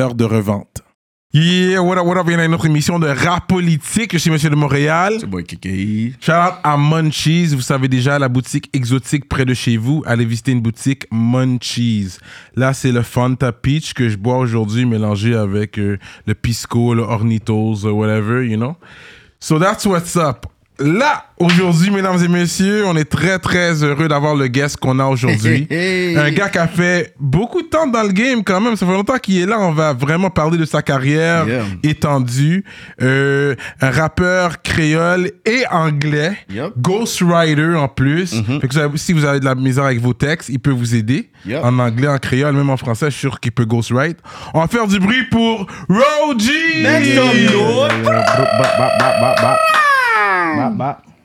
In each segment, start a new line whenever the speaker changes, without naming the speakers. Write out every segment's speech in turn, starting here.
de revente. Yeah, what up, what up, bienvenue à notre émission de rap politique chez Monsieur de Montréal.
Boy, Kiki.
Shout out à Munchies, vous savez déjà, la boutique exotique près de chez vous. Allez visiter une boutique Munchies. Là, c'est le Fanta Peach que je bois aujourd'hui mélangé avec euh, le Pisco, le Ornitos, euh, whatever, you know. So that's what's up. Là, aujourd'hui, mesdames et messieurs, on est très, très heureux d'avoir le guest qu'on a aujourd'hui. Un gars qui a fait beaucoup de temps dans le game quand même. Ça fait longtemps qu'il est là. On va vraiment parler de sa carrière
Yeah.
étendue. Euh, un rappeur créole et anglais.
Yup. Mm-hmm.
Ghostwriter en plus. Fait que vous avez- si vous avez de la misère avec vos textes, il peut vous aider.
Yup.
En anglais, en créole, même en français, je suis sûr qu'il peut ghostwrite. On va faire du bruit pour Roji!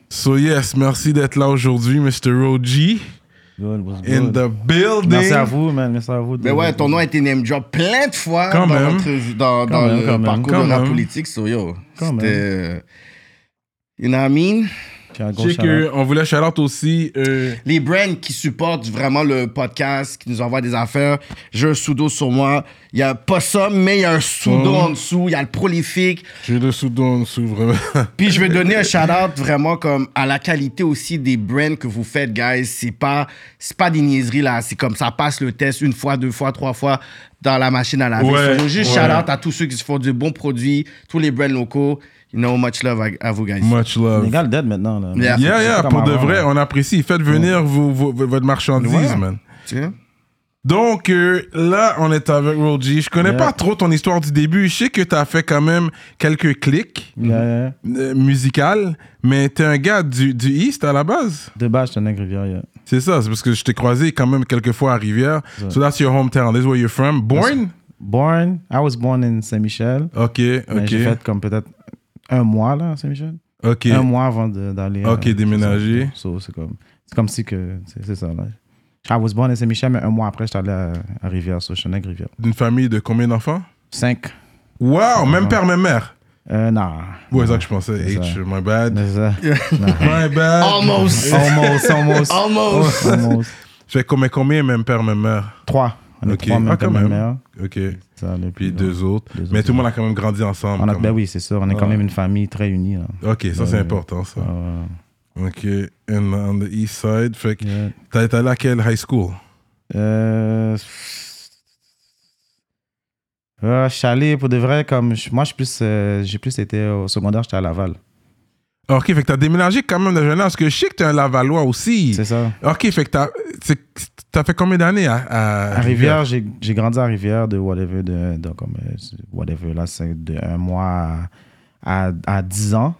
So yes, merci d'être là aujourd'hui, Mr. Roji.
Good, what's
In
good?
the building.
Merci à vous, man. Merci à vous.
Mais Ben ouais, ton nom a été name drop plein de fois
Quand
dans,
même.
notre- dans,
Quand
dans
même,
le
quand même,
parcours
quand
de rap
même.
politique. So yo,
Quand même.
c'était. euh, You know what I mean?
Puis un gros
Je sais
shout-out.
qu'on voulait shout out aussi. euh,
Les brands qui supportent vraiment le podcast, qui nous envoient des affaires, j'ai un pseudo sur moi. Il y a pas ça, mais il y a un pseudo
Mm.
Mhm.
en dessous. Il y a le prolifique.
J'ai le soudon s'ouvre.
Puis je vais donner un shout-out vraiment comme à la qualité aussi des brands que vous faites, guys. C'est pas, c'est pas des niaiseries, là. C'est comme ça passe le test une fois, deux fois, trois fois dans la machine à laver.
Ouais,
So, yo, juste
ouais.
shout-out à tous ceux qui font du bon produit, tous les brands locaux. You know, much love à, à vous, guys.
Much
Les
love.
gars, le dead maintenant. Là.
Yeah.
Yeah, yeah,
Comme
pour de
avant,
vrai,
là.
on apprécie. Faites venir vos- vos- votre marchandise,
Ouais.
man.
Tu sais?
Donc euh, là, on est avec Roji. Je connais
Yeah.
pas trop ton histoire du début. Je sais que t'as fait quand même quelques clics
Yeah, yeah.
euh, musicales, mais t'es un gars du, du East à la base.
De base, je tenais Rivière. Yeah.
C'est ça, c'est parce que je t'ai croisé quand même quelques fois à Rivière. So that's your hometown, that's where you're from. Born?
Born, I was born in Saint-Michel.
Ok,
mais J'ai
ok,
fait comme peut-être un mois là, à Saint-Michel.
ok.
Un mois avant de- d'aller. euh,
Ok, déménager.
c'est ça. So, c'est comme, c'est comme si que. C'est c'est ça, là. I was born in Saint-Michel, mais un mois après, j'étais allé à, à Rivière. So, je tenais Rivière.
D'une famille de combien d'enfants?
Cinq.
Wow, même père, même mère.
Euh, non.
Ouais, c'est ça que je pensais.
C'est
H,
ça.
my bad.
C'est ça.
My bad.
Oh, Almost!
almost, almost.
Almost!
almost.
Fait combien, combien même père, même mère
Trois. On est
Ok.
trois, mais
Ah, quand
comme ma
même.
mère.
Ok.
Ça, le-
Puis deux autres.
Deux
Mais
autres,
tout le monde a quand même grandi ensemble.
On a,
quand
ben
même.
oui, c'est sûr. On est quand même une famille très unie. Là.
Ok, ça c'est
Ouais.
important ça.
Euh,
Ok. And on the east side. Fait que
yeah.
t'as été allé à quelle high school
Euh, euh, je suis allé pour de vrai, comme je- moi, je suis plus, euh, j'ai plus été au secondaire, j'étais à Laval.
Ok, fait que t'as déménagé quand même de jeune âge. Parce que je sais que t'es un Lavallois aussi.
C'est ça.
Ok, fait que t'as c'est- t'as fait combien d'années à, à,
À Rivière, j'ai j'ai grandi à Rivière de whatever, de, de comme, euh, whatever, là, c'est de un mois à, à, à 10 ans.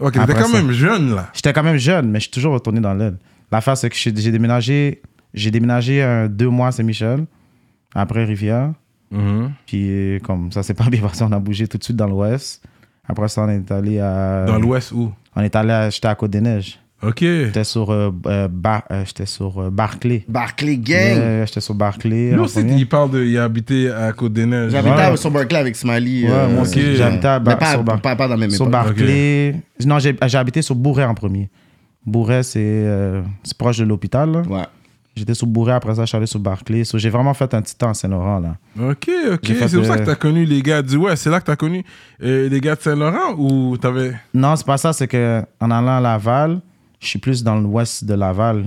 Ok, t'étais
Après
quand
ça.
même jeune là.
J'étais quand même jeune, mais je suis toujours retourné dans l'aile. L'affaire, c'est que j'ai j'ai déménagé, j'ai déménagé euh, deux mois à Saint-Michel, après Rivière.
Mhm.
Puis euh, comme ça, c'est pas bien passé, on a bougé tout de suite dans l'ouest. Après ça, on est allé à.
Dans l'ouest où
On est allé à. J'étais à Côte-des-Neiges.
Ok.
J'étais sur, euh, euh, Bar- euh, j'étais sur euh, Barclay.
Barclay Gang!
Euh, j'étais sur Barclay.
Lui
en
aussi,
premier.
il parle de. Il a habité à Côte-des-Neiges.
J'habitais
Ouais.
à- sur Berkeley avec Smiley.
Ouais,
euh,
moi aussi,
ok.
j'habitais à Bar-
mais pas,
sur, Bar-
pas, pas dans la même
sur
époque.
Barclay. Non, j'ai j'ai habité sur Bourret en premier. Bourret, c'est euh, c'est proche de l'hôpital. là.
Ouais.
J'étais sur Bourré, après ça, je suis allé sur Barclay. So, j'ai vraiment fait un petit temps à Saint-Laurent, là.
Ok, ok.
J'ai fait
C'est pour
de-
ça que t'as connu les gars du Ouest. C'est là que t'as connu euh, les gars de Saint-Laurent ou t'avais.
Non, c'est pas ça, c'est que en allant à Laval, je suis plus dans l'ouest de Laval.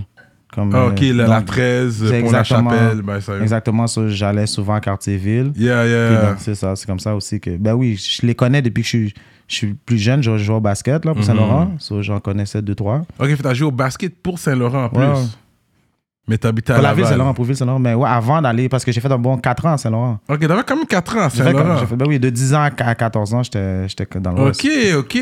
Comme,
Ah,
euh,
ok, la, la
donc,
13,
c'est
pour la
exactement-
chapelle. Ben, ça
Exactement, so, j'allais souvent à Cartierville.
Yeah,
Puis
yeah.
donc, C'est ça, c'est comme ça aussi que. Ben oui, je les connais depuis que je suis, je suis plus jeune, je jouais au basket, là,
Mhm.
pour Saint-Laurent. So, j'en connaissais deux, trois.
Ok, fait, t'as joué au basket pour Saint-Laurent en plus.
Ouais.
Mais t'habitais à
Pour la ville
Laval.
Saint-Laurent, pour ville Saint-Laurent. Mais ouais, avant d'aller, parce que j'ai fait un bon 4 ans à Saint-Laurent.
Ok, t'avais quand même 4 ans à
J'ai fait comme-
Saint-Laurent.
j'ai fait- ben oui, de 10 ans à 14 ans, j'étais j'étais dans l'Ouest.
Ok, ok.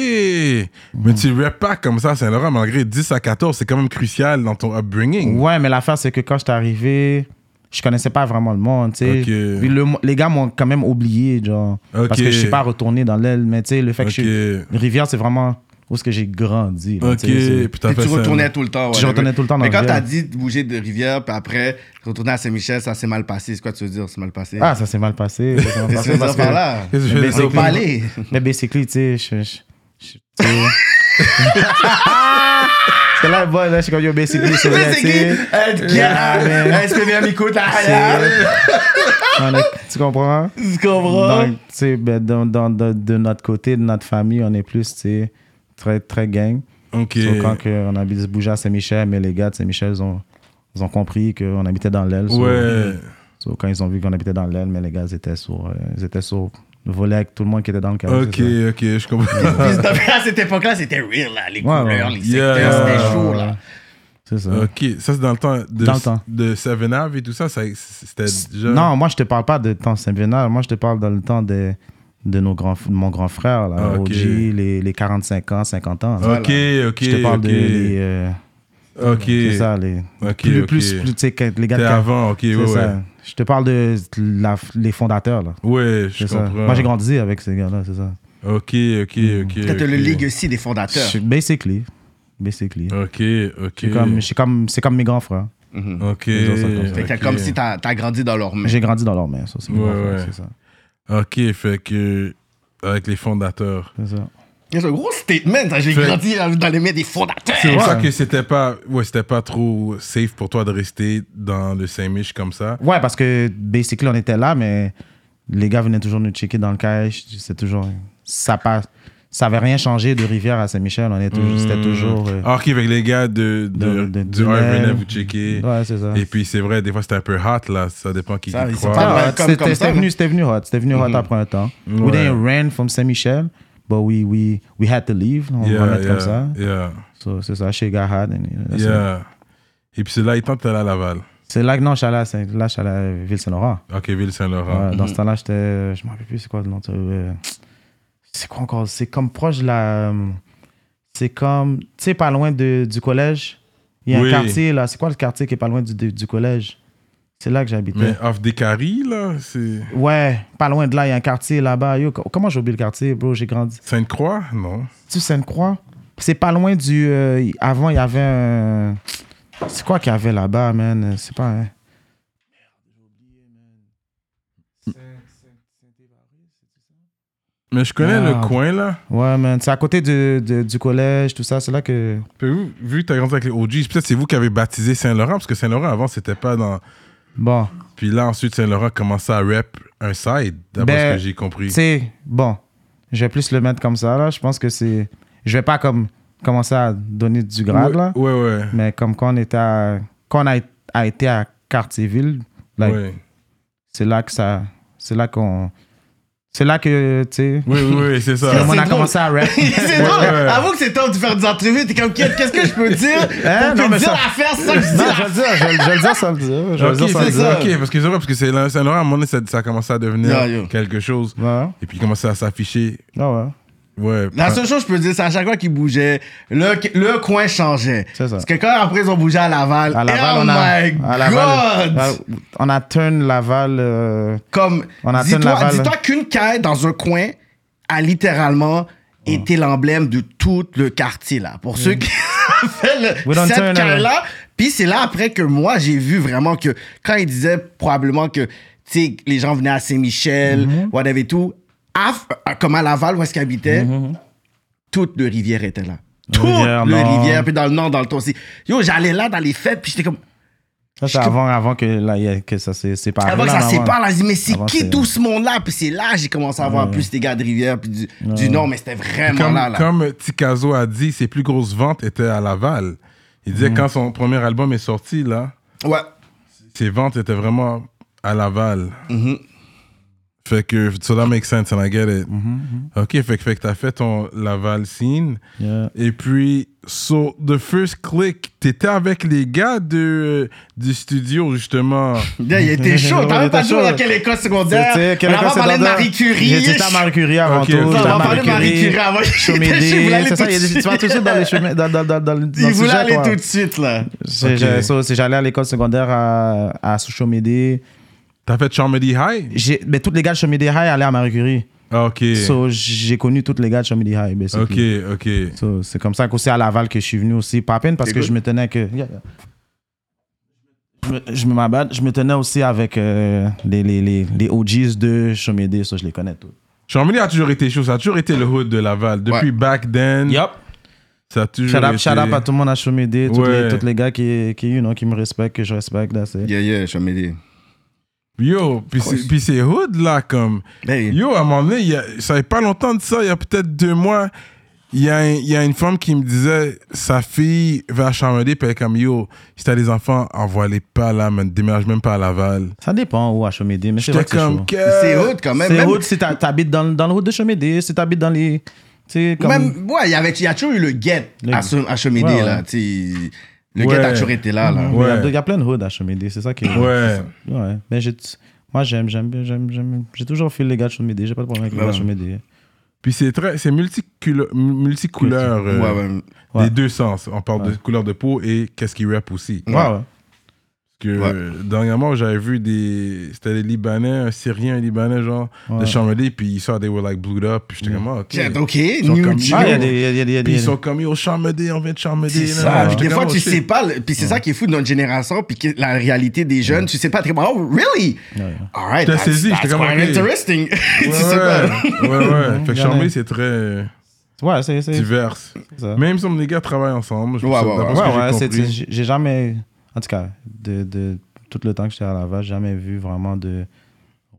Mais tu rap pas comme ça à Saint-Laurent, malgré 10 à 14, c'est quand même crucial dans ton upbringing.
Ouais, mais l'affaire, c'est que quand je suis arrivé, je connaissais pas vraiment le monde, tu sais.
Ok.
Puis le- les gars m'ont quand même oublié, genre.
Ok.
Parce que je suis pas retourné dans l'aile, mais tu sais, le fait
Ok.
que je suis. Rivière, c'est vraiment où est-ce que j'ai grandi. là,
Ok,
tu sais, c'est-
puis t'as
Puis
fait
tu
ça.
retournais tout le temps.
Je
whatever.
retournais tout le temps dans
Mais quand
Rivière.
t'as dit de bouger de Rivière, puis après, retourner à Saint-Michel, ça s'est mal passé. C'est quoi que tu veux dire, c'est mal passé?
Ah, ça s'est mal passé. Ça s'est mal
Qu'est-ce que
passé
tu veux
parce
dire
que-
par là?
Qu'est-ce que je fais
Mais
Ils ont
basically-
pas allé.
Mais basically, tu sais, je. je- je- tu sais. Parce que là, bon, là, hein, je suis comme yo, basically, c'est vrai,
C'est
tu
qui?
sais.
Euh,
Yeah, man.
gars, SPVM écoute. ah, ah.
C'est- On a- Tu comprends?
Tu comprends?
Donc, tu sais, ben, dans- dans- de, de notre côté, de notre famille, on est plus, tu sais, très, très gang.
Ok.
Sauf quand que on a bougé à Saint-Michel, mais les gars de Saint-Michel, ils ont, ils ont compris qu'on habitait dans l'aile. So-
Ouais.
so, quand ils ont vu qu'on habitait dans l'aile, mais les gars, ils étaient sur, euh, ils étaient sur le volet avec tout le monde qui était dans le carré.
Ok,
c'est
ok, je comprends.
Puis c'était- à cette époque-là, c'était real, là. Les
Ouais,
couleurs,
ouais.
les
Ah. Yeah.
secteurs, c'était chaud,
Ouais.
là.
ça. C'est ça.
Ah. ok, ça c'est dans le temps de,
Hein? Dans le temps.
de Seven Ave et tout ça, ça c'était déjà.
Non, moi, je te parle pas de temps Saint-Vénal. Moi, je te parle dans le temps de, de, nos grands, de mon grand frère, là,
Ah, ok.
OG, les, les 45 ans, 50 ans. là.
Ok, ok,
Je te parle
ok.
de. Les, euh,
ok.
C'est ça, les.
Ok,
plus,
ok.
plus, plus, tu sais, que les gars. de
C'était
quar-
avant, ok, ouais,
c'est ça.
ouais.
Je te parle de la- les fondateurs, là.
Ouais, je
C'est ça.
comprends.
Moi, j'ai grandi Mm. avec ces gars-là, c'est ça.
Ok, ok, ok.
T'as
ok.
le legacy des fondateurs.
Je- Basically. Basically.
Ok, ok.
C'est comme, je suis comme, c'est comme mes grands frères.
Ok.
autres sont comme ça.
Fait que t'as
ok.
comme si t'as t'as grandi dans leur main.
J'ai grandi dans leurs mains, ça. C'est mes
Ouais,
grands frères,
ouais.
c'est ça.
Ok, fait que. Avec les fondateurs.
C'est ça.
C'est un gros statement, ça. J'ai
Fait-
grandi dans dans les mains des fondateurs.
C'est pour
Ouais.
ça que c'était pas, ouais, c'était pas trop safe pour toi de rester dans le Saint-Mich comme ça.
Ouais, parce que basically, on était là, mais les gars venaient toujours nous checker dans le cash. C'est toujours. Ça passe. Ça avait rien changé de Rivière à Saint-Michel. On est toujours, c'était toujours. euh,
Ah, ok, avec les gars de, de,
De- de-
du
de-
Hard venaient vous checker.
Ouais, c'est ça.
Et puis c'est vrai, des fois c'était un peu hot là, ça dépend qui,
Ça,
qui
ils sont
croit.
pas-
Ah,
mal comme-
c'était-
comme ça,
C'était
non?
venu, c'était venu hot. C'était venu hot après un temps.
Mhm. Ouais.
We didn't ran from Saint-Michel, but we, we, we had to leave. On
Yeah,
va mettre
yeah,
comme ça.
Yeah,
So, c'est ça, chez Gahad.
yeah. Et puis c'est là, ils tentent d'aller à Laval.
C'est là que non, je suis allé à, Saint- là, je suis allé à Ville-Saint-Laurent.
Ok, Ville-Saint-Laurent.
Ouais, Dans ce temps-là, j'étais. Je me rappelle plus c'est quoi le nom. tu sais, euh, C'est quoi encore C'est comme proche de la. euh, C'est comme. Tu sais, pas loin de, du collège. Il y a
Oui.
un quartier là. C'est quoi le quartier qui est pas loin du, du, du collège C'est là que j'habitais.
Mais off des caries là, c'est.
Ouais, pas loin de là, il y a un quartier là-bas. Yo, co- comment j'ai oublié le quartier, bro? J'ai grandi.
Sainte-Croix Non.
Tu Sainte-Croix? C'est pas loin du. euh, y- avant, il y avait un. C'est quoi qu'il y avait là-bas, man? C'est pas hein? un.
Mais je connais
Ah.
le coin là.
Ouais, man. C'est à côté du, du- du collège, tout ça. C'est là que.
Puis vous, vu que t'as grandi avec les OGs, peut-être c'est vous qui avez baptisé Saint-Laurent, parce que Saint-Laurent avant c'était pas dans.
Bon.
Puis là, ensuite, Saint-Laurent commençait à rep un side, d'après
Ben,
ce que j'ai compris.
Tu sais, bon. Je vais plus le mettre comme ça, là. Je pense que c'est. Je vais pas comme commencer à donner du grade,
ouais,
là.
Ouais, ouais.
Mais comme quand on était à. Quand on a, a été à Cartierville, like,
ouais.
c'est là que ça c'est là qu'on c'est là que tu sais
Oui, oui, oui, c'est
le
ça.
monde a
drôle.
commencé à rap
C'est
Ouais,
drôle,
ouais.
avoue que c'est top de faire des entrevues, t'es comme, qu'est-ce que je peux dire pour
Hein?
que
Non, mais
dire
ça-
l'affaire, c'est ça que je dis
non
la-
je vais le dire je vais, je vais le dire sans le dire je vais
Ok,
le dire sans le
c'est
dire
ça. Ok, parce que c'est vrai, parce que c'est là- Saint-Laurent, à un moment donné, ça, ça a commencé à devenir
Yeah, yeah.
quelque chose.
ouais
Et puis, il commençait à s'afficher.
ah ouais
Ouais.
La
Prends-
seule chose que je peux dire, c'est à chaque fois qu'ils bougeaient, le, le coin changeait.
C'est ça.
Parce que quand après ils ont bougé à Laval,
à Laval
oh
on a
my
à Laval,
god!
euh, on a turn Laval euh,
Comme,
On a
dis-toi
atteint Laval.
dis-toi qu'une caille dans un coin a littéralement
Mm.
été l'emblème de tout le quartier, là. Pour ceux qui ont fait le,
We don't
cette
turn
caille-là. Puis c'est là après que moi, j'ai vu vraiment que quand ils disaient probablement que, tu sais, les gens venaient à Saint-Michel,
Mm-hmm.
whatever et tout, à- à- comme à Laval, où est-ce qu'ils habitaient, toute le rivière était là. Toute
Mm-hmm, Rivière,
le
Nord.
rivière, puis dans le nord, dans le temps aussi. Yo, j'allais là dans les fêtes, puis j'étais comme,
ça c'est avant avant que là, il y a- que ça s'est séparé
avant que
là,
ça
vraiment.
sépare, là, j'ai dit, mais c'est
Ah, Avant,
qui
c'est-
tout ce monde-là? Puis c'est là, j'ai commencé à voir plus des gars de Rivière, puis du, du Nord, mais c'était vraiment
Comme,
là, là.
comme Tikazo a dit, ses plus grosses ventes étaient à Laval. Il
Mm-hmm.
disait quand son premier album est sorti, là,
Ouais. Mm-hmm.
ses ventes étaient vraiment à Laval. Fait que, so that makes sense and I get it.
mm-hmm.
Ok, fait, que- fait que t'as fait ton Laval scene.
Yeah.
Et puis, so, the first click, t'étais avec les gars de, du studio, justement.
Là, il était chaud. T'as
Ouais,
même
il
pas
était
dit dans
chaud.
quelle école
Tu sais,
secondaire.
quel
on va
école
parler de
secondaire?
Marie Curie.
J'ai dit à Marie Curie avant
Ok,
tout.
ok.
j'ai dit à
On va parler de
Marie Curie avant.
Chomédé,
Je voulais aller
c'est ça,
tout
il y a
de
des-
suite.
tu vas tout de suite dans les chemins, dans, dans, dans, dans, le- dans
Il
le
voulait
sujet,
aller
quoi.
tout de suite, là.
J'ai-
Ok.
j'ai- so, c'est- J'allais à l'école secondaire à, à Chomédé.
t'as fait Charmedy High?
J'ai- Mais tous les gars de Chomédé High allaient à Marie Curie.
Ah, Ok.
So, j'ai connu tous les gars de Chomédé High,
ok,
basically.
ok.
So, c'est comme ça qu'aussi à Laval que je suis venu aussi, pas à peine parce que je me tenais que. Yeah, yeah. Je me- Je me m'abatte, je me tenais aussi avec euh, les, les, les, les OGs de Chomédé, ça je les connais tous.
Charmedy a toujours été chaud, ça a toujours été le hood de Laval. Depuis
Ouais.
back then, ça a toujours
Shout
été...
out, shout out à tout le monde à Chomédé, tous
Ouais.
les, tous les gars qui, qui, you know, qui me respectent, que je respecte. that's it.
Yeah, yeah, je vais m'aider.
Yo, puis c'est- puis c'est hood là, comme.
Ben,
Yo, à un moment donné, il y a- ça fait pas longtemps de ça, il y a peut-être deux mois, il y, a un- il y a une femme qui me disait sa fille va à Chamonix, puis elle est comme Yo, si t'as des enfants, envoie-les pas là, man, déménage même pas à Laval.
Ça dépend où à Chomédé, mais c'est
J'étais
vrai que c'est
comme
chaud.
que...
Euh, C'est haute quand même.
C'est
Même-
route, si t'as- t'habites dans, dans le route de Chomédé, si t'habites dans les. Tu sais, comme.
Même, ouais, il y, avait, il y a toujours eu le guet
Le-
à, ce- à Chemédé,
Ouais, ouais.
là. tu sais. Le
Ouais.
guet a toujours été là, là.
Il y a-
Ouais.
il y, a plein de hoods à Chomédé, c'est ça qui est.
Ouais.
Ouais. Ben, j'ai- moi, j'aime, j'aime, bien, j'aime, j'aime. J'ai toujours fait les gars de Chomédé, j'ai pas de problème avec les
Bah
Ouais.
gars de Chomédé.
Puis c'est très, c'est multiculo- m- multicouleur, euh,
Ouais, ouais.
Ouais.
des deux sens. On parle de couleur de peau et qu'est-ce qui rap aussi.
Ouais,
Parce
ouais.
que euh, dernièrement, j'avais vu des, c'était des Libanais, un Syrien, un Libanais genre de
Ouais. Mm.
Chamonix, puis ils sortent, they were like blued up, puis j'étais comme Ah, ok.
Tiens, Ok,
sont
New
comme-
Jersey.
Ah, il y a des. il y a des- il y a des-
Puis ils sont comme yo, Chamonix, on vient de Chamonix.
C'est
là,
ça.
là.
Puis
J'étais
des fois,
comme, Oh,
tu
shit.
sais pas. le- Puis c'est ça qui est fou de notre génération. Puis que la réalité des jeunes, tu sais pas très bien. Oh, really? All right.
Je t'ai
that's-
saisi,
that's
j'étais comme,
quite
ok.
interesting. Tu
Ouais,
sais pas.
ouais, ouais, ouais. Fait que
Y en a-
Chambé, c'est très
Ouais, c'est. Mm. c'est-
divers.
ça.
Même si les gars travaillent ensemble. je
Ouais,
pense,
ouais, ouais.
d'après ce que
Ouais,
j'ai
ouais, c'est-
compris.
j'ai j'ai jamais. En tout cas, de, de tout le temps que j'étais à Laval, j'ai jamais vu vraiment de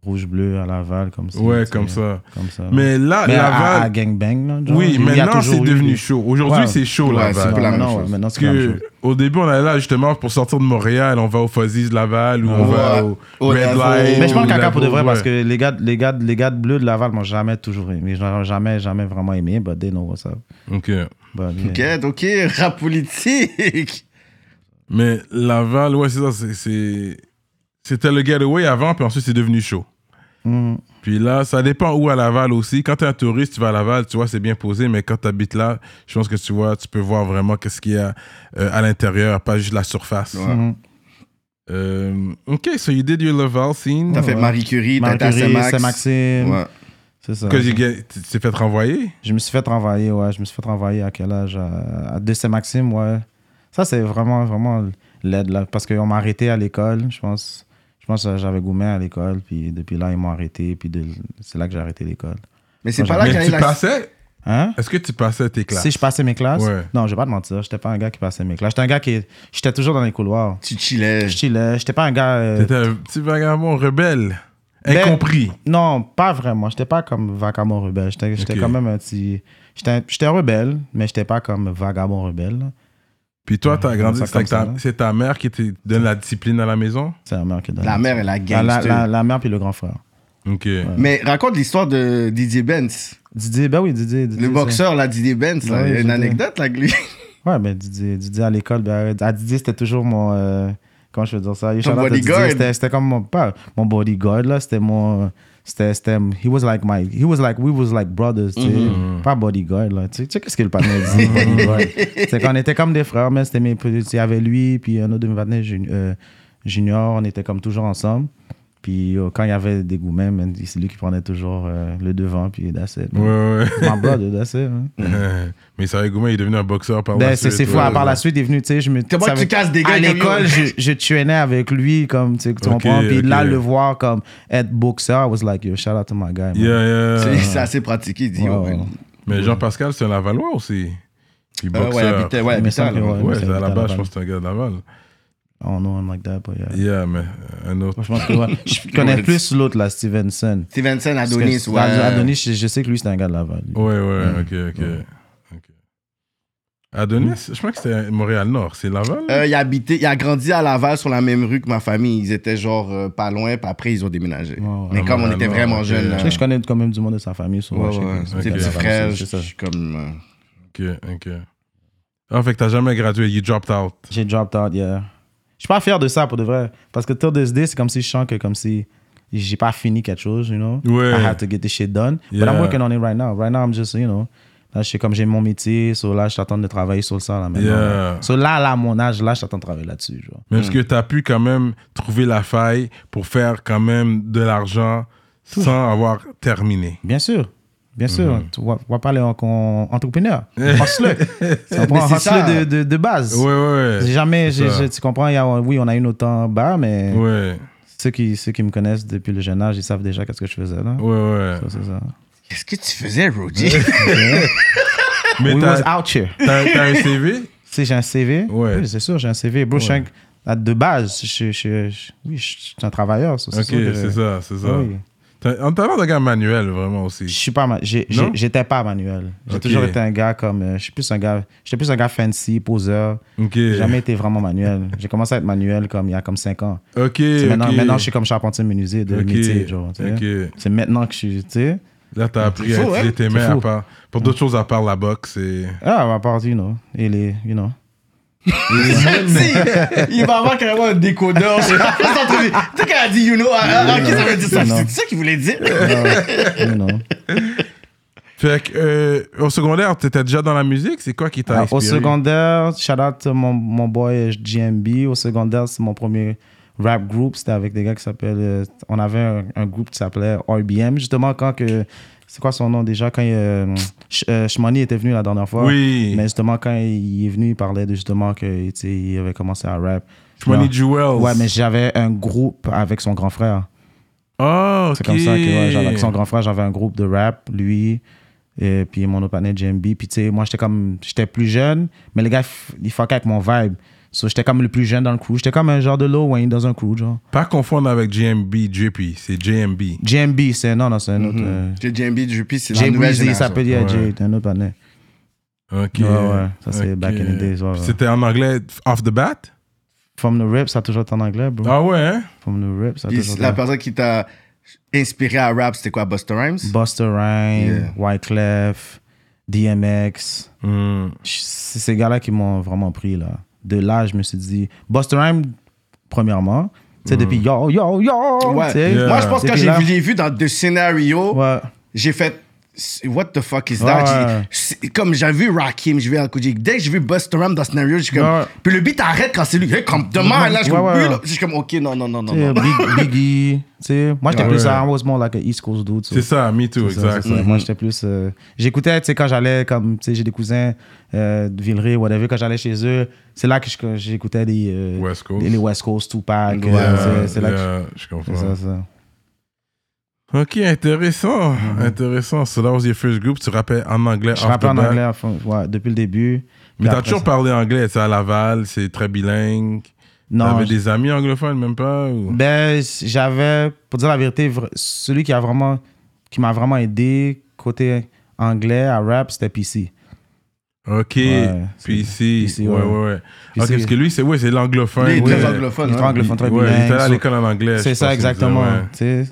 rouge-bleu à Laval comme ça.
Ouais,
tu
comme
sais,
ça.
Comme ça.
Mais là,
Mais à-
Laval.
à, à gangbang, là, genre,
oui,
il y a
maintenant,
toujours
c'est
eu
devenu
des-
chaud. Aujourd'hui,
Ouais.
c'est chaud,
Ouais,
Laval.
c'est
Non,
plus la même
non,
chose.
ouais, maintenant,
Parce
c'est la même
que
chose.
au début, on allait là justement pour sortir de Montréal, on va au Fuzzy's Laval ou on
Ouais.
va au
Au
Red
Lavo.
Light.
Mais je parle
ou
caca
Lavo,
pour de vrai
Oh, ouais.
parce que les gars, les gars, les gars de bleu de Laval m'ont jamais toujours aimé. J'en ai jamais, jamais vraiment aimé, but they know what's up.
Ok.
But, yeah.
Guet, ok. Rap politique.
Mais Laval, ouais, c'est ça. c'est- c'est- C'était le getaway avant, puis ensuite, c'est devenu chaud.
Mm.
Puis là, ça dépend où à Laval aussi. Quand t'es un touriste, tu vas à Laval, tu vois, c'est bien posé. Mais quand t'habites là, je pense que tu vois, tu peux voir vraiment qu'est-ce qu'il y a euh, à l'intérieur, pas juste la surface.
Ouais.
Mm.
Euh, ok, so you did your Laval scene.
T'as fait Marie Curie, t'as
Marie
été à
Curie,
Saint-Max.
Saint-Maxime.
Ouais.
C'est ça.
Que you get- tu t'es fait renvoyer?
Je me suis fait travailler, ouais. Je me suis fait travailler à quel âge À, à de Saint-Maxime, ouais. Ça, c'est vraiment, vraiment l'aide, là. Parce qu'on m'a arrêté à l'école, je pense. Je pense que j'avais gourmet à l'école, puis depuis là, ils m'ont arrêté, puis de- c'est là que j'ai arrêté l'école.
Mais c'est
Moi,
pas
j'en-
là qu'il y
Mais
a
tu
eu la.
passais?
Hein?
Est-ce que tu passais tes classes?
Si je passais mes classes,
Ouais.
non, je vais pas te mentir, j'étais pas un gars qui passait mes classes. J'étais un gars qui. J'étais toujours dans les couloirs.
Tu chillais.
Je chillais, j'étais pas un gars. euh,
T'étais un petit vagabond rebelle.
Ben-
Incompris.
Non, pas vraiment. J'étais pas comme vagabond rebelle. J'étais j'étais
Ok.
quand même un petit. J'étais un- j'étais un rebelle, mais j'étais pas comme vagabond rebelle. là.
Puis toi, t'as grandi,
ça
c'est avec
comme ça,
ta-
là.
c'est ta mère qui te donne la discipline à la maison?
C'est la mère qui donne.
La mère et la
La, la,
gangster.
la, la mère puis le grand frère.
Ok.
Mais raconte l'histoire de Didier Benz.
Didier, ben oui, Didier. Didier
Le
c'est-
boxeur, là, Didier Benz, là.
Ouais,
Il y a une
Didier.
anecdote, là, avec lui.
Ouais, ben Didier, Didier à l'école. Ben, à Didier, c'était toujours mon. euh, comment je veux dire ça Yo,
Ton
shout out à Didier,
bodyguard.
C'était c'était comme mon. Pas mon bodyguard, là. C'était mon. C'était. c'était- He was like my. He was like. We was like brothers, tu sais.
Mm-hmm.
Pas bodyguard, là. Tu sais, tu sais qu'est-ce que le panneau dit bodyguard? C'est qu'on était comme des frères, mais c'était mes. petits- Il y avait lui, puis un autre de mes partenaires jun- euh, junior. On était comme toujours ensemble. Puis euh, quand il y avait des goûts même, c'est lui qui prenait toujours euh, le devant, puis that's it.
Ouais, ouais.
My brother, that's it. hein.
Euh, Mais ça, Gouma, il est devenu un boxeur par
Ben,
la
c'est
suite.
c'est fou.
ouais,
à Par
ouais.
la suite, il est venu, tu sais, je me.
Comment
ça
tu
veut-
casses des gars
À
comme yo?
l'école, je, je traînais avec lui, comme, tu sais, tu
Ok,
comprends. Puis là,
ok.
le voir comme être boxeur, I was like, yo, shout out to my guy. man.
Yeah, yeah.
C'est c'est assez pratiqué, il dit. oh,
Ouais,
ouais.
ouais.
Mais Jean-Pascal, c'est un Lavallois aussi. Puis
Euh, Ouais,
boxeur.
habitait, ouais,
Il me semble
habitait,
que
là.
ouais.
ouais,
il
c'est à la
habitait à
base, je
Laval.
pense que c'est un gars de Laval.
I don't know him oh, like that, but yeah.
Yeah, mais euh, un autre.
Je pense que ouais. Je connais plus l'autre, là, Stevenson.
Stevenson,
Parce que
Adonis, ouais.
Mm. Adonis, je, je sais que lui, c'est un gars de Laval. lui.
Ouais, ouais, ok, ok. Ok. Adonis,
Mm.
je crois que c'est Montréal-Nord, c'est Laval.
Euh, il, habitait, il a grandi à Laval sur la même rue que ma famille. Ils étaient genre euh, pas loin, puis après ils ont déménagé. Mais comme on
ouais,
était
ouais,
vraiment
ok.
jeunes. euh,
Je sais que je connais quand même du monde de sa famille. souvent.
Ouais,
je sais
ouais,
que-
Ses
que
petits
sa
frères,
famille,
je
c'est ça.
suis comme. euh,
Ok, ok. Ah, fait que t'as jamais gradué, you dropped out.
J'ai dropped out, yeah. Je suis pas fier de ça pour de vrai. Parce que till this day, c'est comme si je sens que comme si j'ai pas fini quelque chose, you know.
Ouais.
I had to get this shit done. But I'm
Yeah.
working on it right now. Right now, I'm just, you know. Là, je suis comme j'ai mon métier, so là, je t'attends de travailler sur ça là maintenant.
Yeah.
So là, là, à mon âge, là, je t'attends de travailler là-dessus, genre.
Même ce que t'as pu quand même trouver la faille pour faire quand même de l'argent sans avoir terminé.
Bien sûr. Bien sûr,
Mm-hmm.
tu vois, on va parler en, en entrepreneur, hustler. tu
Mais
comprends,
c'est ça.
hustler de, de, de base.
Ouais, ouais,
J'ai
ouais.
Jamais,
C'est
j'ai-
ça.
j'ai- tu comprends, il y a- oui, on a eu nos temps bas, mais
Ouais,
ceux, qui, ceux qui me connaissent depuis le jeune âge, ils savent déjà qu'est-ce que je faisais là.
ouais, ouais.
Ça, c'est ça.
Qu'est-ce que tu faisais, Roger?
Mais
We
t'as
was out here. Tu
t'as- t'as un CV
sais, j'ai un CV.
Ouais.
Oui, c'est sûr, j'ai un CV. Bro, je suis un- à- de base, je, je- je- je- oui, je suis un travailleur. ça, c'est
Ok,
sûr que-
c'est ça, c'est ça.
Oui.
T'as- En talent de gars manuel, vraiment
Je
aussi.
suis pas ma- j'ai- j'ai-
Non?
J'étais pas manuel. J'ai
Ok.
toujours été un gars comme. euh, je suis plus un gars. J'étais plus un gars fancy, poseur.
Ok.
J'ai jamais été vraiment manuel. J'ai commencé à être manuel comme il y a comme 5 ans.
Ok,
C'est Maintenant,
ok.
maintenant, je suis comme charpentier menuisier de
Ok.
métier. genre, tu sais.
Ok.
C'est maintenant que je suis. tu sais.
Là, t'as appris à
fou,
utiliser
hein?
tes
C'est
mains à
fou.
part. Pour d'autres choses à part la boxe et.
Ah, à part, you know. Et les. You know.
Si, il va avoir carrément un décodeur. sur la place d'entrevue. Tu sais, quand elle a dit, you know, ah, ah, ok, ça veut dire ça.
Non.
C'est ça qu'il voulait dire.
Ah, you know.
Fait que, euh, au secondaire, t'étais déjà dans la musique C'est quoi qui t'a
Ah, au
inspiré
secondaire, shout out mon, mon boy euh, GMB. Au secondaire, c'est mon premier rap group. C'était avec des gars qui s'appellent. euh, on avait un, un groupe qui s'appelait RBM. Justement, quand que. C'est quoi son nom déjà Quand euh, Ch- euh, Shmoney était venu la dernière fois.
Oui.
Mais justement, quand il est venu, il parlait de justement que, tu sais, il avait commencé à rap.
Shmoney
Non.
Jewels.
Ouais, mais j'avais un groupe avec son grand frère.
Ah, ok.
C'est comme ça que ouais, j'avais- avec son grand frère, j'avais un groupe de rap, lui, et puis mon autre partenaire JMB. Puis tu sais, moi j'étais comme, j'étais plus jeune, mais les gars, f- ils fuckaient avec mon vibe. So j'étais comme le plus jeune dans le crew. J'étais comme un genre de low Wayne dans un crew, genre.
Pas confondre avec JMB, JP, c'est JMB.
JMB, c'est, non, non, c'est un autre.
Mm-hmm.
euh,
J'ai JMB Dupuis, c'est la
Jay
nouvelle
Breezy, il
génération.
s'appelle, yeah,
Ouais.
Jay, un autre partenaire.
Ok.
Ouais, ouais, ça, c'est
Ok.
back in the days, ouais, ouais.
C'était en anglais off the bat
From the Rip, ça a toujours été en anglais, bro.
Ah ouais, hein?
From the Rip, ça a
Puis
toujours été
la personne qui t'a inspiré à rap, c'était quoi, Buster Rhymes?
Buster Rhymes,
Yeah.
Wyclef, DMX.
Hmm.
Je- c'est ces gars-là qui m'ont vraiment pris là. De là, je me suis dit, Buster Rhymes, premièrement, tu sais,
Mm.
depuis yo, yo, yo,
Ouais.
tu sais.
Yeah.
Moi, je pense que quand
Depuis
j'ai
là-
vu, j'ai vu dans deux scénarios,
Ouais.
j'ai fait What the fuck is that?
Ouais.
J'ai- c'est- Comme j'avais vu Rakim, j'ai vu Al Kouji. Dès que j'ai vu Buster Rhymes dans ce scénario, j'ai comme.
Ouais.
Puis le beat arrête quand c'est lui. Hey, comme demain, là, je suis
Ouais,
comme.
ouais,
lui, là.
ouais.
Je suis comme, ok, non, non, non, non.
Tu sais,
non.
Big- Biggie, tu sais. Moi, j'étais
Ah Ouais.
plus, I was more like an East Coast dude. so-
C'est ça, me too,
C'est ça,
exact.
c'est ça. Moi, j'étais plus. euh, J'écoutais, tu sais, quand j'allais, comme, tu sais, j'ai des cousins euh, de Villeray, whatever, quand j'allais chez eux, c'est là que je- que j'écoutais des. euh,
West Coast.
des- les West Coast, Tupac.
Yeah,
euh,
Yeah,
c'est- c'est là que je-
yeah, je comprends.
c'est ça, ça.
Ok, intéressant, intéressant. So that was your first group. Tu rappelles en anglais
Mm-hmm. Je
off
rappelle
the
en
bat.
anglais enfin, ouais, depuis le début.
Mais
Puis
t'as
après
toujours
ça-
parlé anglais, tu sais, à Laval, c'est très bilingue.
Non,
T'avais des amis anglophones, même pas ou...
Ben, j'avais, pour dire la vérité, vr- celui qui a vraiment, qui m'a vraiment aidé côté anglais à rap, c'était PC.
Ok,
Ouais,
puis
c'est-
ici,
PC,
ouais, ouais,
ouais.
ouais.
Puis
ok,
c'est-
parce que lui, c'est ouais, c'est l'anglophone.
Il est
ouais.
très anglophone.
Il est
hein.
anglophone, très
Ouais, il
bilingue,
était à
so-
l'école en anglais.
C'est
je
ça,
pense, il me disait, ouais.
exactement. tu sais.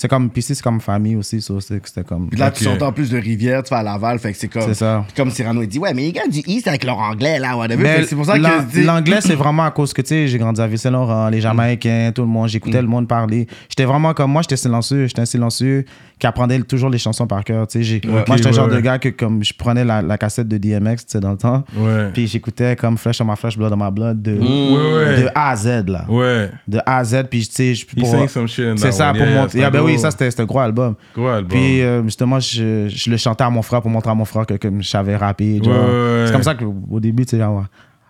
C'est comme PC, c'est comme famille aussi, so c'est- c'était comme.
Puis là, tu
Ok.
sortais en plus de Rivière, tu vas à Laval, fait que c'est comme.
C'est ça.
Puis comme Cyrano, il dit, ouais, mais les gars du East avec leur anglais, là, whatever.
Mais
Fait que c'est pour ça que.
l'an-
je dis-
L'anglais, c'est vraiment à cause que, tu sais, j'ai grandi à Ville-Saint-Laurent, les Jamaïcains, tout le monde, j'écoutais le
Mm.
monde parler. J'étais vraiment comme moi, j'étais silencieux, j'étais un silencieux qui apprenait toujours les chansons par cœur, tu sais. j'ai- Moi, j'étais
ouais,
le genre
ouais.
de gars que, comme, je prenais la, la cassette de DMX, tu sais, dans le temps,
Ouais.
puis j'écoutais comme Flesh on my Flesh, Blood on my Blood, de,
Ouais, ouais.
de A à Z, là.
Ouais.
De A à Z, puis, tu sais, je-
He
pour-
sang some shit in
C'est
that
ça,
one.
pour
Yeah,
montrer.
yeah,
Ah ben oui,
gros.
ça, c'était c'était un gros album.
Gros album.
Puis euh, justement, je, je le chantais à mon frère pour montrer à mon frère que, que je savais rapper. genre.
Ouais, ouais, ouais.
C'est comme ça qu'au début, tu sais, genre,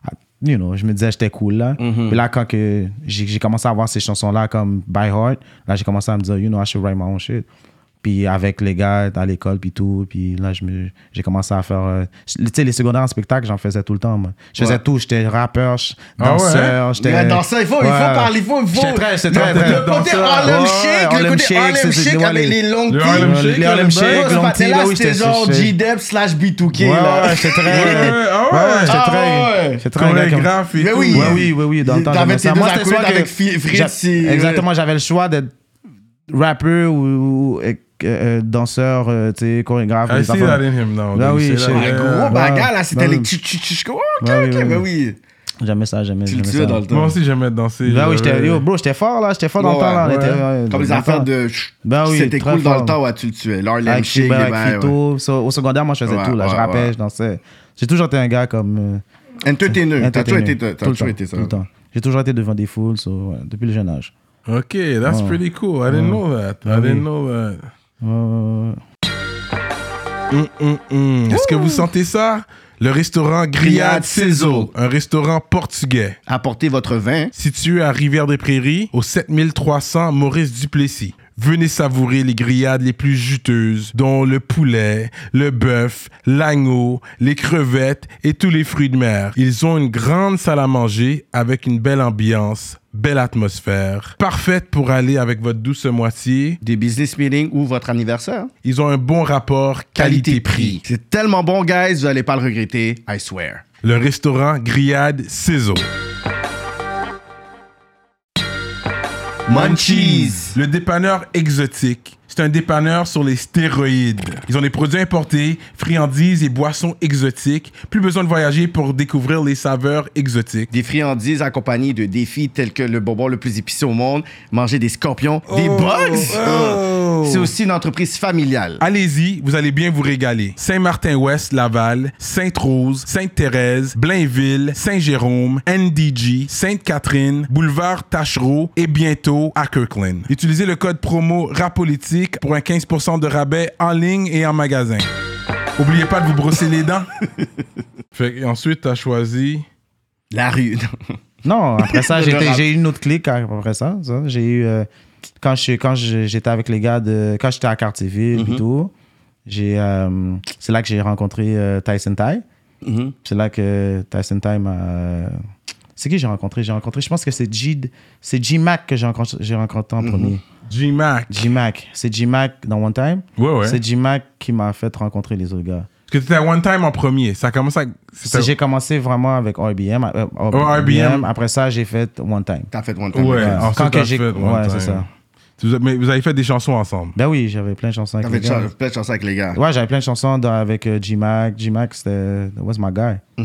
ah, you know, je me disais j'étais cool là.
Mm-hmm.
Puis là, quand que j'ai j'ai commencé à avoir ces chansons-là comme By Heart, là, j'ai commencé à me dire, you know, I should write my own shit. Puis avec les gars à l'école, puis tout. Puis là, je me- j'ai commencé à faire. euh, tu sais, les secondaires en spectacle, j'en faisais tout le temps. moi. Je faisais tout. J'étais rappeur, je-
Ah ouais?
danseur. j'étais-
Mais danseur, il faut- il faut parler, il faut- il faut-
J'étais très, j'étais
Le-
très,
le
très
côté
danseur.
Harlem
Ouais,
Shake, le côté Harlem
c'est- c'est-
Shake
ouais,
avec les longues
Le
tees.
Harlem
les-
Shake,
Les Harlem
le
Shake,
Ce
long
matin
tea,
là,
là, oui,
c'était genre
j'étais-
G-Dep slash B2K.
Ouais,
là.
ouais, c'est très.
ah ouais.
c'est
Ah
très.
ouais.
C'est très. un gars comme-
Chorégraphe et
Mais
tout.
oui.
Ouais, oui, oui, oui, dans le temps.
T'avais
j'aimais
tes
ça.
deux
Moi, c'était
acolytes
soit que-
avec Fi- Fritz,
j'a-
c'est- ouais.
Exactement, j'avais le choix d'être rappeur ou, ou, euh, euh, danseur, euh, tu sais, chorégraphe.
I
des
see
affaires.
that in him now.
Ah oui,
C'est
je-
là.
Un
Euh,
gros
ouais.
bagarre, là, c'était les
Ouais.
tch tch tch. Oh, ok,
Ouais,
ok,
ouais,
ben
ouais.
oui.
Jamais ça, jamais,
Tu le
jamais
tuais
ça.
dans le temps.
Moi aussi, j'aimais danser.
Ben oui,
j'avais-
j'étais, yo, bro, j'étais fort là, j'étais fort dans le
Ouais,
temps là. on
ouais.
était, ouais,
Comme les
dans le
affaires
temps.
de.
Ben oui,
C'était
très
cool dans le
fort.
temps, ouais, tu le tuais. L'Harlem
Avec
Shake, les
Shiba,
bails,
avec
ouais.
Fito. So- au secondaire, moi, je faisais
Ouais,
tout là. je
ouais,
rappais,
ouais.
je dansais. J'ai toujours été un gars comme. euh,
Entertainer. T'as toujours été t'as
tout le temps,
toujours été ça.
tout le temps. J'ai toujours été devant des foules, so, ouais, depuis le jeune âge.
Ok, that's pretty cool. I didn't know that. I didn't know that.
Ouais, ouais, ouais, ouais.
Hum, hum, hum. Est-ce que vous sentez ça? Le restaurant Grillade
Grillade
Cézo,
Cézo.
un restaurant portugais.
Apportez votre vin.
situé à Rivière-des-Prairies, au 7300 Maurice-Duplessis. Venez savourer les grillades les plus juteuses, dont le poulet, le bœuf, l'agneau, les crevettes et tous les fruits de mer. Ils ont une grande salle à manger avec une belle ambiance, belle atmosphère, parfaite pour aller avec votre douce moitié.
Des business meetings ou votre anniversaire.
Ils ont un bon rapport qualité-prix.
C'est tellement bon, guys, vous allez pas le regretter, I swear.
Le restaurant Grillade Cézo.
Munchies.
Le dépanneur exotique. C'est un dépanneur sur les stéroïdes. Ils ont des produits importés, friandises et boissons exotiques. Plus besoin de voyager pour découvrir les saveurs exotiques.
Des friandises accompagnées de défis tels que le bonbon le plus épicé au monde, manger des scorpions, des bugs.
oh.
C'est aussi une entreprise familiale.
Allez-y, vous allez bien vous régaler. Saint-Martin-Ouest, Laval, Sainte-Rose, Sainte-Thérèse, Blainville, Saint-Jérôme, NDG, Sainte-Catherine, Boulevard Tachereau et bientôt à Kirkland. Utilisez le code promo RAPOLITIQUE pour un 15% de rabais en ligne et en magasin. Oubliez pas de vous brosser les dents. Fait que ensuite, t'as choisi...
La rue.
Non, après ça,
Le
j'étais-
rap.
j'ai eu une autre clique après ça. ça. J'ai eu. euh, quand je- quand je- j'étais avec les gars de. Quand j'étais à Cartierville
Mm-hmm.
et tout, j'ai, euh, c'est là que j'ai rencontré euh, Tyson Ty.
Mm-hmm.
C'est là que Tyson Ty m'a. euh, C'est qui que j'ai rencontré J'ai rencontré, je pense que c'est G, c'est G-Mac que j'ai rencontré, j'ai rencontré
Mm-hmm.
en premier.
G-Mac.
G-Mac. C'est G-Mac dans One Time.
Ouais, ouais.
C'est G-Mac qui m'a fait rencontrer les autres gars.
Parce que t'étais à One Time en premier. Ça Oh, commence à...
Si j'ai commencé vraiment avec RBM. euh,
RBM.
Après ça, j'ai fait One Time.
T'as fait one time.
Ouais,
Records.
ensuite,
Quand que
t'as
j'ai-
fait One
ouais,
Time.
c'est ça.
Vous avez- Mais vous avez fait des chansons ensemble.
Ben oui, j'avais plein de chansons
T'as
avec
fait
les
de
gars.
chance- plein de chansons avec les gars.
Ouais, j'avais plein de chansons dans- avec euh, G-Mac. G-Mac, c'était... That was my guy.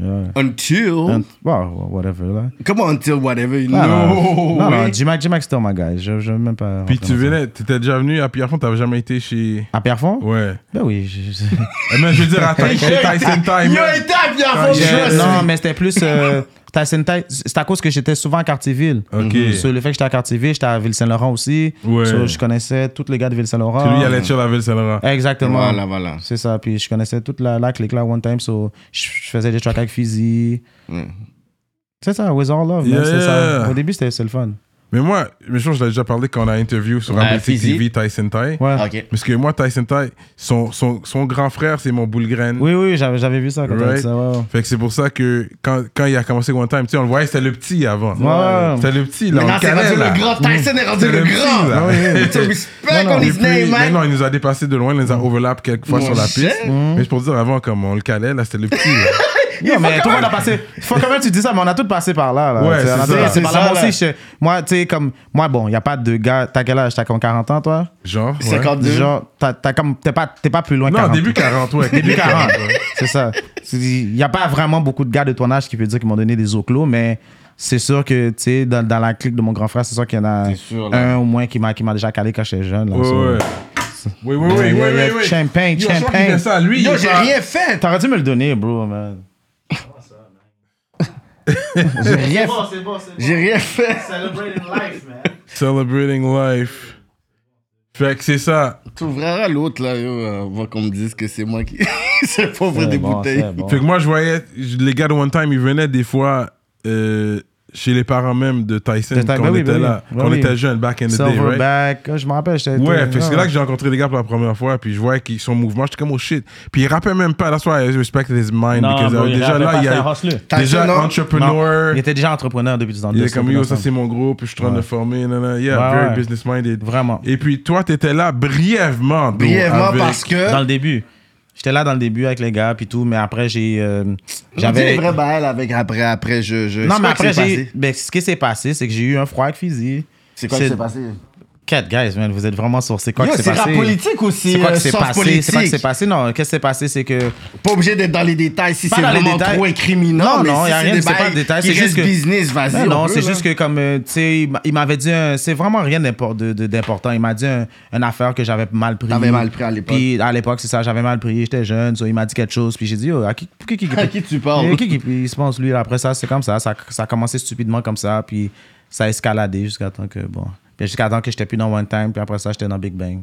Yeah.
Until.
And- wow, whatever, là.
Comment until whatever, you
Ah,
know?
non, non,
oui.
non, G-Mac, G-Mac, c'était my guy. Je, je veux même pas...
Puis
rentrer
tu
dans ça.
venais, t'étais déjà venu ah, à Pierrefonds, t'avais jamais été chez.
À Pierrefonds?
Ouais.
Ben oui. je-
Eh ben, je veux dire, attends, chez Tyson
Ah,
Time.
Il a été à Pierrefonds,
je-
je
Je-
suis-
Ah, non, mais c'était plus... euh, Tyson Ty- c'est à cause que j'étais souvent à Cartierville. Mm-hmm.
Ok.
Sur le fait que j'étais à Cartierville, j'étais à Ville-Saint-Laurent aussi.
Ouais.
So, je connaissais tous les gars de Ville-Saint-Laurent. Mm.
Celui, il allait sur la ville Saint-Laurent.
Exactement.
Voilà, voilà.
C'est ça. Puis je connaissais toute la, la clique là, one time. So, je, je faisais des tracks avec Fizzy. C'est ça, With All Love.
Mm.
man,
Yeah,
c'est
yeah.
ça. Au début, c'était c'est le fun.
Mais moi, mais je pense que je l'ai déjà parlé quand on a interview sur
Ah,
Apple
Fizzy.
TV Tyson Time.
Ouais.
Ah, Ok.
Parce que moi, Tyson Time, son, son, son grand frère, c'est mon boule graine.
Oui, oui, j'avais, j'avais vu ça quand t'as
Right?
dit ça. Ouais, ouais.
Fait que c'est pour ça que quand, quand il a commencé One Time, tu sais, on le voyait, c'était le petit avant.
Ouais.
C'était le petit, là. on
Maintenant,
le
c'est
calait,
rendu
là.
le grand. Tyson est rendu
C'est
le
le petit, là.
grand.
Ouais, ouais.
Tu respect on
Et
his
puis,
name, man.
maintenant, il nous a dépassé de loin, il nous a overlap quelques fois
Mon
sur la
chien.
piste. Mais c'est pour dire avant, comme on le calait, là, c'était le petit. là.
Non, mais tout le monde a passé. Faut quand même tu dis ça, mais on a tous passé par là. là.
Ouais,
Tu sais,
c'est
on
ça.
a tous passé par
C'est
là.
ça,
Moi
là.
aussi, je- moi, tu sais, comme. Moi, bon, y a pas de gars. T'as quel âge T'as comme 40 ans, toi
Genre. ouais.
52.
Genre, t'as, t'as comme. T'es pas, t'es pas plus loin que
Non,
40.
début 40, ouais.
Début 40. c'est ça. Il n'y a pas vraiment beaucoup de gars de ton âge qui peut dire qu'ils m'ont donné des eaux clos, mais c'est sûr que, tu sais, dans, dans la clique de mon grand frère, c'est sûr qu'il y en a
C'est sûr, là.
un au moins qui m'a, qui m'a déjà calé quand j'étais jeune. là.
Ouais,
Ça,
ouais. Oui, oui, oui,
Yeah,
oui,
yeah, yeah.
oui, oui.
Champagne,
Yo, je crois qu'il
champagne.
fait ça, lui.
Yo,
il
j'ai
va-
rien fait.
T'aurais dû me le donner, bro, man.
J'ai rien fait.
c'est bon, c'est
J'ai rien fait.
Celebrating life, man.
Celebrating life. Fait que c'est ça.
Tu ouvriras l'autre là, yo, avant qu'on me dise que c'est moi qui. c'est pas vrai des bouteilles.
Fait que moi, je voyais, je- les gars de One Time, ils venaient des fois euh, chez les parents même de Tyson
De Ty-
quand
ben
on
oui,
était
ben oui,
là,
ben
quand on
oui.
était jeune, back in the day, right?
Silverback, je me rappelle, j'étais.
Ouais,
j'étais-
fait que c'est là que j'ai rencontré les gars pour la première fois, puis je voyais qu'ils sont mouvement, j'étais comme oh shit. Puis il rappait même pas, that's why I respected his mind,
Non,
because
bro,
euh,
il
déjà
rappait
là,
pas,
il y
c'est un
a
hustler.
Tyson,
déjà
non?
entrepreneur,
Il était déjà entrepreneur depuis 10 ans.
il est comme yo, ça c'est mon groupe, je suis en train de former, nanana, yeah,
Ouais,
very
ouais.
business minded.
Vraiment.
Et puis toi, t'étais là brièvement, bro,
Brièvement,
avec-
parce que.
Dans le début. J'étais là dans le début avec les gars, puis tout, mais après, j'ai. euh,
J'avais
j'avais.
une vraie balle avec après, après, je. je c'est
Non, mais
quoi
après,
qui s'est
j'ai.
passé?
ben, ce qui s'est passé, c'est que j'ai eu un froid avec Fizzy.
C'est quoi qui s'est passé?
Quatre guys, man, vous êtes vraiment sur. C'est quoi
Yo,
qui s'est
c'est rap
passé?
politique aussi.
C'est quoi
euh,
qui s'est
sens
passé?
politique.
C'est quoi qui s'est passé? Non, qu'est-ce qui s'est passé? C'est que.
Pas obligé d'être dans les détails si
Pas
c'est
dans les
vraiment
détails.
trop incriminant.
Non,
mais
non,
si
y a rien,
des
c'est pas
bails
de détails,
qui
c'est
est
juste que-
business, vas-y.
Ben
on
non,
peut,
c'est
là.
juste que comme euh, tu sais, il m'a- il m'avait dit un- c'est vraiment rien d'impor- de- de- d'important. Il m'a dit un- une affaire que j'avais mal pris.
T'avais mal pris à l'époque.
Puis à l'époque, c'est ça, j'avais mal pris, j'étais jeune, so, il m'a dit quelque chose, puis j'ai dit Yo, à qui pour qui, qui-
À qui tu parles?
Et qui- qui- puis il se pense lui après ça, c'est comme ça, ça, ça a commencé stupidement comme ça, puis ça a escaladé jusqu'à temps que bon, puis jusqu'à temps que j'étais plus dans One Time, puis après ça, j'étais dans Big Bang.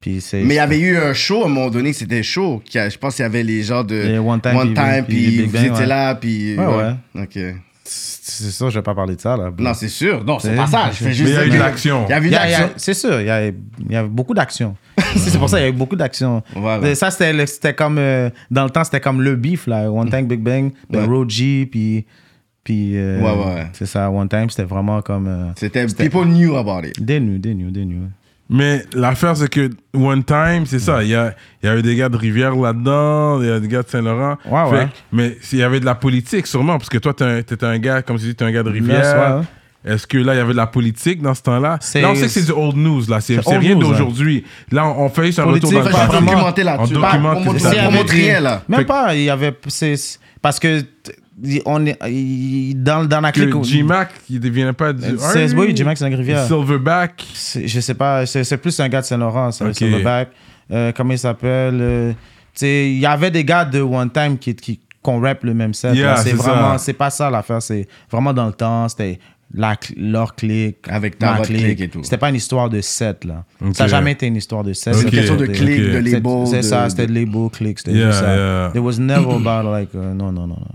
Puis c'est
Mais il y avait eu un show à un moment donné, c'était chaud. qui a- Je pense qu'il y avait les gens de
Les One Time puis- puis
puis,
Big
vous
Bang,
étiez
ouais.
là, puis.
Ouais, ouais.
Ok.
c'est ça, je vais pas parler de ça là.
Non, c'est sûr. Non, c'est
C'est-
pas ça. Je fais juste
il y a
dire
eu de
que-
l'action.
Il y a eu de
Il y a- il y a-
l'action.
C'est sûr, il y, a- il y avait beaucoup d'actions. c'est pour ça qu'il y a eu beaucoup d'actions.
Voilà.
Euh, Ça, c'était le- c'était comme. euh, dans le temps, c'était comme le beef, là. One Time Big Bang, ben,
Ouais.
Roji, puis. puis euh,
Ouais, ouais, ouais.
C'est ça, One Time, c'était vraiment comme. euh,
C'était. People knew about it.
des nus, des nus, des nus.
Mais l'affaire, c'est que One Time, c'est ça. Il y, a, il y avait des gars de Rivière là-dedans, il y a des gars de Saint-Laurent.
Ouais,
Fait
ouais.
que- Mais il y avait de la politique, sûrement, parce que toi, t'es un, t'es un gars, comme tu dis, t'es un gars de
Yes, ouais,
Rivière.
ouais.
Est-ce que là, il y avait de la politique dans ce temps-là?
C'est-
Là, on sait que c'est du old news, là. C'est
C'est
c'est
old
rien
news, hein.
d'aujourd'hui. Là, on, on fait juste un
Politique,
retour dans le
c'est pas
passé.
vraiment-
documenté là-dessus.
On
Pas-
documente
on
les
montre-
étapes.
on montre rien, là.
Même
Fait que-
pas, il y avait. c'est- c'est- parce que. t- il- On est, il- dans, dans la clique.
Que G-Mac, il devient pas du.
C'est-
Hein,
oui,
lui?
G-Mac, c'est un Rivière.
Silverback.
C'est- je sais pas, c'est c'est plus un gars de Saint-Laurent, ça,
Ok.
sur le back. Euh, comment il s'appelle euh, tu sais, Il y avait des gars de One Time qui qui- qu'on rappe le même set.
Yeah,
là. c'est
c'est ça.
vraiment, c'est pas ça l'affaire, c'est vraiment dans le temps, c'était la, cl- leur clique.
Avec ta,
ma
votre clique et tout.
C'était pas une histoire de set, là. Ça n'a
Ok.
jamais été une histoire de set.
C'est une
C'était
question de
des-
clique, de
c'est-
label,
C'est
de-
ça, c'était de label, clique, c'était
Yeah,
juste ça.
yeah.
There was never about like, euh, non, non, non. non.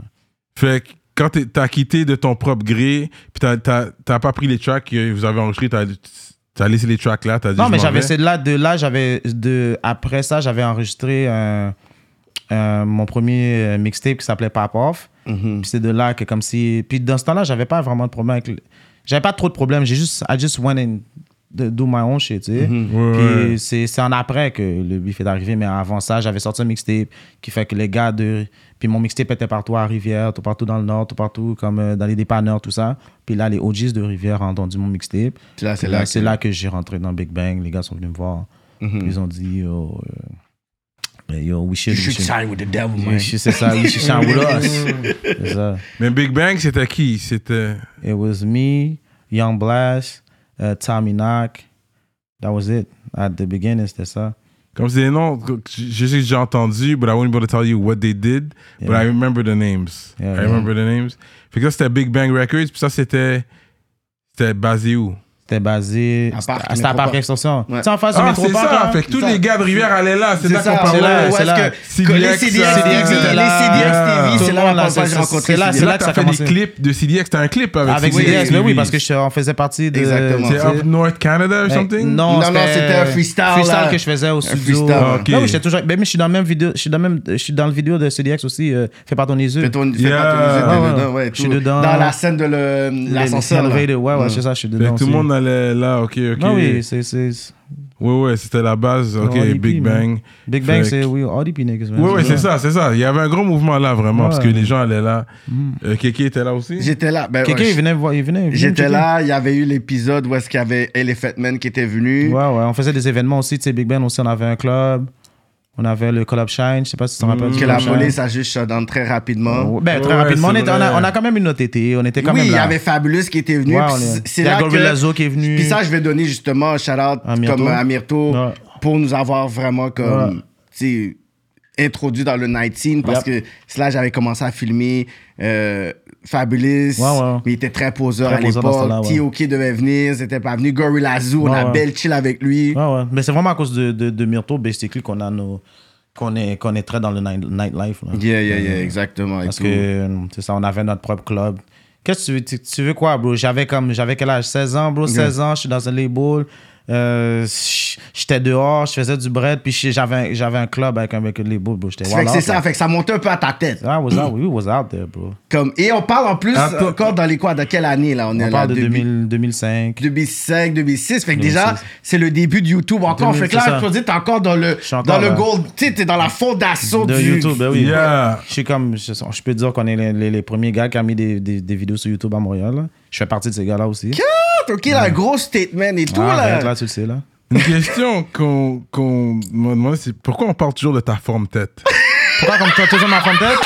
Fait que quand t'es- t'as quitté de ton propre gré, puis t'as- t'as t'as pas pris les tracks que vous avez enregistrés, t'as t'as laissé les tracks là, t'as dit.
Non,
je
mais
m'en
j'avais
vais.
celle là de là, j'avais de après ça, j'avais enregistré un- un- mon premier euh, mixtape qui s'appelait Pop Off.
Mhm.
Puis c'est de là que comme si puis dans ce temps-là, j'avais pas vraiment de problème avec le- j'avais pas trop de problèmes, j'ai juste I just went in d- do my own shit, tu sais.
Mhm.
Ouais,
Puis
ouais.
c'est c'est en après que le beef est arrivé, mais avant ça, j'avais sorti un mixtape qui fait que les gars de puis mon mixtape était partout à Rivière, tout partout dans le nord, tout partout comme euh, dans les dépanneurs tout ça. Puis là les OGs de Rivière ont entendu mon mixtape.
Puis là, c'est
Puis
là
là,
que- Mhm.
c'est là que j'ai rentré dans Big Bang. Les gars sont venus me voir. Ils ont dit, yo, euh, ben, yo, we should,
You
we
should
should-
sign with the devil,
we
man.
should- c'est ça, we should shine with us.
Mm.
C'est ça.
Mais Big Bang, c'était qui C'était.
It was me, Young Blast, uh, Tommy Knock. That was it. At the beginning, c'était ça.
Comme c'est des noms que je sais que j'ai entendu, but I wouldn't be able to tell you what they did, but
Yeah.
I remember the names.
Yeah,
I remember the names. Fait que ça, c'était Big Bang Records, puis ça, c'était. C'était basé où
C'était basé.
À Parc,
C'était à
Métroparc.
Parc Extension.
Ouais.
Tu sais, en face du hein.
Ah, c'est
Métroparc,
ça
là.
Fait que tous
C'est
les
ça.
gars de Rivière allaient là, c'est là qu'on
c'est là,
parlait.
c'est
c'est là.
là.
Que les
CDX,
CDX,
euh,
TV,
c'était
les
là.
CDX, TV,
Tout
c'est
le
là
monde,
la première
là,
fois que
c'est-
j'ai rencontré
c'est là,
CDX.
C'est là
que
que t'as
ça a
fait des
commencé.
clips de CDX, t'as un clip avec,
Avec
CDX,
CDS, mais ben oui,
release.
parce que je- on faisait partie de.
Exactement.
tu
C'est
sais.
Up North Canada or
Hey,
something
Non,
Non, non, c'était un freestyle, là.
Freestyle que je faisais au studio.
freestyle.
Ah, ok.
Non, oui, j'étais toujours. Ben, mais je suis dans le même vidéo. Je suis dans le même. Je suis dans le vidéo de CDX aussi. euh, Fais pas ton les yeux.
Fais ton- fais
Yeah.
pas ton
Ouais,
musique, t'es
ouais.
dedans, ouais,
Je suis
tout.
dedans.
Dans la scène de le-
Les-
l'ascenseur.
les
là. Mm.
elevator, Ouais, ouais, c'est ça. Je suis
Mm. Fait
dedans.
que Ben, tout le
aussi.
monde allait là, ok, ok.
Non, oui, c'est c'est
Ouais, ouais, c'était la base, ok,
on est
Big
pis,
Bang.
man. Big
Fait
Bang,
que-
c'est oui, RDP niggas. man.
Ouais, ouais, c'est ça, c'est ça. Il y avait un gros mouvement là, vraiment, parce que
Ouais. Mm.
les gens allaient là. Euh, Kéké était là aussi.
J'étais là. ben,
Quelqu'un
ouais,
il venait me voir, il venait. il venait me
J'étais
checker.
là, il y avait eu l'épisode où est-ce qu'il y avait Elephant Man qui était venu.
Ouais, ouais. On faisait des événements aussi. Tu sais, Big Bang aussi, on avait un club. On avait le Club Shine. Je sais pas si tu te rappelles. du
Mm. Que
Club
la
Shine.
police a juste shut down très rapidement.
Ouais, Ben, très
Ouais,
rapidement. On,
c'est
était- on a,
vrai.
on a quand même une autre été. On était quand
oui,
même
il y
là.
avait Fabulous qui était venu.
Ouais,
puis
on est-
c'est- c'est
il y a
là
Gorilla
que-
Zoe qui est venu.
Puis ça, je vais donner justement un shout-out
À Myrto.
comme à Myrto
Ouais.
pour nous avoir vraiment comme,
Ouais.
tu sais, introduit dans le 19 parce que c'est là que j'avais commencé à filmer euh, Fabulous,
Ouais, ouais.
mais il était très poseur
Très
à
poseur dans ce temps-là,
l'époque.
ouais.
T.O.K. devait venir, c'était pas venu. Gorilla Zoo, on
Ouais,
a
ouais.
belle chill avec lui.
Ouais, ouais. Mais c'est vraiment à cause de, de, de Myrto, basically, qu'on a nos. qu'on est, qu'on est très dans le night- nightlife. là.
Yeah, yeah, yeah, exactement. et
Parce
tout.
que, euh, c'est ça, on avait notre propre club Qu'est-ce que tu veux, tu, tu veux quoi, bro? J'avais comme, j'avais quel âge? 16 ans, bro, 16 ans, je suis dans un label. Euh, j- j'étais dehors, je faisais du bread, puis j'avais, j'avais un club avec un mec de label, bro. J'étais
Fait que
wild
c'est
out,
ça,
là.
fait que ça monte un peu à ta tête.
I was out, we was out there, bro.
Comme, et on parle en plus
Ah, Un peu-
encore dans les quoi, de quelle année là On, est
On
là,
parle de
2000
2000, 2005.
2005, 2006. Fait que déjà,
2006.
c'est le début de YouTube encore.
2000,
fait que là,
c'est
je
ça.
peux dire, t'es encore dans le,
Je suis encore
dans le
là.
gold. Tu sais, t'es dans la fondation
de
du.
YouTube, ben oui.
Yeah.
Je suis comme, je, je peux dire qu'on est les, les- les premiers gars qui ont mis des, des- des vidéos sur YouTube à Montréal. là. Je fais partie de ces gars-là aussi.
Ah, Ok, là, gros statement et tout,
Ah,
là.
arrête, là, tu le sais, là.
Une question qu'on qu'on m'a demandé, c'est pourquoi on parle toujours de ta forme tête
Pourquoi comme toi, toujours ma forme tête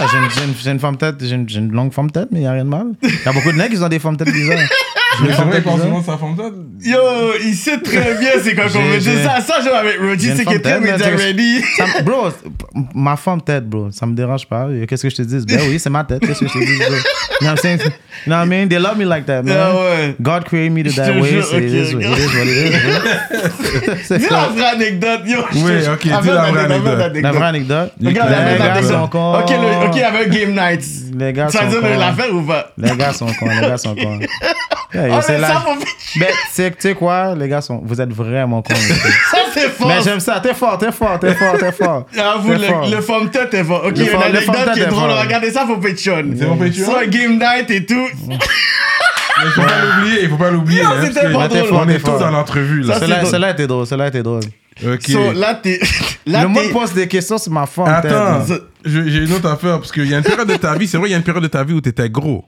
Ah, j'ai, une, j'ai une- j'ai une forme tête, j'ai une, j'ai une longue forme tête, mais il n'y a rien de mal. Il y a beaucoup de mecs qui ont des formes tête bizarres. J'ai
Mais
une
c'est
forme
vrai
tête
qu'on se
bizarre.
demande sa forme tête
Yo, il sait très bien c'est quand on
J'ai-
me dit
j'ai-
ça. Ça, je vais avec Roger,
J'ai une
c'est qu'il
forme
est très
tête, mais
media
tu-
ready.
Ça me- bro, c'est- ma forme tête, bro, ça me dérange pas. Qu'est-ce que je te dis? Ben oui, c'est ma tête. Qu'est-ce que je te dis, bro? You know what I'm saying? You know what I mean? They love me like that, man.
Ah ouais.
God created me to
Je
that
te
way.
jure,
so
ok,
it, is, what- it is what it is, bro. C'est
Dis la
comme-
vraie anecdote, yo. je-
Oui, ok, dis la vraie anecdote.
La vraie anecdote.
Regarde la
les
vraie
gars sont
anecdote.
cons.
Ok, le- ok, il y avait un game night.
Les gars
Tu vas
sont
dire
cons.
l'affaire ou pas?
Les gars sont cons. Les gars sont cons. Yeah,
Oh,
yo, c'est
là,
là.
ça, mon fils,
Mais tu sais- Ben, tu sais quoi, les gars sont. Vous êtes vraiment cons. monsieur.
ça, c'est fort.
Mais j'aime ça. T'es fort, t'es fort, t'es fort, t'es fort.
J'avoue,
T'es fort.
Ah, le, le forme tête est fort. Ok,
Le
une
forme- le
anecdote
forme tête
qui est
est
drôle.
fort.
Regardez ça pour Patreon.
C'est mon Patreon?
Soit game night et tout.
Mais faut pas l'oublier, il faut pas l'oublier.
Non,
hein,
c'est
parce que
tellement
Là, t'es
drôle.
fort,
On
t'es
est tous
fort.
en entrevue là.
Ça, c'est
Celle-là
drôle.
celle-là était drôle. Celle-là était drôle.
Ok.
So, là, t'es. Là,
le
t'es-
monde pose des questions sur ma forme.
Attends,
tête.
je- j'ai une autre affaire parce qu'il y a une période de ta vie, c'est vrai, il y a une période de ta vie où t'étais gros.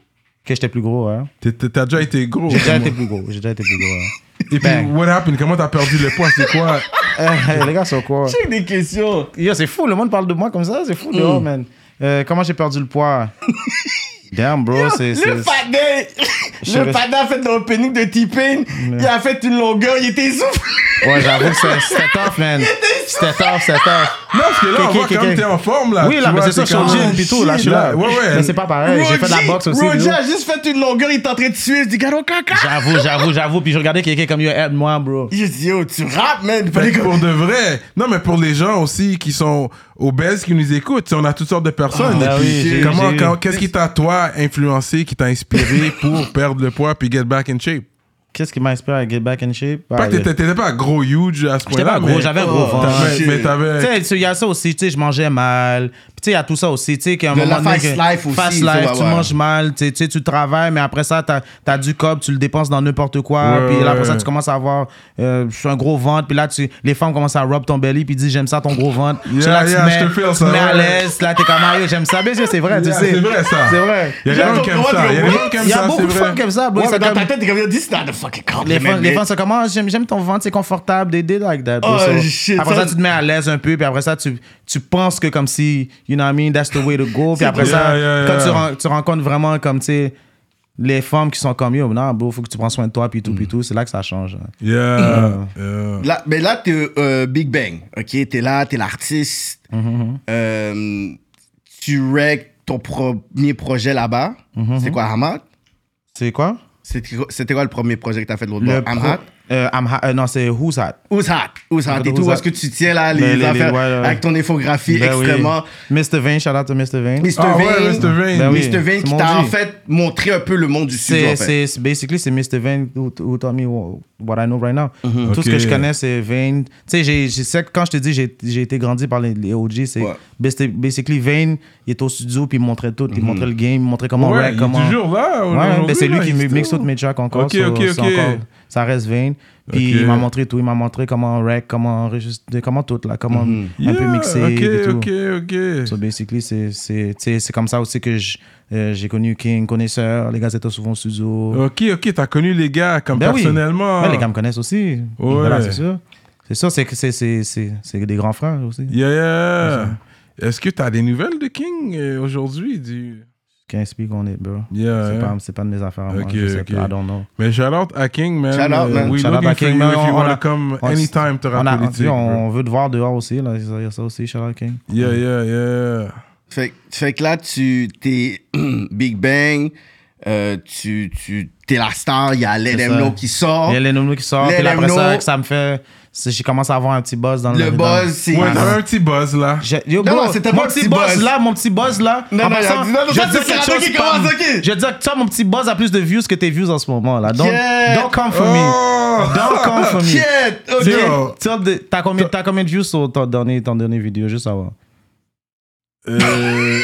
Que j'étais plus gros, hein.
T'es- t'es- T'as déjà été gros.
J'ai déjà été plus gros. J'ai déjà été plus gros. hein.
Et puis,
bang.
what happened? Comment t'as perdu le poids? C'est quoi?
Eh, eh, Les gars sont cons.
Check des questions.
Yo, c'est fou, le monde parle de moi comme ça, c'est fou dehors, man. Euh, comment j'ai perdu le poids? Damn, bro, c'est.
Le
c'est-
padin,
Je
le
reste-
padin a fait l'opening de T-Pain. Il a fait une longueur, il était souffle.
Ouais, j'avoue que c'est- c'était tough, man. C'était tough, c'était tough.
Non, parce que là, on
Ok,
voit
ok,
quand même
ok.
t'es en forme là.
oui,
Tu
là, mais
vois,
c'est ça,
t'es
je suis au
quand même-
gym, pis tout, là, je suis là.
Ouais, ouais.
Mais c'est pas pareil, j'ai fait de la boxe aussi.
Roger
bro.
a juste fait une longueur, il est en train de suer. Je dis, garo caca.
J'avoue, j'avoue, j'avoue, puis je regardais quelqu'un comme yo, aide-moi, bro.
Je dis, yo, tu rappes, man. Il
Fait
fallait
que
que-
pour de vrai. Non, mais pour les gens aussi qui sont obèses, qui nous écoutent, tu sais, on a toutes sortes de personnes.
Ah,
Et
bah
puis,
oui, j'ai-
comment,
j'ai
quand-
eu.
qu'est-ce qui t'a, toi, influencé, qui t'a inspiré pour perdre le poids puis get back in shape?
Qu'est-ce qui m'a inspiré à get back in shape?
Pas
Ah,
que t'étais t'étais pas gros huge à ce point-là.
J'étais pas gros,
mais-
j'avais un gros
Oh,
ventre.
T'avais-
shit.
Mais
Tu
t'avais.
sais, tu- il y a ça aussi, tu sais, je mangeais mal. Puis tu sais, il y a tout ça aussi, tu sais, qu'à un
Le- la
moment donné...
fast
que-
life aussi,
Fast
ça,
life,
ouais,
tu
ouais.
manges mal, tu sais, tu sais, tu travailles, mais après ça, t'as as du cob, tu le dépenses dans n'importe quoi.
Ouais,
puis là,
ouais.
après ça, tu commences à avoir euh, un gros ventre. Puis là, tu, les femmes commencent à rub ton belly, puis disent, j'aime ça ton gros ventre.
Yeah,
là, tu
yeah,
te mets,
je te feel
tu te
ça,
mets à
ouais.
l'aise. Là, t'es comme, ah, yo, j'aime ça. Bien sûr, c'est vrai, tu
Yeah,
sais.
c'est vrai, ça.
C'est vrai.
Il y a des gens qui aiment ça. Il y a des gens qui aiment
Il y a
ça.
beaucoup
c'est
de
vrai.
femmes comme ça, bro.
Ouais,
Ça
mais dans
comme-
ta tête, t'es comme, yo, this is not a fucking
les
compliment.
fans, les
man.
fans sont comme, Ah, j'aime, j'aime ton ventre, c'est confortable, des did like that. bro.
Oh,
So,
shit,
après
ça-
ça, tu te mets à l'aise un peu, puis après ça, tu, tu penses que comme si, you know what I mean, that's the way to go. Puis après
cool. Yeah,
ça,
yeah,
quand
yeah.
tu ren- Tu, rencontres vraiment comme, tu sais, les femmes qui sont comme, yo, non, bro, faut que tu prends soin de toi, puis tout, puis tout, c'est là que ça change. hein.
Yeah. yeah.
Là, mais là, t'es euh, Big Bang, ok? T'es là, t'es l'artiste.
Mhm,
Euh, tu rec ton premier projet là-bas.
Mhm,
C'est quoi, Hamad?
C'est quoi?
C'était quoi- c'était quoi le premier projet que t'as fait de l'autre
Le
bord? Hamad?
pro- euh, I'm hot. Euh, non, c'est Who's Hot.
Who's Hot? Who's Hot? Et
Who's
tout, où
Hot?
est-ce que tu tiens là, les,
Ben, Les- les- les-
affaires
ouais, ouais.
avec ton infographie
Ben oui.
extrêmement...
Mr. Vane, shout out to Mr. Vane.
Mr.
Ah ouais,
Vane,
Mr. Vane.
Ben oui.
Mr. Vane
C'est
qui
mon
t'a
G.
en fait montré un peu le monde du studio, en
C'est,
fait.
c'est, c'est- basically, c'est Mr. Vane who, who taught me wha- what I know right now. Tout ce
Ok.
que je connais, c'est Vane. Tu sais, j'ai, j'ai- c'est- quand je te dis, j'ai, j'ai été grandi par les, les OG, c'est
Ouais.
basi- basically Vane, il était au studio, puis il montrait tout, il montrait le game, il montrait comment
Ouais,
rack,
il est
comment.
toujours là.
Ouais, ouais,
aujourd'hui,
ben c'est lui
là,
qui
il est
mixe
toujours.
toutes mes tracks encore.
Ok,
so-
ok,
c'est
ok.
encore- ça reste Vane. Puis
Ok.
il m'a montré tout, il m'a montré comment rack, comment enregistrer, comment tout, là, comment un peu
Yeah,
mixer. et tout.
Ok, ok,
So
ok.
basically, c'est- c'est tu sais, c'est comme ça aussi que je- euh, j'ai connu King, connaisseur. Les gars étaient souvent au studio.
Ok, ok, t'as connu les gars comme
Ben oui.
personnellement.
Ben, les gars me connaissent aussi.
Ouais.
Voilà, c'est sûr. C'est sûr, c'est que c'est- c'est- c'est c'est des grands frères aussi.
Yeah, yeah. Est-ce que t'as des nouvelles de King euh, aujourd'hui? Du...
Can't speak on it, bro.
Yeah,
c'est
yeah.
pas, c'est pas de mes affaires. à moi,
Ok,
je sais
ok.
pas, I don't know.
Mais shout out à King, man.
Shout out,
Euh,
man.
We
Shout out
looking
à
for
King,
you
man.
if you
On- on
wanna
a-
come
on-
anytime to
On,
rap
a-
politique.
on,
bro.
on veut te voir dehors aussi. Là. Il y a ça aussi, Charles King.
Yeah, yeah, yeah.
Fait, fait que là, tu t'es Big Bang, euh, tu, tu t'es la star, il y a
C'est
LNMNO
ça.
qui sort.
Il y a les noms qui sortent.
Les
Puis là, après
noms-
ça, que ça me fait. c'est- J'ai commencé à avoir un petit buzz dans le.
Le
dans-
buzz, c'est.
Ouais, t'avais un petit buzz là.
Je- yo,
Non,
bro,
non, c'était
mon
pas un
petit
petit
buzz
buzz.
là, mon petit buzz là.
Non,
En
non,
passant,
non, non, non,
je
ça,
dis
c'est
quelque
Cyrano
chose,
qui
Pam.
commence, ok.
Je dis que toi, mon petit buzz a plus de views que tes views en ce moment là. Don't,
Yeah.
don't come for
Oh!
me. Don't come for me.
Shit! Ok.
Tu sais,
Yo.
tu as des- T'as combien, t'as combien de views sur ton dernier, ton dernier vidéo, juste savoir?
Euh,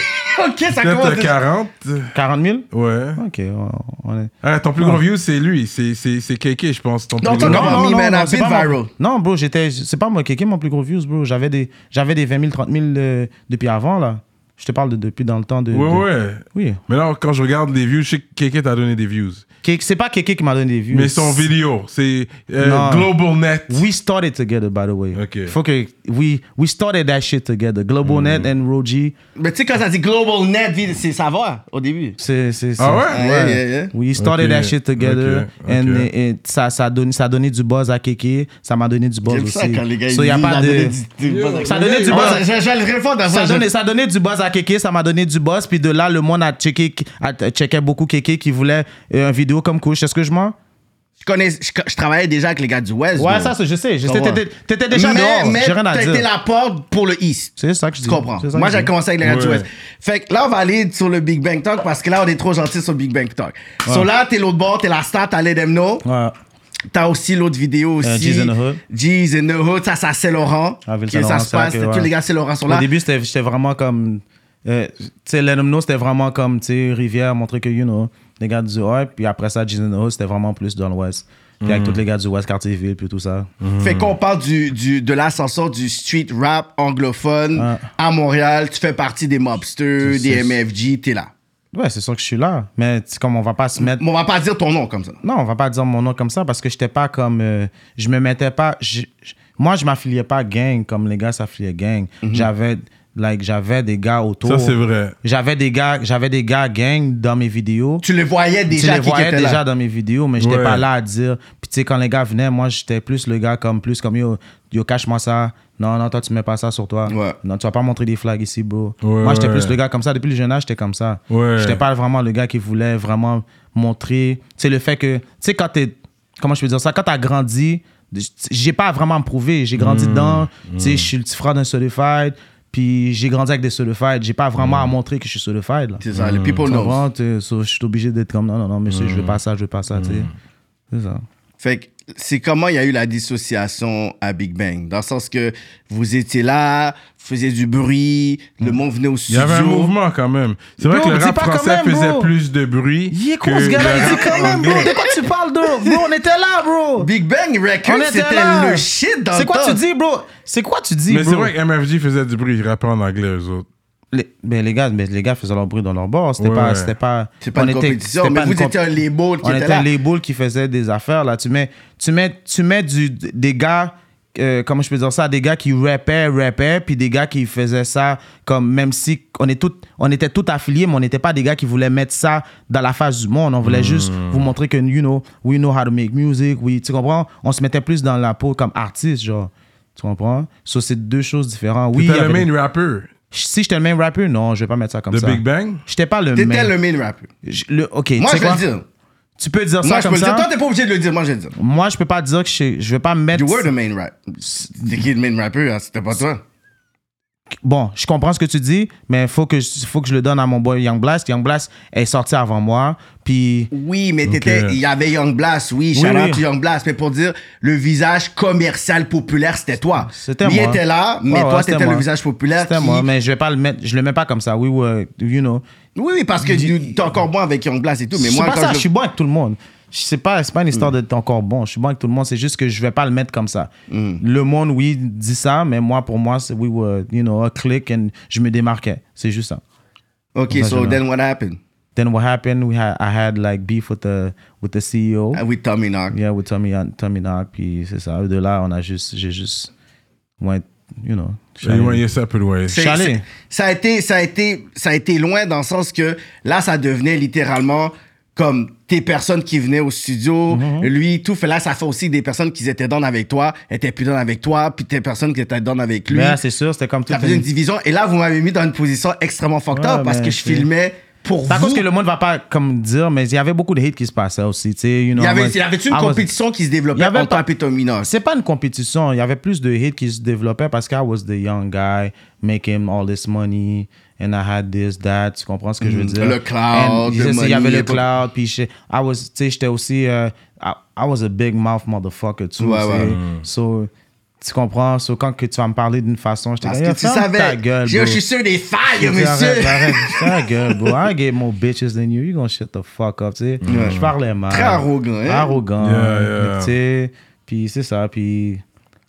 Ok, ça commence.
Peut-être
déjà.
40.
40 000?
Ouais.
Ok, on- on est-
Ah, ton plus grand view, c'est lui. C'est- C'est c'est KK, je pense. Ton
Non,
plus
toi,
gros-
non. me, man, I've
c'est
been
pas mon-
viral.
Non, bro, j'étais, c'est pas moi qui est mon plus gros views, bro. J'avais des, j'avais des 20 000, 30 000 euh, depuis avant, là. Je te parle de depuis dans le temps de.
Ouais,
de-
ouais.
Oui.
Mais là, quand je regarde les views, je sais que KK t'a donné des views.
Kéké- C'est pas Kéké qui m'a donné des views.
Mais son vidéo, c'est euh,
Non.
Global Net.
We started together, by the way.
Ok.
Faut que we we started that shit together. Global
Mm.
Net and Roji.
Mais tu sais, quand ça dit Global Net, vi- c'est ça va au début.
C'est c'est.
Ah ouais?
c'est-
Yeah, yeah, yeah.
We started
Ok,
that shit together
ok, ok.
and, and ça ça donne ça donnait du buzz à Kéké, ça m'a donné du buzz
J'aime
aussi.
ça quand les gars.
So, y a
ils disent,
pas de
la donnée du-
Ça donnait du
Ah,
buzz.
ça- Je je le réponds dans
Ça
ça, je-
donnait, ça donnait du buzz à Kéké, ça m'a donné du buzz. Puis de là, le monde a checké, a checké beaucoup Kéké qui voulait euh, une vidéo comme couche. Est-ce que je mens?
Je connais, je, je travaillais déjà avec les gars du West.
Ah Ouais,
bro.
ça, c'est- je sais. Je sais,
Ouais.
t'étais- T'étais déjà
mais,
dehors.
Mais
J'ai rien à
t'as
dire.
été la porte pour le East.
C'est ça que je dis.
Tu comprends?
C'est ça que
Moi,
je
j'ai
dis.
commencé avec les gars du
Ouais.
West. Fait que là, on va aller sur le Big Bang Talk parce que là, on est trop gentil sur le Big Bang Talk. So là, t'es l'autre bord, t'es la star, t'as Let Them Know.
Ouais.
T'as aussi l'autre vidéo aussi.
Euh, G's in the Hood.
G's in the Hood, ça, c'est à Saint-Laurent.
Ah, Ville
Que ça
Saint-Laurent,
se
c'est là
passe,
que,
tous
ouais.
les gars Saint-Laurent sont
Au
là.
début, c'était- j'étais vraiment comme. euh, tu sais, Let 'Em Know, c'était vraiment comme, tu sais, Rivière, montrer que, you know, les gars du Hall. Puis après ça, Jason Hill, c'était vraiment plus dans l'Ouest. Puis
Mm.
avec tous les gars du Ouest, Cartierville, puis tout ça.
Fait
Hmm.
qu'on parle du, du, de l'ascenseur du street rap anglophone
Ouais.
à Montréal. Tu fais partie des mobsters, des
c'est-
MFG, t'es là.
Mm.
Ouais, c'est sûr que je suis là. Mais tu sais, comme on va pas se mettre.
Mais on va pas dire ton nom comme ça.
Non, on va pas dire mon nom comme ça parce que j'étais pas comme. euh, je me mettais pas. je- je- moi, je m'affiliais pas gang comme les gars s'affiliaient gang. J'avais. Like, j'avais des gars autour.
Mm-hmm. Ça, c'est vrai.
J'avais des gars, j'avais des gars gang dans mes vidéos.
Tu les voyais
Tu
déjà
les
qui
voyais
étaient
déjà
là.
dans mes vidéos, mais j'étais
Ouais.
pas là à dire. Puis tu sais, quand les gars venaient, moi j'étais plus le gars comme plus comme yo, yo cache-moi ça. Non, non, toi tu mets pas ça sur toi.
Ouais.
Non, tu vas pas montrer des flags ici, bro.
Ouais,
moi j'étais
ouais.
plus le gars comme ça. Depuis le jeune âge, j'étais comme ça.
Ouais.
J'étais pas vraiment le gars qui voulait vraiment montrer. Tu sais, le fait que. Tu sais, quand t'es. Comment je peux dire ça? Quand t'as grandi, j'ai pas à vraiment à me prouver. J'ai
Hmm.
grandi dedans. Tu sais, je suis le petit frère d'un solidified. Puis j'ai grandi avec des solidified. J'ai pas vraiment à montrer que je suis solidified. là.
C'est ça, les people
Hmm,
Hmm.
Tu
know.
comprends? T'es- so, je suis obligé d'être comme non, non, non, monsieur, je veux pas ça, je veux pas ça, tu
Hmm.
sais. C'est ça.
Fait que c'est comment il y a eu la dissociation à Big Bang. Dans le sens que vous étiez là, vous faisiez du bruit, le
Hmm.
monde venait au
Il
studio.
y avait un mouvement quand même. C'est vrai
Bro,
que le
dis
rap
pas quand
français
même,
faisait
bro.
plus de bruit.
Il est con
que
ce gars-là,
le
il dit
rap
quand même, bro,
anglais.
de quoi tu parles, bro? Bro, on était là, bro!
Big Bang
On
Records,
était
c'était
là!
le shit dans
C'est
le
quoi
temps.
tu dis, bro? C'est quoi tu dis,
Mais
bro?
c'est vrai que MFG faisait du bruit, il rappait en anglais, eux autres.
Les, mais les gars, mais les gars faisaient leur bruit dans leur bord. C'était
Ouais,
pas,
ouais.
c'était pas.
C'est pas
on
une
était-
compétition,
c'était
mais
pas
vous
une comp-
étiez un label qui
on
était
était
là.
un label qui faisait des affaires là. Tu mets, tu mets, tu mets du, des gars, euh, comment je peux dire ça, des gars qui rappaient, rappaient, puis des gars qui faisaient ça comme même si on est tout, on était tout affiliés, mais on n'était pas des gars qui voulaient mettre ça dans la face du monde. On voulait juste
Hmm.
vous montrer que you know, we know how to make music. We, tu comprends? On se mettait plus dans la peau comme artiste, genre. Tu comprends? So, c'est deux choses différentes. Oui, il y
T'étais le
avait des-
main rapper
si j'étais le même rapper, non, je vais pas mettre ça comme
de
ça.
Big Bang.
J'étais pas le
T'étais
même.
le main rapper.
Je- le- ok, tu
Moi,
sais
je vais
quoi?
le dire.
Tu peux dire
Moi,
ça
je
comme
peux le dire. Toi,
ça.
t'es pas obligé de le dire. Moi, je vais le dire.
Moi, je peux pas dire que je, je vais pas mettre.
You were the main rap. C'était qui le main rapper? hein? C'était pas toi.
Bon, je comprends ce que tu dis, mais faut que je, faut que je le donne à mon boy Young Blast. Young Blast est sorti avant moi, puis
Oui, mais t'étais, il y avait Young Blast, oui,
Oui,
shout
oui.
out to Young Blast, mais pour dire le visage commercial populaire, c'était toi.
c'était
Lui
moi.
était là, mais
Ouais, ouais,
toi,
c'était
t'étais
moi.
le visage populaire.
C'était
qui-
moi, mais je vais pas le mettre. Je le mets pas comme ça. Oui, oui, you know.
Oui, oui, parce que tu- t'es encore bon avec Young Blast et tout, mais
c'est
moi,
pas
quand
ça, je
je- Mm.
suis bon avec tout le monde. Je- C'est pas, c'est pas une histoire d'être encore bon. Je suis bon avec tout le monde. C'est juste que je vais pas le mettre comme ça.
Mm.
Le monde, oui, dit ça, mais moi, pour moi, c'est we were, you know, a click and je me démarquais. C'est juste ça.
Ok,
Ça,
so
j'aime.
then what happened?
Then what happened? We had, I had like beef with the with the CEO.
Uh, With Tommy Knock.
Yeah, with Tommy Tommy Knock. Puis c'est ça. De là, on a juste, j'ai juste, went, you know. je suis allé-
Éloignez ça peu loin.
C'est-
Chalet.
c'est- Ça a été, ça a été, ça a été loin dans le sens que là, ça devenait littéralement comme tes personnes qui venaient au studio,
Mhm.
lui, tout fait là, ça fait aussi des personnes qui étaient dans avec toi, étaient plus dans avec toi, puis tes personnes qui étaient dans avec lui.
Mais là, c'est sûr, c'était comme tout.
Ça faisait une division. Et là, vous m'avez mis dans une position extrêmement fucked
Ouais,
up parce
mais
que je
c'est-
filmais Pour
C'est à
vous-
cause que le monde va pas comme dire, mais il y avait beaucoup de hate qui se passait aussi, tu sais. You know,
Il y
I
avait,
was-
il y avait une
I was-
compétition qui se
Ah, Il y
développait
avait
entre
pas-
Papi Domino.
C'est pas une compétition. Il y avait plus de hits qui se développaient parce que I was the young guy making all this money and I had this, that. Tu comprends ce que je veux dire?
Mm. Le cloud,
And
le
c'est- Il y avait
money,
le
tout.
cloud. Puis je- I was, tu sais, j'étais aussi. euh, I, I was a big mouth motherfucker, too.
Ouais,
tu sais.
ouais.
So, tu comprends? So, quand que tu vas me parler d'une façon, je te
Parce
dis,
que tu
ferme ta
savais.
gueule,
Je
bro.
je suis sûr des failles,
Tu sais,
monsieur.
Arrête, arrête, ferme ta gueule, bro. I get more bitches than you. You gonna shut the fuck up, tu sais. Je parlais mal.
Très arrogant, hein?
Arrogant.
Yeah, yeah.
Tu sais, puis c'est ça, puis...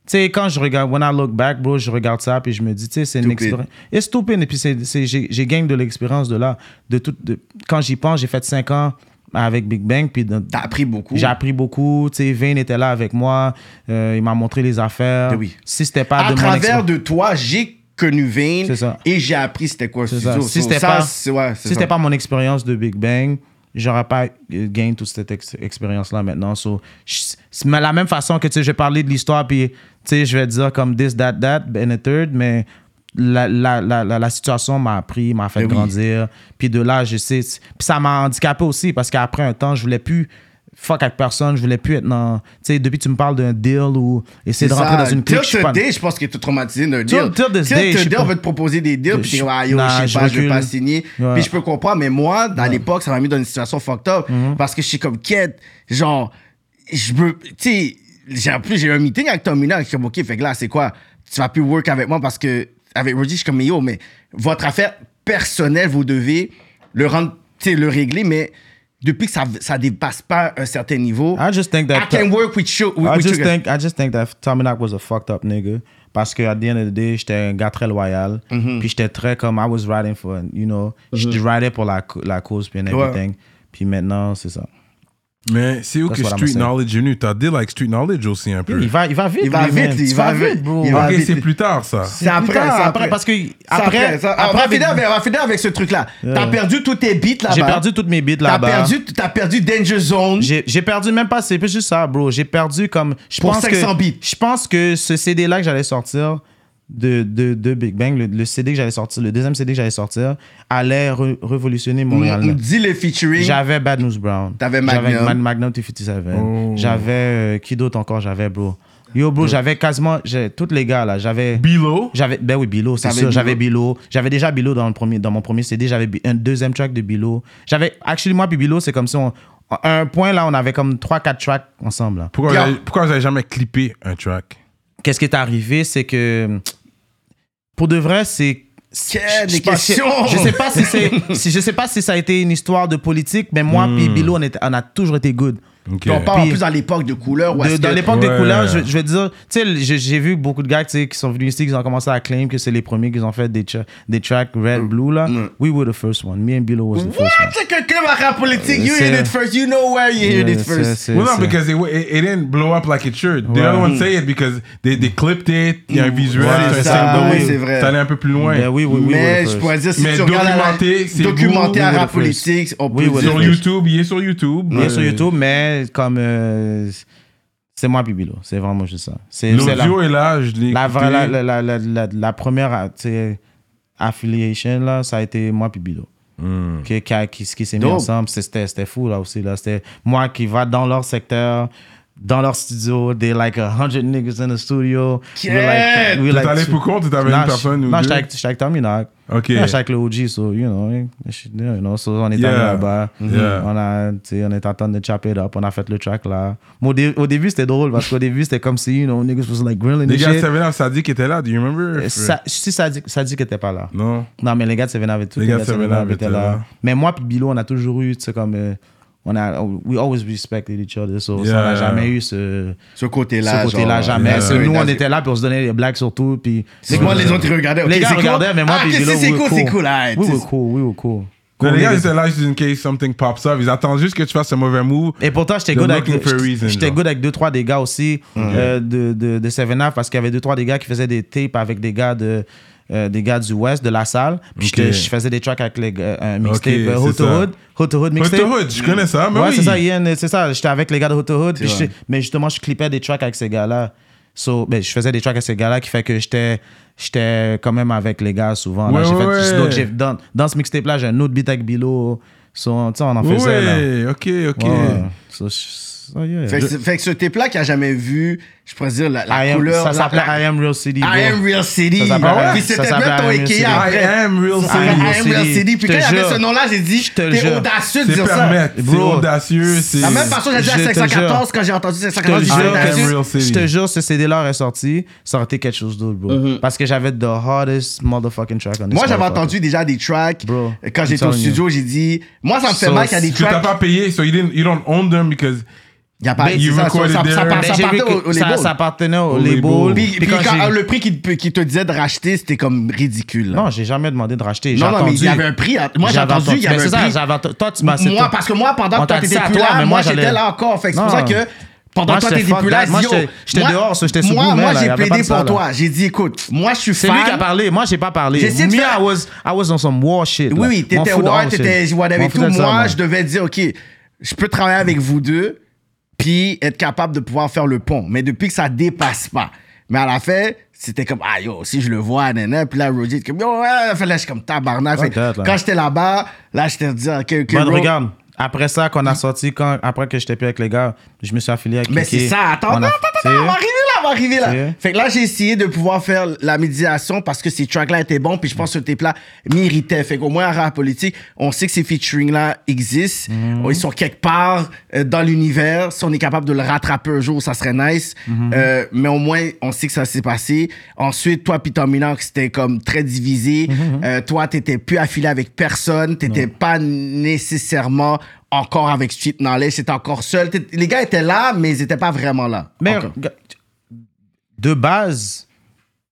Tu sais, quand je regarde, when I look back, bro, je regarde ça, puis je me dis, tu sais, c'est une
Stupid.
expérience. Et stupide, et puis c'est, c'est- j'ai, j'ai gagné de l'expérience de là. De tout, de- quand j'y pense, j'ai fait 5 ans avec Big Bang, puis dans-
T'as appris beaucoup.
j'ai appris beaucoup. Tu sais, Vane était là avec moi, euh, il m'a montré les affaires.
Ben Oui.
Si c'était pas
À
de mon
travers
expérience-
de toi, j'ai connu Vane
C'est ça.
et j'ai appris c'était quoi ce
C'est ça.
studio.
Si
So,
c'était
ça,
pas,
c'est- ouais, c'est
si c'était
ça.
pas mon expérience de Big Bang, j'aurais pas euh, gagné toute cette ex- expérience-là maintenant. So, je- c'est- mais la même façon que tu sais, je vais parler de l'histoire, puis tu sais, je vais dire comme this, that, that, and a third, mais la, la, la, la, la situation m'a appris, m'a fait
Ben oui.
grandir. Puis de là, je sais. Puis ça m'a handicapé aussi parce qu'après un temps, je voulais plus. Fuck avec personne, je voulais plus être dans. Tu sais, depuis que tu me parles d'un deal ou
C'est
essayer de rentrer
ça.
dans une
Till
clique, je suis pas-
today, je pense que tu es traumatisé d'un deal.
till this
Till
day, je suis
today,
pas-
on va te proposer des deals, puis t'es
Je suis-
comme, ah, yo,
Nah,
je sais
je
pas, je vais
recule.
pas signer.
Ouais.
Puis je peux comprendre, mais moi, dans l'époque, ça m'a mis dans une situation fucked up.
Mm-hmm.
Parce que je suis comme, quête, genre, je veux, tu sais, j'ai- en plus, j'ai eu un meeting avec Tom Mina, je suis comme, ok, fait que là, c'est quoi? Tu vas plus work avec moi parce que, avec Rudy, je suis comme, yo, mais votre affaire personnelle, vous devez le rendre, tu sais, le régler, mais depuis que ça, ça dépasse pas un certain niveau,
I just think that-
I can work with you. with
I
you
just
guys.
think I just think that Tominac was a fucked up nigga parce que at the end of the day j'étais un gars très loyal
Mm-hmm.
puis j'étais très comme I was riding for you know je ridais pour la, cau- la cause puis and everything puis maintenant c'est ça
Mais c'est où
That's
que
what I'm
street
saying.
knowledge est venu? T'as dit like street knowledge aussi un peu.
il va il va vite
Il va
lui,
vite,
man.
il
Tu
va
vas
vite.
bro
Il va
Ok,
vite.
c'est plus tard ça.
C'est après,
plus tard,
c'est
après, parce que
C'est
après-
ça-
après-
on, va finir avec, on va finir avec ce truc-là. T'as perdu tous tes beats là-bas.
j'ai perdu toutes mes beats
T'as
là-bas
perdu, t'as perdu Danger Zone.
J'ai j'ai perdu même pas, c'est plus juste ça, bro. J'ai perdu comme. Je
Pour
pense
500
que,
beats.
Je pense que ce CD-là que j'allais sortir de, de, de Big Bang, le, le CD que j'allais sortir, le deuxième CD que j'allais sortir, allait re- révolutionner
On
Montréal.
me dit le featuring.
J'avais Bad News Brown.
T'avais
J'avais
Magnum. Oh.
Mad- Magnum 257. J'avais. euh, qui d'autre encore j'avais, bro? Yo, bro, j'avais quasiment. j'ai- Tous les gars, là, j'avais.
Bilo.
J'avais, ben oui, Bilo, c'est
T'avais
sûr.
Bilo.
J'avais Bilo. J'avais déjà Bilo dans, le premier, dans mon premier CD. J'avais Bi- un deuxième track de Bilo. J'avais, actually, moi, puis Bilo, c'est comme si on. À un point, là, on avait comme 3-4 tracks ensemble. là.
Pourquoi,
Yeah.
vous avez- pourquoi vous avez jamais clippé un track?
Qu'est-ce qui est arrivé, c'est que. Pour de vrai, c'est. c'est-
Quelle
je sais pas-
question!
Je sais pas si c'est. si- je sais pas si ça a été une histoire de politique, mais moi, puis Bilo, on, était- on a toujours été good.
Ok.
Puis on parle en
Puis-
plus dans l'époque de couleur. où
De-
est-ce
dans
que-
l'époque des
Ouais.
couleurs, je, je veux dire, tu sais, j'ai- j'ai vu beaucoup de gars tu sais, qui sont venus ici, qui ont commencé à claim que c'est les premiers qui ont fait des, tra- des tracks red, blue là. We were the first one. Me and Bilo was the
Mm. What?
first one.
C'est quelqu'un va rap politique. You
C'est-
heard it first. You know where you heard it first.
C'est-
Well, no,
c'est-
because it, it, it didn't blow up like it should. The
Ouais.
other one say it because they, they clipped it. Il y a un visuel,
Ouais,
c'est un
ça,
symbole.
oui,
c'est vrai.
Ça allait un peu plus loin.
Ben oui, oui, oui, we were
Mais
the
je
first.
pourrais dire, si
Mais
tu regardes la-
documenté, c'est
documenté
vous,
à
we were
rap
the first.
politique, on peut
We were the
dire.
Sur
Ouais.
YouTube, il est sur YouTube.
Il est
Euh,
sur YouTube, mais comme. euh, c'est moi puis Bilo. C'est vraiment juste ça. C'est c'est la,
L'audio est là, je l'ai
la,
écouté.
vraie- la, la, la, la, la première tu sais, affiliation, là, ça a été moi puis Bilo.
Hmm.
Qui, qui, a- qui, qui s'est mis
Dope.
ensemble, C'est- c'était c'était fou là aussi. Là. C'était moi qui va dans leur secteur, dans leur studio, des like 100 niggas in the studio.
Yeah!
we
T'es allé pour compte ou t'avais
Non,
une
je-
personne ou
Non,
deux?
j'étais avec, j'étais avec Terminac.
Ok.
Non, j'étais avec le OG, so, you know, eh, shit, you know, so on est allé
Yeah.
là-bas. Mm-hmm.
Yeah.
On a, tu sais, on est en train de chop it up, on a fait le track là. Mais au, dé- au début, c'était drôle parce qu'au début, c'était comme si, you know, niggas was like grilling
Les
and
gars de
shit.
7 Up, ça dit qu'il était là. Do you remember?
Euh, Ça, si ça dit, ça dit que t'es pas là.
Non.
Non, mais les gars de Seven avaient tout.
Les gars de Seven Up
étaient
étaient là.
Mais moi puis Bilo, on a toujours eu, tu sais, comme. euh, on a, we always respected each other, so ça, on n'a
Yeah.
jamais eu ce,
Ce côté-là.
ce côté-là,
genre, euh,
jamais.
yeah.
Parce que nous, on était là, puis on se donnait des blagues surtout, puis.
C'est que moi, les autres, ils regardaient. ok,
les gars
c'est cool.
regardaient, mais moi
Ah,
puis
ok,
Bilo,
si, c'est
we
cool,
were
c'est cool. ah,
We
tu-
were cool, we were cool.
Non,
Cool,
les gars,
niggas.
ils étaient là just in case something pops up. Ils attendent juste que tu fasses un mauvais move.
Et pourtant, j'étais
They're
good, avec,
looking for a reason,
j'étais
genre. Mm.
good avec deux, trois des gars aussi euh, de, de, de Seven Up parce qu'il y avait deux, trois des gars qui faisaient des tapes avec des gars de. euh, des gars du West, de la salle. Puis
Ok.
j'étais- je faisais des tracks avec les gars, un mixtape
Ok,
euh,
c'est
Hood to
ça.
Hood. Hood to Hood mixtape.
Hood, je connais ça, mais
ouais,
oui.
euh, c'est ça, Ian, c'est ça. J'étais avec les gars de Hood to Hood. puis
C'est
j'étais-
vrai.
mais justement, je clippais des tracks avec ces gars-là. So, ben, je faisais des tracks avec ces gars-là qui fait que j'étais j'étais quand même avec les gars souvent. là.
Ouais,
J'ai fait-
ouais,
donc,
ouais.
j'ai- dans, dans ce mixtape-là, j'ai un autre beat avec Bilo. So, tu sais, on en faisait. là.
Ouais, ok, ok.
Ouais. So, je- so, yeah.
Fait que, c'est- fait que ce tape-là qui a jamais vu, je pourrais dire la, la
I am-
couleur.
ça
la-
s'appelait
la-
I Am Real City. bro.
I am Real City.
Ça s'appelait-
Puis
ça
c'était
s'appelait
bien ton
I Am Real
Ikea
City.
après.
I am real
Ça s'appelait I am
City.
Real City. Puis
Je
quand
te
il avait
jure.
ce nom-là, j'ai dit,
Je te le
t'es
jure.
audacieux de
C'est
dire ça.
permettre, c'est
Bro.
audacieux. c'est-
La même façon que j'ai dit à
Je te
514
jure.
quand j'ai entendu
Je te
514.
jure
j'ai dit,
que-
Real City.
je te jure, ce CD-là aurait sorti, ça aurait été quelque chose d'autre, bro. Parce que j'avais the hardest motherfucking track on this
Mm-hmm. Moi, j'avais
motherfucker.
entendu déjà des tracks.
Bro,
Quand
I'm
j'étais au
telling you.
studio, j'ai dit, moi, ça me fait
So,
mal qu'il y a des
Que t'as
tracks.
pas payé, so you, didn't, you don't own them because.
Il y a pas
Ben,
c'est
you
ça,
recorded
ça- ça-
there.
ça
Ben, j'ai vu
partait
que
au- au
ça,
label.
ça appartenait au
label.
label.
Puis,
Puis
puis
quand
quand
j'ai-
le prix qu'il te, qu'il te disait de racheter, c'était comme ridicule. là.
Non, j'ai jamais demandé de racheter. J'ai
non, non, mais
entendu.
il y avait un prix. à- Moi, j'ai
J'avais
entendu, il y
Ben,
avait
c'est
un
ça,
prix.
j'avais entendu. Toi, tu m'as c'est
Moi,
toi.
parce que moi, pendant
On
que toi,
t'a dit
t'étais
ça à
plus
toi,
là,
mais
moi,
moi,
j'étais
j'allais-
là encore. Fait que c'est pour
Non.
ça que pendant
Moi,
que toi,
j'étais
t'étais
fuck
plus là,
that. Moi,
yo,
j'étais- j'étais
moi-
dehors, ça, j'étais sous
Moi,
Google,
moi
là, y
j'ai
avait pas
plaidé
de ça,
pour
là.
toi. J'ai dit, écoute, moi, je suis
C'est
fan.
lui qui a parlé. Moi, j'ai pas parlé.
J'ai essayé de
Me,
faire-
I was, I was on some war shit.
Oui,
là.
oui,
M'en
t'étais
fous de
ouais,
all shit.
t'étais
M'en
whatever et
fous
tout.
de ça,
Moi,
man.
je devais dire, OK, je peux travailler avec vous deux, puis être capable de pouvoir faire le pont. Mais depuis que ça dépasse pas. Mais à la fin, c'était comme, ah yo, si je le vois, nana, puis là, Roger, comme, yo, ouais, fait là, je suis comme tabarnak. Fait que
that, là.
quand j'étais là-bas, là, j'étais dit, OK, OK,
Man,
bro.
regarde. Après ça, qu'on a sorti, quand, après que j'étais plus avec les gars, je me suis affilié avec
Mais
Kiki.
c'est ça, attends,
On
attends,
a-
attends,
tu
attends,
sais,
on va arriver là, on va arriver là.
C'est-
Fait que là, j'ai essayé de pouvoir faire la médiation parce que ces tracks-là étaient bons, puis je pense que ce tape-là m'irritait. Fait qu'au moins, en rap politique, on sait que ces featuring-là existent,
Mhm.
ils sont quelque part euh, dans l'univers. Si on est capable de le rattraper un jour, ça serait nice.
Mhm.
Euh, mais au moins, on sait que ça s'est passé. Ensuite, toi, puis Tom Milan, que c'était comme très
Mhm,
divisé. Euh, toi, t'étais plus affilé avec personne, t'étais pas nécessairement encore avec Street Knowledge, c'était encore seul. T'étais- Les gars étaient là, mais ils étaient pas vraiment là.
Mais
Encore.
regarde, de base,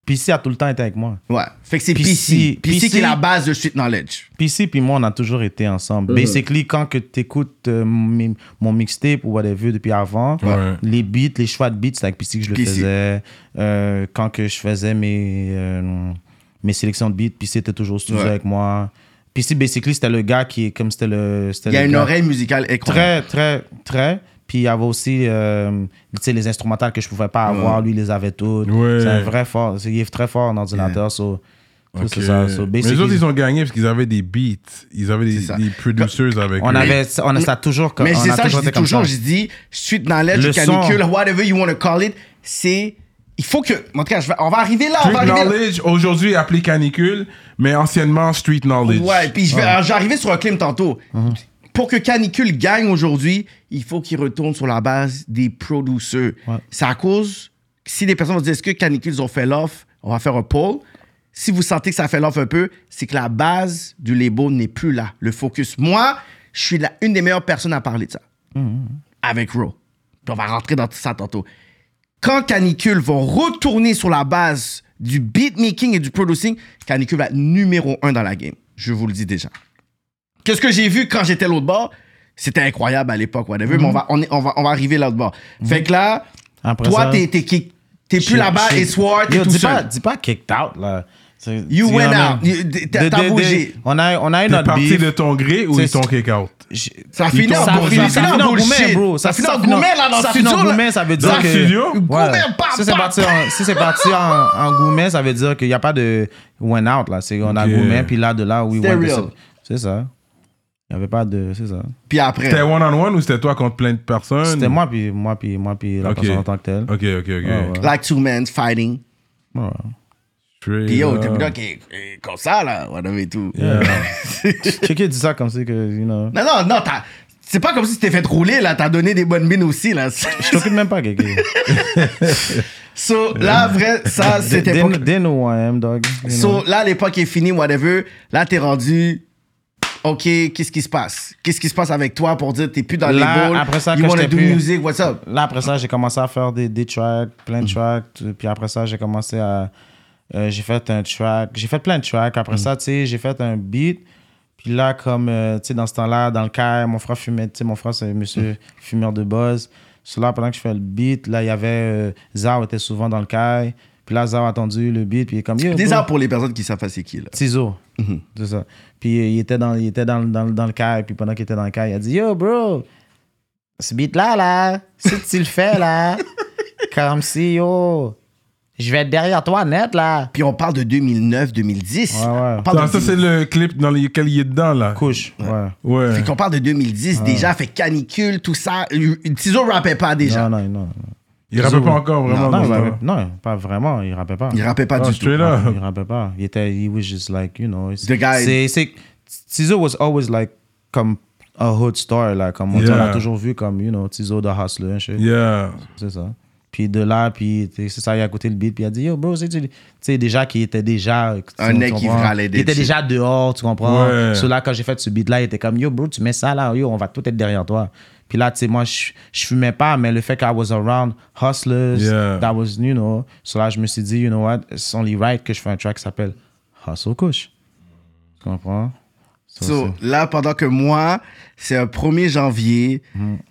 PC a tout le temps été avec moi.
Ouais. Fait que c'est
PC.
PC. PC qui est
PC.
la base de Street Knowledge.
PC puis moi, on a toujours été
Mhm.
ensemble. Basically, quand que t'écoutes euh, mes- mon mixtape ou whatever depuis avant,
Ouais.
les beats, les choix de beats, c'est avec PC que je le
PC.
faisais. Euh, quand que je faisais mes, euh, mes sélections de beats, PC était toujours au studio
Ouais.
avec moi. PC, basically, c'était le gars qui est comme c'était le. c'était
Il y a
le
une
gars-
oreille musicale incroyable.
Très, très, très. Puis il y avait aussi euh, tu sais, les instrumentales que je pouvais pas avoir. Lui, il les avait toutes.
Ouais.
C'est un vrai fort. c'est- Il est très fort en ordinateur. so- so, c'est
Ok.
ça. So,
Mais les
basically,
autres, ils ont gagné parce qu'ils avaient des beats. Ils avaient des,
C'est ça.
des producers avec
on
eux.
avait, on a ça a toujours comme
Mais c'est
on a
ça, je
été
dis
comme
toujours,
ça.
je dis Street Knowledge,
Le
ou canicule,
son.
whatever you want to call it, c'est. Il faut que. En tout cas, je vais- on va arriver là, on va
Street
arriver là.
Knowledge, aujourd'hui appelé canicule, mais anciennement Street Knowledge.
Ouais, puis je vais alors, je vais arriver sur un clim tantôt. Pour que Canicule gagne aujourd'hui, il faut qu'il retourne sur la base des producers.
Ouais.
C'est à cause, si les personnes vont dire, est-ce que Canicule, ils ont fait l'offre, on va faire un poll. Si vous sentez que ça fait l'offre un peu, c'est que la base du label n'est plus là, le focus. Moi, je suis la, une des meilleures personnes à parler de ça. Avec Raw. Puis on va rentrer dans tout ça tantôt quand Canicule vont retourner sur la base du beatmaking et du producing, Canicule va être numéro un dans la game. Je vous le dis déjà. Qu'est-ce que j'ai vu quand j'étais l'autre bord? C'était incroyable à l'époque, whatever, mais on va, on, est- on va, on va arriver l'autre bord. Fait que là,
Mhm. Après
toi,
ça,
t'es, t'es, qui- t'es plus
Je-
là-bas
je-
et Sword, t'es
Yo,
tout
dis
seul.
Pas, dis pas kicked out là. C'est-
You
dis,
went
on a-
out. You- d- t'as-
de-
t'as
de- de-
bougé.
On a, on a eu
T'es
notre
parti
beef.
de ton gré ou
C'est-
ils t'ont kick out?
Je-
Ça finit en
ça
bourgeois, ça
finit- ça
finit
finit
en
en gourmet,
bullshit.
bro.
Ça finit en
en-
gourmet, là, dans le
ça finit en
studio, là.
gourmet, ça veut
Dans
dire
le
que...
studio?
Ouais.
Gourmet, pam,
Si c'est
pam,
parti, hein.
pam.
en, si c'est parti en, en gourmet, ça veut dire qu'il n'y a pas de went out, là. C'est on a
Ok.
gourmet, puis là, de là, oui,
C'était
went
real.
C'est ça. Il n'y avait pas de... C'est ça.
Puis après,
C'était one-on-one ou c'était toi contre plein de personnes?
C'était moi, puis moi, puis moi, puis la
Ok.
personne en tant que telle. Ah,
Ok, ok, ok.
Ouais,
like two men fighting.
ouais.
Straight
Puis yo, t'es
up.
plus là qui est comme ça, là, whatever et tout.
Quelqu'un dit ça comme si que, you know...
Non, non, non, t'as- c'est pas comme si tu t'es fait rouler, là. T'as donné des bonnes mines aussi, là.
Je t'occupe même pas, quelqu'un.
So,
Euh,
là, vrai, ça, c'était
They,
pas...
they know who I am, dog. You know.
So, là, l'époque est finie, whatever. Là, t'es rendu... OK, qu'est-ce qui se passe? Qu'est-ce qui se passe avec toi pour dire que t'es plus dans les
Là,
balls?
après ça,
you
que
wanna
j'étais
do
plus-
music, what's up?
Là, après ça, j'ai commencé à faire des, des tracks, plein de tracks. tout- Puis après ça, j'ai commencé à. euh, j'ai fait un track. J'ai fait plein de tracks. Après ça, tu sais, j'ai fait un beat. Puis là, comme, euh, tu sais, dans ce temps-là, dans le cas, mon frère fumait, tu sais, mon frère, c'est monsieur fumeur de buzz. So là, pendant que je fais le beat, là, il y avait. euh, Zao était souvent dans le caille. Puis là, Zao a entendu le beat. Puis il est comme. Yo,
Déjà,
bro.
pour les personnes qui savent pas c'est qui, là.
Tizo.
Mhm.
C'est ça. Puis euh, il était dans, il était dans, dans, dans le caille. Puis pendant qu'il était dans le caille, il a dit Yo, bro, ce beat-là, là, si tu le fais, là, comme si, yo, je vais être derrière toi net, là.
Puis on parle de 2009-2010.
Ouais, ouais.
On parle
Ça,
de
ça, c'est le clip dans lequel il est dedans, là.
Couche, ouais.
Ouais.
Fait qu'on parle de 2010 déjà, fait canicule, tout ça. Euh, Tizo rappait pas déjà.
Non, non, non.
Il rappe pas encore vraiment.
Non,
dans
non, il
ce
rappait-
temps.
non, pas vraiment, il rappait pas.
Il rappait pas
Ah,
du tout.
straight up.
Il rappait pas. Il était, he was just like, you know. it's-
The guy-
C'est, c'est, Tizo was always like, comme a hood star, là. Comme on,
Yeah.
on l'a toujours vu comme, you know, Tizo the hustler and shit.
Yeah.
C'est ça. Puis de là, puis t'sais, c'est ça, il a écouté le beat, puis il a dit, yo, bro, c'est tu sais, déjà qu'il était déjà. tu
Un nec qui
comprends?
râlait des
Il était
shit.
déjà dehors, tu comprends?
Ouais.
Ceux-là, quand j'ai fait ce beat-là, il était comme, yo, bro, tu mets ça là, yo, on va tout être derrière toi. Puis là, tu sais, moi, je je fumais pas, mais le fait que I was around hustlers,
Yeah.
that was, you know, so là, je me suis dit, you know what, c'est only right que je fais un track qui s'appelle Hustle Kush. Tu comprends? So,
So,
c'est-
là, pendant que moi, c'est un 1er janvier,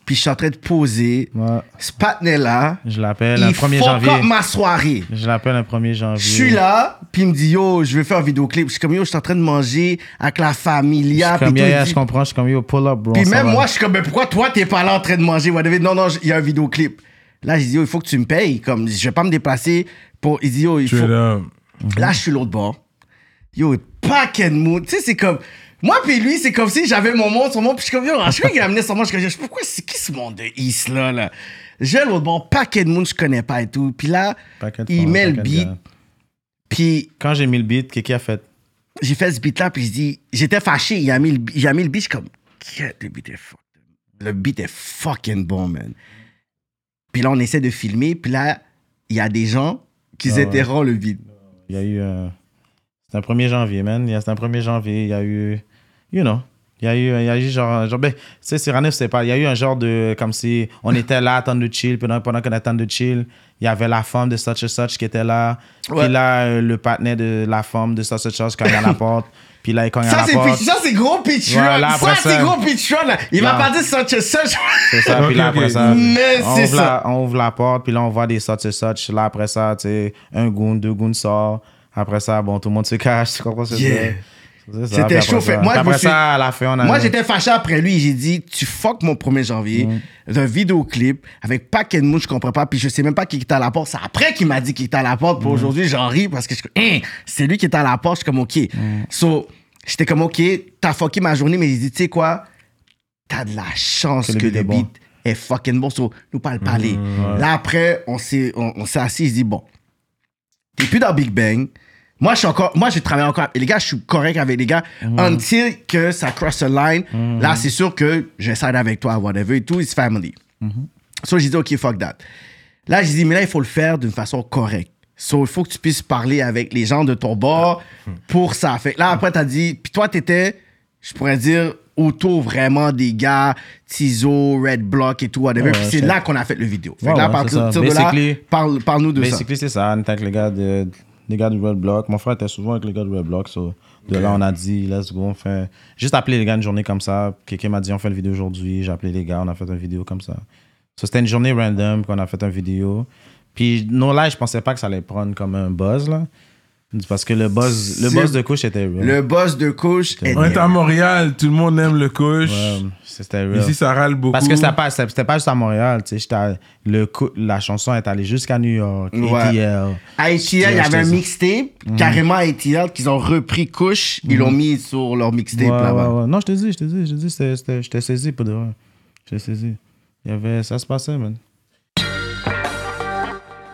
puis je suis en train de poser.
Hmm. Ouais.
Ce là
je l'appelle un 1er
fuck up
janvier.
ma soirée.
Je l'appelle un 1er janvier.
Je suis là, puis il me dit yo, je vais faire un vidéoclip. Je suis comme yo, je suis en train de manger avec la
Je
familia.
suis
puis
comme,
tout,
yeah,
il
yeah,
dit-
je comprends, je suis comme, yo, pull up, bro.
Puis
ça
même
va.
moi, je suis comme, mais pourquoi toi, t'es pas là en train de manger, whatever? Non, non, il y a un vidéoclip. Là, j'ai dit, yo, il faut que tu me payes. Comme, je vais pas me déplacer pour. Il dit, yo, il
Tu es
faut.
là.
Là, je suis l'autre bord. Yo, paquet de monde. Tu sais, c'est comme. Moi, puis lui, c'est comme si j'avais mon monde, son monde, puis je suis comme, yo, je crois qu'il a amené son monde. Je suis comme, pourquoi c'est qui ce monde de East, là, là? J'ai l'autre bord, paquet de monde, je connais pas et tout. Puis là,
Paquet de
il
fois,
met le
paquet de
beat,
gars.
puis
Quand j'ai mis le beat, Kiki a fait.
j'ai fait ce beat-là, puis je dis, j'étais fâché. Il a mis le, il a mis le beat, je suis comme, Shit, le beat est fuck- Le beat est fucking bon, man. Puis là, on essaie de filmer, puis là, il y a des gens qui
Ah ouais.
interrompent le beat.
Il y a eu. euh, C'était un 1er janvier, man. Il y a- C'était un 1er janvier. Il y a eu. You know. Il y a eu, il y a eu genre. genre ben, tu sais, Cyranus, c'est pas. Il y a eu un genre de. Comme si on était là, à temps de chill. Pendant, pendant qu'on attendait de chill, il y avait la femme de such and such qui était là.
Ouais.
Puis là, euh, le partenaire de la femme de such and such cogne à la porte. Puis là, il cogne à
Ça,
la
c'est
porte.
pitch- ça, c'est gros pitch
Ouais,
run.
là,
ça,
après
c'est
ça-
gros pitch run, là. Il
Là.
va pas dire ça, que ça. je-
C'est ça,
Ok,
puis là
ok.
après ça,
Mais
on,
c'est
ouvre
ça.
La, on ouvre la porte, puis là on voit des sortes et such. Là après ça, tu sais, un goon, deux goons sort. Après ça, bon, tout le monde se cache, tu comprends ce que je veux
Yeah.
dire? C'est ça,
C'était
puis après
chaud, fait.
ça-
Moi, je me
après
suis-
ça, à la fin, on a.
Moi, j'étais fâché après lui. J'ai dit, tu fuck mon 1er janvier
Mm.
d'un vidéoclip avec paquet de mouches, je comprends pas. Puis je sais même pas qui était à la porte. C'est après qu'il m'a dit qu'il était à la porte.
Mm.
Pour aujourd'hui, j'en ris parce que je suis comme, Hein, c'est lui qui était à la porte. Je suis comme, OK.
Mm.
So, j'étais comme, OK, t'as fucké ma journée, mais j'ai dit, tu sais quoi, t'as de la chance que,
le beat
le
est
beat
bon. Mmh,
est fucking bon. So, nous parle parler. Là, après, on s'est on, on s'est assis. Je dis, bon, t'es plus dans Big Bang. Moi, je suis encore, moi, je travaille encore. avec Les gars, je suis correct avec les gars.
Mmh.
Until que ça cross a line, là, c'est sûr que je side avec toi, whatever et tout. It's family. So, j'ai dit, OK, fuck that. Là, j'ai dit, mais là, il faut le faire d'une façon correcte. So, il faut que tu puisses parler avec les gens de ton bord
Ah.
pour ça. Fait que là, après, t'as dit, puis toi, t'étais, je pourrais dire, autour vraiment des gars, Tizo, Red Block et tout, whatever.
Ouais,
Puis c'est
c'est-
là qu'on a fait le vidéo. Fait que
Ouais,
là, à
ouais,
partir
c'est ça.
de là,
Basically-
parle- parle-nous de ça.
Basically, c'est ça. On était avec les gars, de, les gars du Red Block. Mon frère était souvent avec les gars du Red Block. so, de là, on a dit, let's go, on fait. Juste appeler les gars une journée comme ça. Quelqu'un m'a dit, on fait une vidéo aujourd'hui. J'ai appelé les gars, on a fait une vidéo comme ça. So, c'était une journée random qu'on a fait une vidéo. Puis, non, là, je pensais pas que ça allait prendre comme un buzz, là. Parce que le buzz, le
C'est-
buzz de couche était real.
Le boss de couche est
On est à Montréal, tout le monde aime le couche.
Ouais, c'était real.
Ici, ça râle beaucoup.
Parce que c'était pas, c'était c'était pas juste à Montréal, tu sais. j'étais à- le cou- la chanson est allée jusqu'à New York,
Ouais.
ATL.
À ATL, il y
J'ai
avait
acheté
un
ça. Mm.
mixtape, carrément ATL, qu'ils ont repris couche, ils l'ont mis sur leur mixtape
Ouais,
là-bas.
ouais, ouais. Non, je te dis, je te dis, je te dis, c'était- c'était- j'étais saisi pour de vrai. J'étais saisi. Il y avait, ça se passait, man.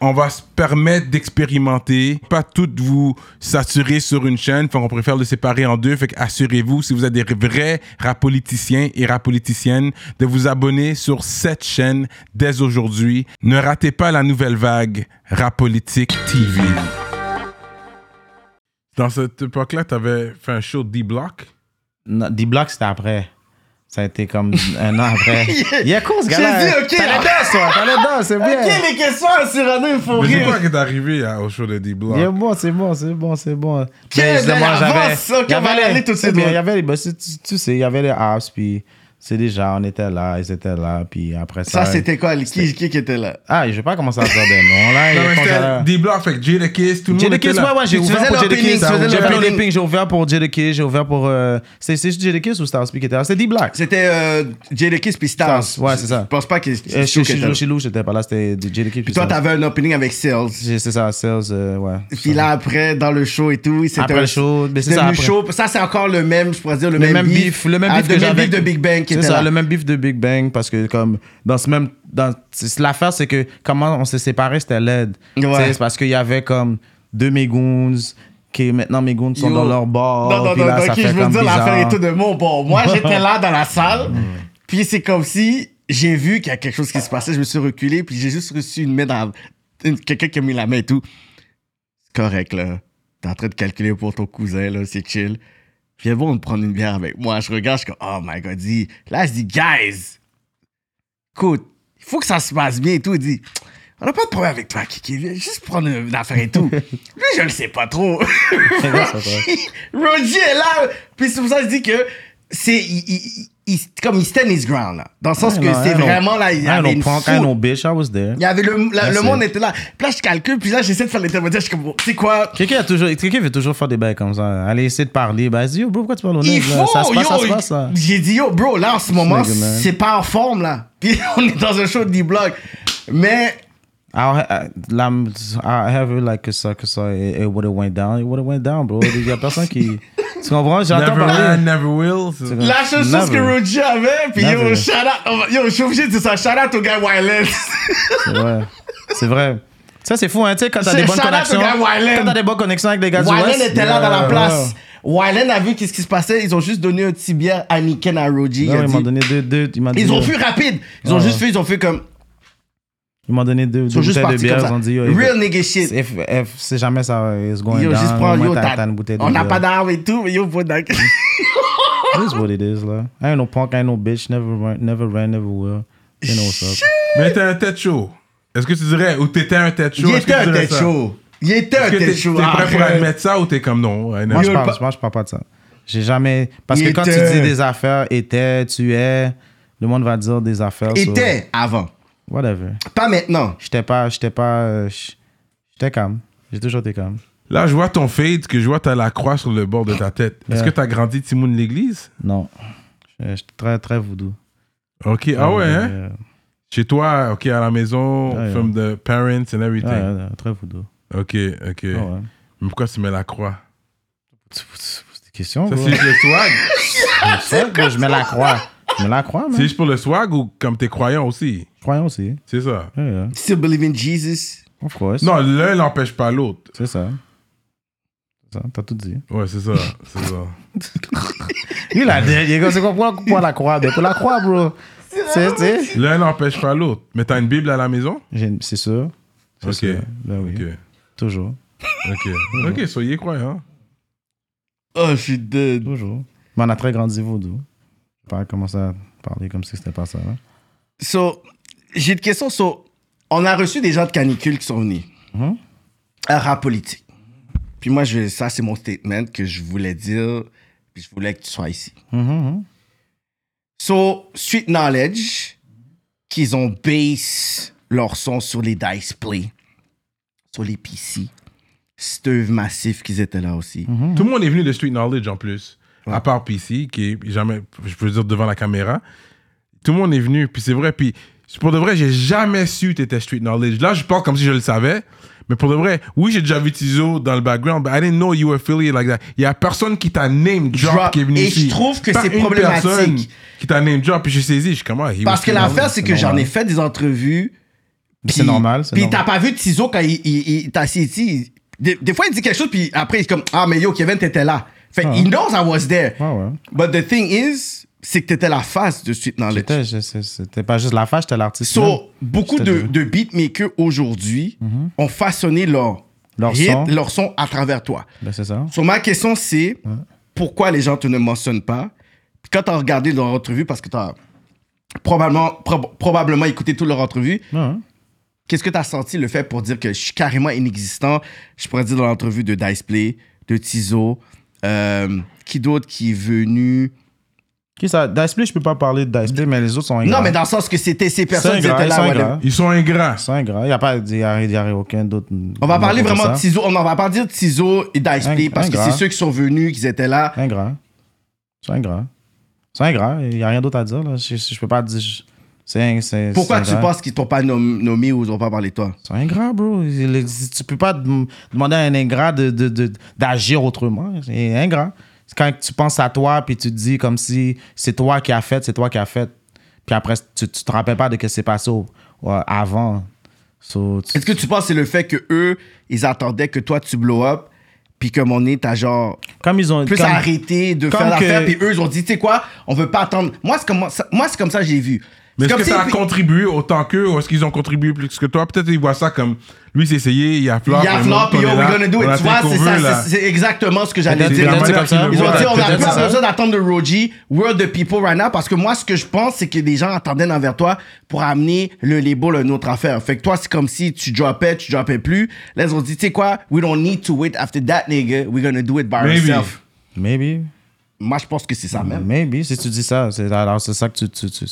On va se permettre d'expérimenter, pas toutes vous saturer sur une chaîne, on préfère le séparer en deux, fait assurez-vous, si vous êtes des vrais rap politiciens et rap politiciennes, de vous abonner sur cette chaîne dès aujourd'hui. Ne ratez pas la nouvelle vague Rap Politique TV. Dans cette époque-là, t'avais fait un show D-Block.
Non, D-Block, c'était après. Ça a été comme un an après. Il y a cool, ce
J'ai
gars-là.
dit, ok,
T'as
là-
la danse, toi. T'as la danse, c'est bien.
Ok, les questions à Cyrano, il faut
Mais c'est
rire.
quoi qui est arrivé à- au show de
Il est
D-Block?
bon, c'est bon, c'est bon, c'est bon.
Quelle belle avance, ok,
il y
on va
avait
aller
les-
tout de suite,
c'est bien,
ouais.
Il y avait les, ben, c'est- tu, tu sais, il y avait les apps, puis C'est déjà, on était là, ils étaient là, puis après ça.
Ça, c'était quoi? Qui, qui qui était là?
Ah, je vais pas commencer à faire des noms, là.
Non,
ils
mais
font
c'était
ça.
des blocs avec Jay the Kiss, tout le
Jay
monde.
the
était
Kiss,
là.
ouais, ouais, j'ai
Tu
ouvert
faisais
pour Jay the
l'opening,
Kiss.
tu faisais
J'ai fait
l'opening.
l'opening, j'ai ouvert pour Jay the Kiss, j'ai ouvert pour. euh, C'est c'est Jay the Kiss ou Stars P qui était là? C'était D-Black.
C'était euh, Jay Lekis puis Stars.
Stars, ouais, c'est ça.
Je pense pas que
Euh,
c'est
Chez
Chou qui était là.
chez- chez Lou, j'étais pas là, c'était Jay the Kiss.
Puis toi, t'avais un opening avec Sales.
J'ai- C'est ça, Sales, euh, ouais.
Puis là, après, dans le show et tout, c'était
Après
un-
le show, mais c'est
c'était
ça,
devenu
après.
chaud. Ça, c'est encore le même, je pourrais dire, le,
le même beef, le même
Ah,
beef que j'avais
de Big Bang qui
C'est
était
ça,
là.
le même beef de Big Bang parce que comme dans ce même dans c'est- l'affaire c'est que comment on s'est séparés c'était laid.
Ouais.
Tu sais, C'est parce qu'il y avait comme deux Megoons qui maintenant Megoons sont
Yo.
dans leur bord.
Non, non,
puis
non,
là,
non,
ça
ok,
fait
je veux
comme
dire
bizarre.
l'affaire et tout de mon bon. Moi, j'étais là dans la salle, puis c'est comme si j'ai vu qu'il y a quelque chose qui se passait, je me suis reculé, puis j'ai juste reçu une main dans. une- Quelqu'un qui a mis la main et tout. C'est correct, là. T'es en train de calculer pour ton cousin, là, c'est chill. Viens bon me prendre une bière avec moi. Je regarde, je suis comme, oh my god, dis. Là, je dis, guys, écoute, il faut que ça se passe bien et tout. Il dit, on n'a pas de problème avec toi, Kiki. Viens juste prendre une affaire et tout. Lui, je le sais pas trop. Roger est là. Puis c'est pour ça que je dis que c'est. il- il- il- comme il stand his ground, là. Dans le sens
I
que
know,
c'est
I know.
vraiment là. Il y
I
avait
know
une
punk, I
foule.
know bitch, I was there.
Il y avait le, la-
That's
le monde
it.
était là. Puis là, je calcule. Puis là, j'essaie de faire l'intermédiaire. Je suis comme, bon, tu sais quoi?
Quelqu'un a toujours quelqu'un veut toujours faire des bails comme ça. Allez essayer de parler, bah dis yo bro pourquoi tu parles au
Il
nègre, là?
faut,
ça se passe,
yo,
ça se passe là.
J'ai dit, yo, bro, là, en ce moment,
nigga, man.
c'est pas en forme, là. Puis on est dans un show de D-Block. Mais,
I, I, I'm, I have it like que ça, que ça, it, it would have went down, it would have went down, bro. Il y a personne qui. tu comprends? J'entends
Never
parler.
Mind, Never Will. c'est-
la seule chose
Never.
que Roger avait, puis yo,
Never.
shout out, yo, je suis obligé de dire ça, shout out au gars Wireless.
C'est vrai. C'est vrai. Ça, c'est fou, hein. Tu sais, quand t'as
C'est
des bonnes
shout-out au
connexions.
gars Wyland.
Quand t'as des bonnes connexions avec les gars du West.
Wyland était là
yeah,
dans la
ouais. Ben
place. Wyland a vu qu'est-ce qui se passait. Ils ont juste donné un petit bière à Niken à Roger. Il
Non,
a
Ben ils m'ont
dit-
donné deux, deux. Ils m'ont
Ils
dit-
ont fait rapide. Ils ont
Ouais.
juste fait, ils ont fait comme.
Ils m'ont donné deux,
Ils sont
deux
juste
bouteilles
partis
de bière.
comme
Ils
ça.
ont dit, yo,
Real nigga shit.
If, if, c'est jamais ça, it's going
Yo,
down.
juste
Au
prends,
moins,
yo,
t'as-
t'as-
t'as une bouteille de
on n'a
bière.
pas d'arbre et tout, mais yo, faut d'accord.
It is what it is, là. I ain't no punk, I ain't no bitch, never ran, never ran, never will. You know what's up.
Mais t'es un tête chaud. Est-ce que tu dirais, ou t'étais un tête chaud?
Il
est-ce que
était
tu
un
dirais
tête
ça?
chaud. Il était un
Est-ce que t'es
tête
t'es
chaud.
prêt pour
Arrête.
admettre ça ou t'es comme non? I
Moi,
never-
je
Yo,
parle,
pa-
moi, je parle pas de ça. J'ai jamais. Parce que
Il
quand tu
était-
dis des affaires, était, tu es, le monde va dire des affaires. so-
Était avant.
Whatever.
Pas maintenant.
J'étais pas. J'étais pas. euh, J'étais calme. J'ai toujours été calme.
Là, je vois ton fade, que je vois t'as la croix sur le bord de ta tête. Est-ce
Yeah.
que t'as grandi Timoun de l'église?
Non. Euh, J'étais très, très voodoo.
Ok, ah ouais, hein?
Euh,
Chez toi, ok, à la maison,
Ah, yeah.
from the parents and everything.
ouais, ouais, ouais, très voodoo.
Ok, ok.
Ouais, ouais.
Mais pourquoi tu mets la croix?
C'est c'est des questions,
Ça,
bro.
c'est juste le swag.
C'est ça que je mets la croix. Je mets la croix,
c'est
man.
juste pour le swag ou comme t'es croyant aussi?
Croyons aussi.
C'est ça.
Ouais, ouais.
Still believe in Jesus.
Of course.
Non, l'un n'empêche pas l'autre.
C'est ça. C'est ça. T'as tout dit.
Ouais, c'est ça. C'est ça.
Lui, là, il est comme, c'est quoi, pourquoi- pourquoi la croix? Ben, pour la croix, bro. C'est, c'est.
L'un n'empêche pas l'autre. Mais t'as une Bible à la maison?
J'ai une- C'est sûr. C'est
Ok.
sûr. Ben oui,
Ok.
toujours.
Ok. Ok, soyez croyants.
Oh, je suis dead.
Toujours. Mais on a très grandi vaudou. Je vais pas commencer à parler comme si c'était pas ça. hein.
So, j'ai une question. So, on a reçu des gens de canicule qui sont venus.
Hmm?
Mhm.
Un rap politique. Puis moi, je, vais- ça, c'est mon statement que je voulais dire. Puis je voulais que tu sois ici.
Mhm,
So, Street Knowledge, qu'ils ont base leur son sur les Dice Play, sur les PC. Steve Massif, qu'ils étaient là aussi.
Mhm.
Tout le monde est venu de Street Knowledge en plus. À part PC, qui est jamais, je peux dire devant la caméra. Tout le monde est venu, puis c'est vrai. Puis pour de vrai, j'ai jamais su que t'étais Street Knowledge. Là, je parle comme si je le savais. Mais pour de vrai, oui, j'ai déjà vu Tizo dans le background, but I didn't know you were affiliated like that. Il y a personne qui t'a name drop,
Drop.
qui est venu
Et
ici.
je trouve que
Pas
c'est
une
problématique.
personne Qui t'a name drop, puis j'ai saisi, je suis comme, ah, he
Parce
was
que
Street
l'affaire, c'est que
normal.
j'en ai fait des entrevues.
C'est
puis-
normal, c'est
Puis
normal.
t'as pas vu Tizo quand il, il, il t'as assis ici. Des, des fois, il dit quelque chose, puis après, il est comme Ah, mais yo, Kevin, t'étais là. Fait
Ah.
he knows I was there.
Ouais, ouais.
But the thing is, c'est que t'étais la face de Street Knowledge.
J'étais, je- c'est- c'était pas juste la fâche, j'étais l'artiste. même.
So, beaucoup de,
J'étais
de beatmakers aujourd'hui ont façonné leur,
Mhm. Leur
hit,
son.
leur son à travers toi.
Ben, c'est ça.
So, ma question, c'est pourquoi les gens te ne mentionnent pas Puis Quand tu as regardé leur entrevue, parce que tu as probablement, prob- probablement écouté toute leur entrevue,
Ouais, hein. ouais.
qu'est-ce que tu as senti le fait pour dire que je suis carrément inexistant Je pourrais dire dans l'entrevue de Diceplay, de Tizo, euh, qui d'autre qui est venu
Qui ça Dice Play, je peux pas parler de Dice Play, mais les autres sont ingrats.
Non, mais dans le sens que c'était ces personnes qui
ingrats,
étaient
ils sont
là. whatever.
ingrats.
Ils sont ingrats.
Ils sont ingrats. Il n'y a pas il y a- il y a aucun d'autre.
On va parler
comme
vraiment de
ça.
Tizo. On en va parler de Tizo et d'Ice
Un-
P, parce
un
que
gras.
c'est ceux qui sont venus, qui étaient là.
Ingrats. Ils sont ingrats. Ils sont ingrats. Il n'y a rien d'autre à dire. Là. Je, je- je peux pas dire. je- C'est un- c'est-
Pourquoi tu
c'est ingrat.
penses qu'ils t'ont pas nom- nommé ou ils ont pas parlé de toi?
C'est ingrat, bro. Il est- Tu peux pas dem- demander à un ingrat d'agir de, de, d'agir autrement. C'est ingrat. C'est quand tu penses à toi, puis tu te dis comme si c'est toi qui as fait, c'est toi qui as fait. Puis après, tu, tu te rappelles pas de ce qui s'est passé au- au- avant. So, tu-
Est-ce que tu penses que c'est le fait que eux, ils attendaient que toi tu blow up, puis que mon nez t'as genre
comme ils ont.
plus
comme-
arrêté de
comme
faire l'affaire,
que-
puis eux ils ont dit, tu sais quoi, on veut pas attendre. Moi c'est comme ça, moi c'est comme ça que j'ai vu.
Mais
C'est
est-ce
comme
que
si-
ça a contribué autant qu'eux ou est-ce qu'ils ont contribué plus que toi? Peut-être ils voient ça comme lui, c'est essayé, il a flop.
Il y a
mais nous
flop,
autres, on
yo,
est
we're
là,
gonna do it.
on a
Tu
fait
vois,
qu'on
c'est
veut,
ça,
là.
c'est- c'est exactement ce que j'allais
Peut-être
dire.
la
Peut-être
manière
comme
qu'ils
Ah, ça.
le
Ils ont
voient.
dit, on n'a
Peut-être
pas
c'est ça.
besoin d'attendre le Roji. We're the people right now. Parce que moi, ce que je pense, c'est que des gens attendaient envers toi pour amener le label à une autre affaire. Fait que toi, c'est comme si tu droppais, tu droppais plus. Là, ils ont dit, tu sais quoi, we don't need to wait after that nigga. We're gonna do it by
Maybe.
ourselves.
Maybe.
Moi, je pense que c'est ça même.
Maybe, si tu dis ça, c'est, alors c'est ça que tu, tu, tu-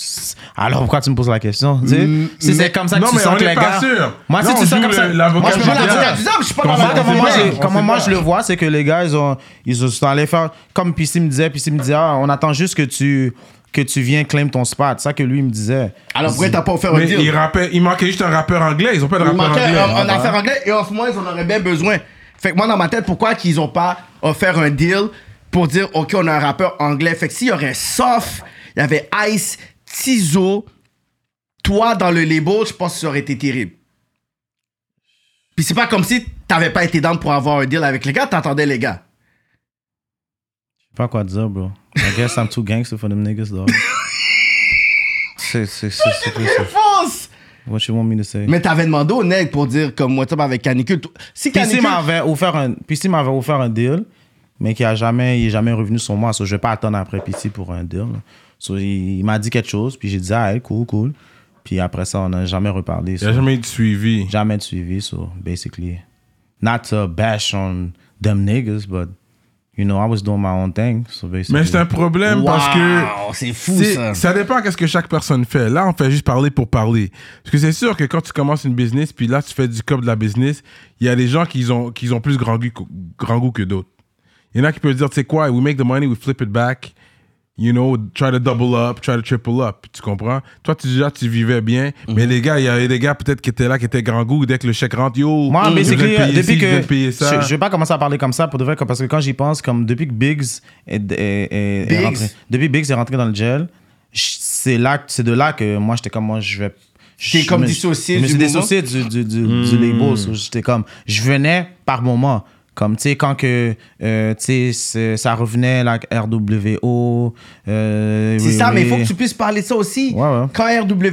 Alors pourquoi tu me poses la question tu sais? Si c'est comme ça que
non,
tu
mais
sens
on
que
est
les
pas
gars.
sûr.
Moi,
Là,
si
on
tu sens
joue
comme ça.
le- l'avocat
Moi, je
du
joue
diable.
l'avocat du
diable, je suis pas
Comment,
dans la-
moi, comment
on
moi,
sait
j'ai-
pas.
comment
On
moi,
sait
je le vois, c'est que les gars, ils ont, ils se sont allés faire. Comme PC me disait, PC me disait, Ah, on attend juste que tu, que tu viens claim ton spot. C'est ça que lui me disait.
Alors, pourquoi t'as pas offert un
Mais
deal?
il, rappait- il manquait juste un rappeur anglais. Ils ont pas de
Il
rappeur
manquait
anglais.
un, un affaire anglais et off moins ils en auraient bien besoin. Fait que moi, dans ma tête, pourquoi qu'ils ont pas offert un deal pour dire, OK, on a un rappeur anglais. Fait que s'il y aurait Soft, il y avait Ice, Tizo, toi dans le label, je pense que ça aurait été terrible. Puis c'est pas comme si t'avais pas été down pour avoir un deal avec les gars, t'entendais les gars.
Je sais pas quoi dire, bro. I guess I'm too gangster for them niggas, dog. c'est, c'est, c'est, c'est, c'est-
Fonce!
What you want me to say?
Mais t'avais demandé au nègre pour dire, comme what's up avec Canicule. Tout- Si
PC
Canicule...
hein?
m'avait offert un PC m'avait offert un deal mais qui a jamais il est jamais revenu sur moi so je vais pas attendre après PC pour un deal là. So, il, il m'a dit quelque chose puis j'ai dit ah hey, cool cool puis après ça on n'a jamais reparlé
Il
so,
n'y a jamais eu de suivi.
jamais de suivi so basically not to bash on them niggas but you know I was doing my own thing so basically
Mais c'est un problème parce que.
Wow, c'est fou,
c'est-
ça.
Ça dépend qu'est-ce que chaque personne fait. Là, on fait juste parler pour parler. Parce que c'est sûr que quand tu commences une business, puis là, tu fais du cop de la business, il y a des gens qui ont, qui ont plus grand goût, que- grand goût que d'autres. Il y en a qui peuvent dire, tu sais quoi, we make the money, we flip it back, you know, try to double up, try to triple up, tu comprends? Toi, tu, déjà, tu vivais bien,
Mhm.
mais les gars, il y avait des gars peut-être qui étaient là, qui étaient grand goût, dès que le chèque rentre, yo,
Moi,
je vais
basically,
Mm. payer
depuis
ci, je vais
que.
payer ça.
Je, je vais pas commencer à parler comme ça pour de vrai, comme- parce que quand j'y pense, comme depuis que Biggs est, est- est- est
Biggs.
rentré. Depuis Biggs est rentré dans le gel, je- c'est là, c'est de là que moi, j'étais comme, moi, je vais.
T'es
J'étais
comme dissocié
Je me
du
suis
mouvement?
dissocié du, du, du, du
Mm.
label. so J'étais comme. Je venais par moment. Comme, tu sais, quand que. euh, tu sais, c'est- ça revenait, la RWO. euh,
C'est ça, mais il faut
oui.
que tu puisses parler de ça aussi.
Ouais, ouais.
Quand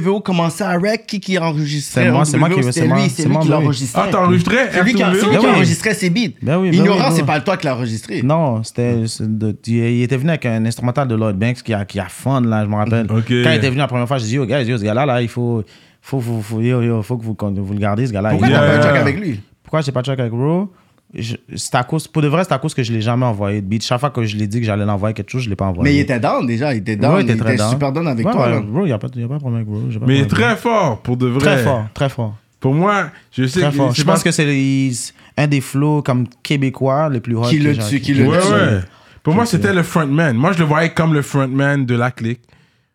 RWO commençait à rec, qui qui enregistrait
C'est moi,
RWO?
c'est moi qui-
C'était
c'est moi,
lui, c'est
c'est
lui
moi,
qui
ben oui.
l'enregistrait.
Ah, t'enregistrais
C'est lui qui, c'est lui
Ben
qui
oui.
enregistrait ses beats.
Ben oui, ben oui,
Ignorant,
ben oui.
c'est pas toi qui l'as enregistré.
Non, ben c'était. c'est de- Il il était venu avec un instrumental de Lloyd Banks qui a, qui a fun, là, je me rappelle.
Mm,
Ok.
Quand il était venu la première fois, j'ai dit, yo, guys, yo, ce gars-là, là, il faut. Faut, faut, faut, yo, yo, faut que vous, con- vous le gardiez, ce gars-là.
Pourquoi
Il-
t'as pas
Yeah.
un track avec lui
Pourquoi j'ai pas de track avec Ro? Je- C'est à cause, pour de vrai, c'est à cause que je l'ai jamais envoyé de beat. Chaque fois que je l'ai dit que j'allais l'envoyer quelque chose, je l'ai pas envoyé.
Mais il était down déjà, il était down.
Ro
il était,
down.
super down avec
Ouais,
toi.
ouais,
là.
Ro, il n'y a, pas de- il y a pas de problème avec Ro. j'ai pas de
Mais
problème avec
très fort, pour de vrai.
Ro. Très fort, très fort.
Pour moi, je sais
Très
que-
fort.
c'est
Je
pas-
pense que c'est les- un des flows comme québécois les plus hot.
Qui
que
le
j'ai-
tue, qui
que
le
j'ai-
Ouais,
tue.
ouais. Pour moi,
euh,
c'était le frontman. Moi, je le voyais comme le frontman de la clique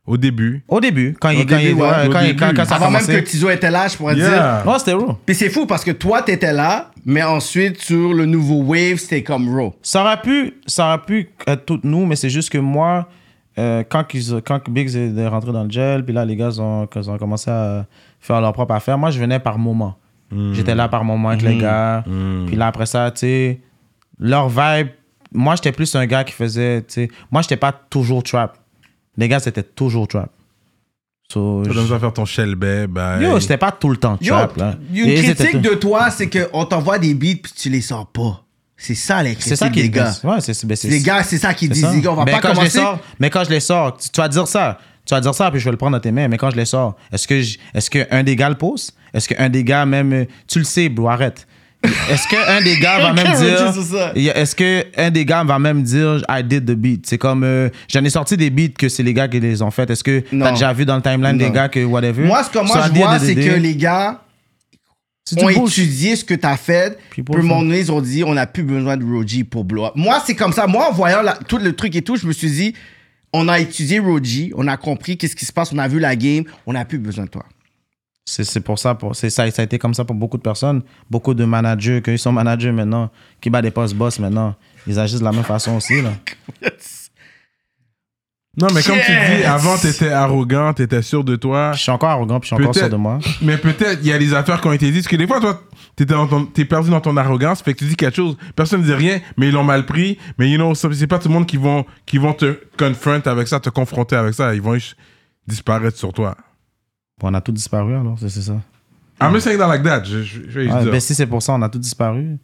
au début.
Au début, quand
Au
il quand il-
début, ouais,
ouais,
au
quand il-
début.
quand- quand ça a
Avant même
commencé.
que Tizo était là, je pourrais dire.
Yeah.
Ouais, c'était Ro.
Puis c'est fou parce que toi, t'étais là, mais ensuite sur le nouveau Wave, c'était comme Raw.
Ça aurait pu, ça aurait pu être toutes nous, mais c'est juste que moi, euh, quand, qu'ils- quand que Biggs est rentré dans le gel, puis là, les gars ils ont, qu'ils ont commencé à faire leur propre affaire, moi, je venais par moment.
Hmm.
J'étais là par moment avec les gars. Puis là, après ça, tu sais, leur vibe, moi, j'étais plus un gars qui faisait, tu sais, moi, j'étais pas toujours trap. Les gars, c'était toujours trap. So,
Tu
je-
as besoin de faire ton Shelby. Bye.
Yo, j'étais pas tout le temps
Yo,
trap, là.
une
Et ils étaient
critique
tous-
de toi, c'est qu'on t'envoie des beats puis tu les sors pas. C'est ça les
C'est ça
critiques
qui
des gars.
Ouais, c'est ben, c'est-
Les gars, c'est ça qu'ils
C'est
disent.
ça.
les gars, On va
Ben,
pas
quand je les
commencer.
sors- mais quand je les sors, tu, tu vas dire ça. Tu vas dire ça, puis je vais le prendre dans tes mains. Mais quand je les sors, est-ce que, je- est-ce que un des gars le pose? Est-ce qu'un des gars même... euh, Tu le sais, bro, arrête. Est-ce qu'un des gars va même
Quelqu'un
dire.
dit ça.
y a- Est-ce qu'un des gars va même dire I did the beat? C'est comme. euh, J'en ai sorti des beats que c'est les gars qui les ont fait. Est-ce que t'as
Non.
déjà vu dans le timeline des
Non.
gars que whatever?
Moi, ce que
So,
moi,
I
je
did
vois,
the-
c'est
the-
que les gars
C'est du
ont
bullshit.
étudié ce que t'as fait. Puis,
Puis
à un moment donné, ils ont dit, on n'a plus besoin de Roji pour blow up. Moi, c'est comme ça. Moi, en voyant la- tout le truc et tout, je me suis dit, on a étudié Roji, on a compris qu'est-ce qui se passe, on a vu la game, on n'a plus besoin de toi.
C'est c'est pour ça, pour, c'est ça, ça a été comme ça pour beaucoup de personnes, beaucoup de managers, qu'ils sont managers maintenant, qui battent des postes boss maintenant. Ils agissent de la même façon aussi. Là.
Non, mais comme tu
Yes!
dis, avant, t'étais arrogant, t'étais sûr de toi.
Je suis encore arrogant, puis je suis encore sûr
Peut-être.
de moi.
Mais peut-être, il y a des affaires qui ont été dites. Parce que des fois, toi, t'es, dans ton- t'es perdu dans ton arrogance, fait que tu dis quelque chose, personne ne dit rien, mais ils l'ont mal pris. Mais you know, ça- c'est pas tout le monde qui vont, qui vont te confronter avec ça, te confronter avec ça. Ils vont juste disparaître sur toi.
On a tous disparu alors, c'est c'est ça.
I'm just saying that like that. Je, je- je vais juste
Ouais,
dire.
ben si c'est pour ça, on a tous disparu.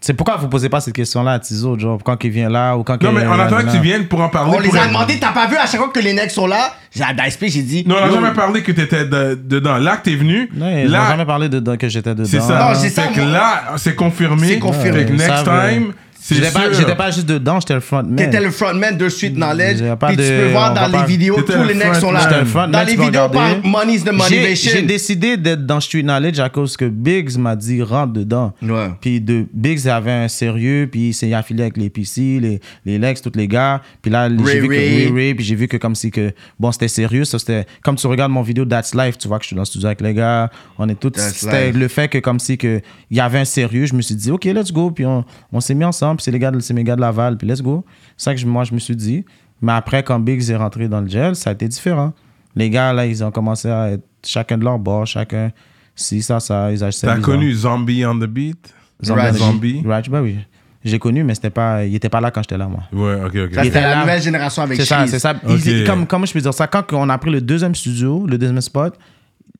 C'est pourquoi vous posez pas cette question-là à Tizo, genre quand il vient là ou quand
Non,
qu'il-
mais en attendant que tu
là.
viennes pour en parler.
On les
pour
a
être-
demandé, t'as pas vu à chaque fois que les necks sont là? J'ai à DSP, j'ai dit.
Non, on n'a
yo,
jamais parlé que t'étais de- dedans. Là que t'es venu,
Non, ils n'ont
là,
jamais parlé de, de- que j'étais dedans.
c'est ça.
Non, c'est ça,
Fait que
moi.
là, c'est confirmé.
C'est confirmé.
Fait que next
Ça, ouais.
time, c'est
J'étais pas,
sûr.
j'étais pas juste dedans, j'étais le frontman.
T'étais le frontman de suite knowledge.
J'ai Hmm, pas
Puis tu
de-
peux voir
on
dans
va
les
pas-
vidéos,
T'étais
tous
le
les necks sont là.
frontman.
J'étais le frontman,
Dans
tu
les
peux
vidéos,
regarder.
par Money's the
J'ai
Motivation.
j'ai décidé d'être dans Street Knowledge à cause que Biggs m'a dit rentre dedans.
Ouais.
Puis de, Biggs avait un sérieux, puis il s'est affilié avec les PC, les, les Lex, tous les gars. Puis là, j'ai vu que
Ray.
Ray Ray, puis j'ai vu que comme si que, bon, c'était sérieux. Ça, c'était, comme tu regardes mon vidéo That's Life, tu vois que je suis dans le studio avec les gars. On est tous,
That's
c'était
Life.
le fait que comme si que, il y avait un sérieux, je me suis dit, OK, let's go. Puis on, on s'est mis ensemble, puis c'est les gars, de- c'est mes gars de Laval, puis let's go. C'est ça que je- moi, je me suis dit. Mais après, quand Biggs est rentré dans le gel, ça a été différent. Les gars, là, ils ont commencé à être chacun de leur bord, chacun, si, ça, ça, ils achetaient.
T'as
ils ont-
connu Zombie on the Beat
Zombie.
Ratch.
Zombie.
Ratch, bah oui. J'ai connu, mais c'était pas, il était pas là quand j'étais là, moi.
Ouais, ok, ok.
Ça, c'était
était
la
là.
nouvelle génération avec
C'est ça,
Cheese.
c'est ça.
Ok.
Il- comme, comment je peux dire ça? Quand on a pris le deuxième studio, le deuxième spot,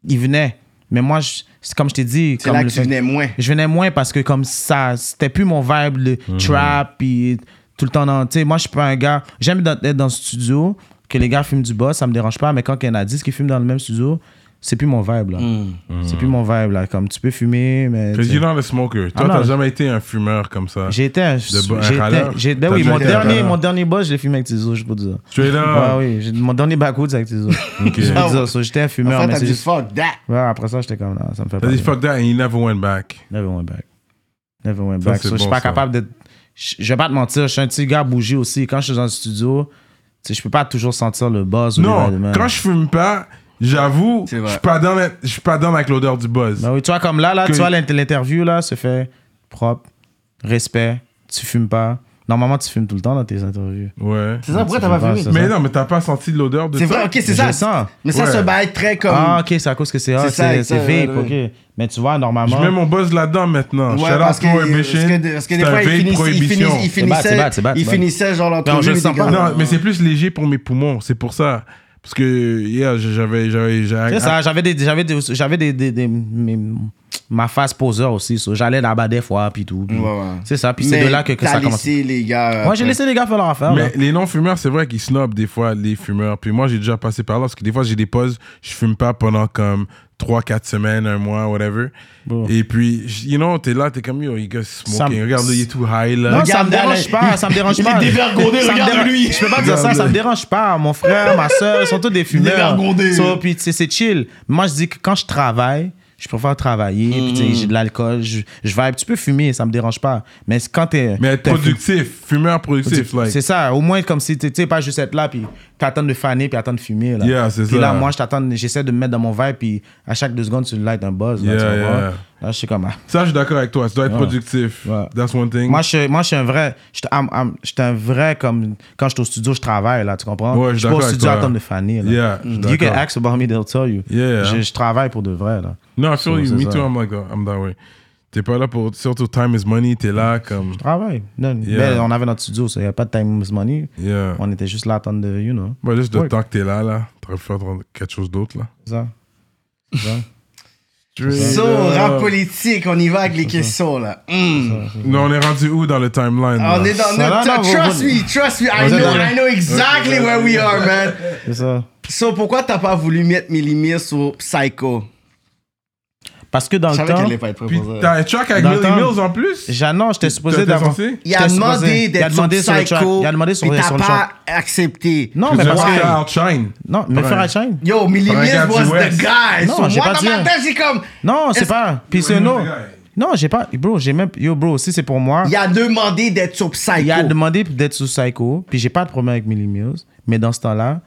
il venait. Mais moi, je- c'est comme je t'ai dit...
C'est
comme
là que
le
tu
fait-
venais moins.
Je venais moins parce que comme ça, c'était plus mon vibe, le
Mhm.
trap, puis tout le temps dans... Tu sais, moi, je suis pas un gars... J'aime dans- être dans le studio, que les gars fument du boss, ça me dérange pas, mais quand il y en a 10 qui fument dans le même studio, c'est plus mon vibe, là.
Mm.
Mm.
C'est plus mon vibe, là. Comme, tu peux fumer, mais... tu
Because
sais.
you're not a smoker. Toi,
Ah, non.
t'as jamais été un fumeur comme ça.
J'ai été un.
De- un
j'ai été-
râleur?
j'ai- ben
T'as
oui,
déjà
mon
été un
dernier,
râleur?
mon dernier boss, je l'ai fumé avec Tizo, je peux te dire.
Tu es
Ah
là.
oui, j'ai- mon dernier backwoods avec Tizo.
Ok.
Je peux te dire, so, j'étais un fumeur,
Enfin,
mais
t'as
c'est
dit
juste.
fuck that.
Ouais, après ça, j'étais comme, non, ça me fait pas.
T'as dit
rire.
fuck that and you never went back.
Never went back. Never went
Ça,
back.
c'est
So, je suis
bon,
pas
ça.
capable d'être. Je je vais pas te mentir, je suis un petit gars bougé aussi. Quand je suis dans le studio, tu sais, je peux pas toujours sentir le buzz. ou les vibes,
Non,
man.
quand je fume pas, j'avoue,
C'est
je
vrai.
suis pas dans la- je suis pas dans avec l'odeur du buzz.
Ben oui, tu vois, comme là, là,
Que-
tu vois, l'int- l'interview, là, se fait propre, respect, tu fumes pas. Normalement, tu fumes tout le temps dans tes interviews.
Ouais.
C'est ça, pourquoi
Tu
t'as
fumes
pas fumé?
c'est
Mais
ça.
non, mais t'as pas senti l'odeur de
C'est
ça.
vrai, ok, c'est
Je
ça.
le sens.
Mais ça,
Ouais.
se bat très comme.
Ah, ok, c'est à cause que c'est ah,
C'est ça,
c'est
ça,
c'est
ouais,
vape,
ouais.
ok. Mais tu vois,
Je
normalement.
mets mon buzz là-dedans maintenant.
Ouais,
Shout out
parce que, euh,
Prohibition.
parce que, parce que des
C'est un
fois,
vape
ils finissent, ils
prohibition.
finissent, ils
C'est bad, c'est
finissaient,
bad, c'est bad,
ils
c'est bad.
finissaient genre
Non, je
l'entrevue.
le
les
sens
gars.
pas.
Non, mais c'est plus léger pour mes poumons, c'est pour ça. Parce que hier, j'avais. j'avais-
C'est
j'avais-
ça, j'avais des, j'avais des, j'avais des, des, des- mes- ma face poseur aussi. so, J'allais là-bas des fois, puis tout. puis
Ouais, ouais.
C'est ça, puis c'est de
Mais
là que, que
t'as
ça commence.
laissé les gars.
Moi, j'ai
après.
laissé les gars faire leur affaire. là.
Mais les non-fumeurs, c'est vrai qu'ils snobent des fois les fumeurs. Puis moi, j'ai déjà passé par là parce que des fois, j'ai des pauses, je fume pas pendant comme 3-4 semaines, un mois, whatever. Et puis, j- you know, t'es là, t'es comme yo, il gars
Ça
smoking.
me-
Regarde, il est tout high là.
Non, ça
Regarde,
me dérange
Alain.
pas, ça me dérange
Il
pas.
est dévergondé,
Ça me
regarde
dérange-
lui.
Je peux pas dire ça, ça me dérange pas. Mon frère, ma soeur, sont tous des fumeurs.
dévergondé.
So, puis tu sais, c'est chill. Moi, je dis que quand je travaille, je préfère travailler, puis tu sais, j'ai de l'alcool, je, je vibe. Tu peux fumer, ça me dérange pas. Mais c'est quand t'es.
Mais être
t'es fumeur-
productif, fumeur productif, like.
C'est ça, au moins comme si tu sais pas juste être là puis t'attends de faner puis attends de fumer là.
Yeah, c'est
puis
ça.
là moi je t'attends, j'essaie de me mettre dans mon verre puis à chaque deux secondes tu light un buzz là,
Yeah,
tu vas voir.
yeah.
Là je suis comme ah.
Ça, je suis d'accord avec toi, tu dois être productif.
Ouais.
That's one thing.
moi je suis- moi je suis un vrai je suis- I'm- I'm- je suis un vrai comme quand je suis au studio je travaille là, tu comprends
Ouais, je
Je
suis
suis pas au
d'accord
studio à
avec toi.
attendre de faner là.
Yeah, je suis
You can
d'accord.
ask about me they'll tell you.
Yeah.
Je, je travaille pour de vrai là.
non, I feel you,
c'est
me
ça.
too, I'm like, that, I'm that way. T'es pas là pour. Surtout, time is money, t'es
Mm.
là comme.
Je travaille. Non,
Yeah.
ben, on avait notre studio, il n'y a pas de time is money.
Yeah.
On était juste là à attendre de, you know.
Bah, juste le
Ouais.
temps que t'es là, là, t'aurais pu faire quelque chose d'autre là.
c'est ça. C'est ça.
So, rap politique, on y va avec les questions là. Hmm.
Non, on est rendu où dans le timeline là?
On est dans
Ça va, là,
notre.
vous-
Trust
vous-
me, trust me. I
Vous êtes
know,
dans-
I know exactly where we are, man.
C'est ça.
So, pourquoi t'as pas voulu mettre Millimir sur Psycho?
Parce que dans
Je
le
savais qu'elle
temps,
allait pas être prête
Puis
pour ça.
t'as un track avec
Dans le
Millie
temps,
Mills en plus.
Jean- non, j'étais supposé
T'as- t'es
d'avoir.
censé?
Il a
j'étais
demandé
supposé- il a
d'être sur
demandé sur le track.
Psycho.
Il a demandé sur
puis
le
t'as
sur le
pas
track.
accepté.
Non,
Mais
mais
parce
parce
que
que-
Outshine.
Non, mais
Ouais.
faire la chaîne.
Yo, Millie
Un gars
Mills
du
was the
West.
guy.
Non,
So
j'ai
moi,
pas
dans
dit
ma
un.
tête, j'ai comme.
Non, c'est
Est-ce-
pas. Puis c'est
Ouais,
un
non,
autre.
mais gars,
Non, j'ai pas. Bro, j'ai même. Yo, bro, si c'est pour moi.
Il a demandé d'être sur Psycho.
Il a demandé d'être sous Psycho, puis j'ai pas de problème avec Millie Mills, mais dans ce temps-là,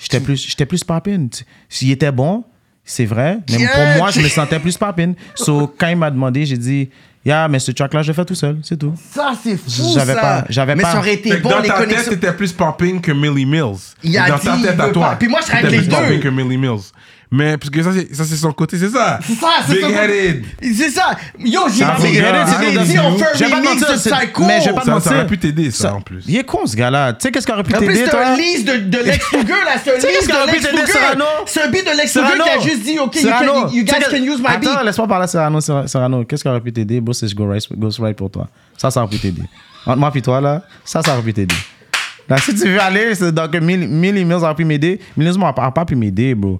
j'étais plus, j'étais plus poppin. Tu- S'il était bon, c'est vrai, mais
Yeah.
pour moi, je me sentais plus poppin. So, quand il m'a demandé, j'ai dit, yeah, mais ce track-là, je le fais tout seul, c'est tout.
Ça, c'est fou.
J'avais
ça.
pas- j'avais
Mais
pas.
ça aurait été
Fait que
bon,
dans
les
ta tête,
connexions.
t'étais plus popping que Millie Mills.
Il a
dans
dit,
ta
il
tête à
veut
toi.
pas. Puis moi, je serais
t'étais
avec
plus
les deux.
popping que Millie Mills. Mais parce que ça, c'est ça, c'est son côté, c'est ça.
C'est ça, c'est
Big
ça.
headed.
C'est ça. Yo, j'ai
Ça,
pas
c'est
dit.
vrai, c'est
J'ai
des
dit, on
interviews.
fait
J'ai
un
pas
remix
menti,
de
c'est-
Psycho.
mais j'ai pas
Ça, ça
mentir.
aurait pu t'aider, ça, en plus.
Il est con, ce gars-là. Tu sais, qu'est-ce qu'il aurait pu
En plus,
t'aider,
c'est un
toi?
lease de, de Lex Luger, là. C'est un
Tu sais
lease
qu'est-ce qu'on
de
a
Lex
pu t'aider, Cyrano?
Luger. C'est un beat de Lex Luger
Cyrano!
qui a juste dit, OK, you,
Cyrano!
can, you
Tu
guys
sais que-
can use my
Attends,
beat.
laisse-moi parler, Cyrano. Cyr- Cyrano, qu'est-ce qu'on aurait pu t'aider? Bro, c'est je go right, goes right pour toi. Ça, ça aurait pu t'aider. Entre moi et toi, là, ça, ça aurait pu t'aider. Là, si tu veux aller, c'est donc Millie Millie Mills aurait pu m'aider. Millie Mills n'aurait pas pas pu m'aider, bro.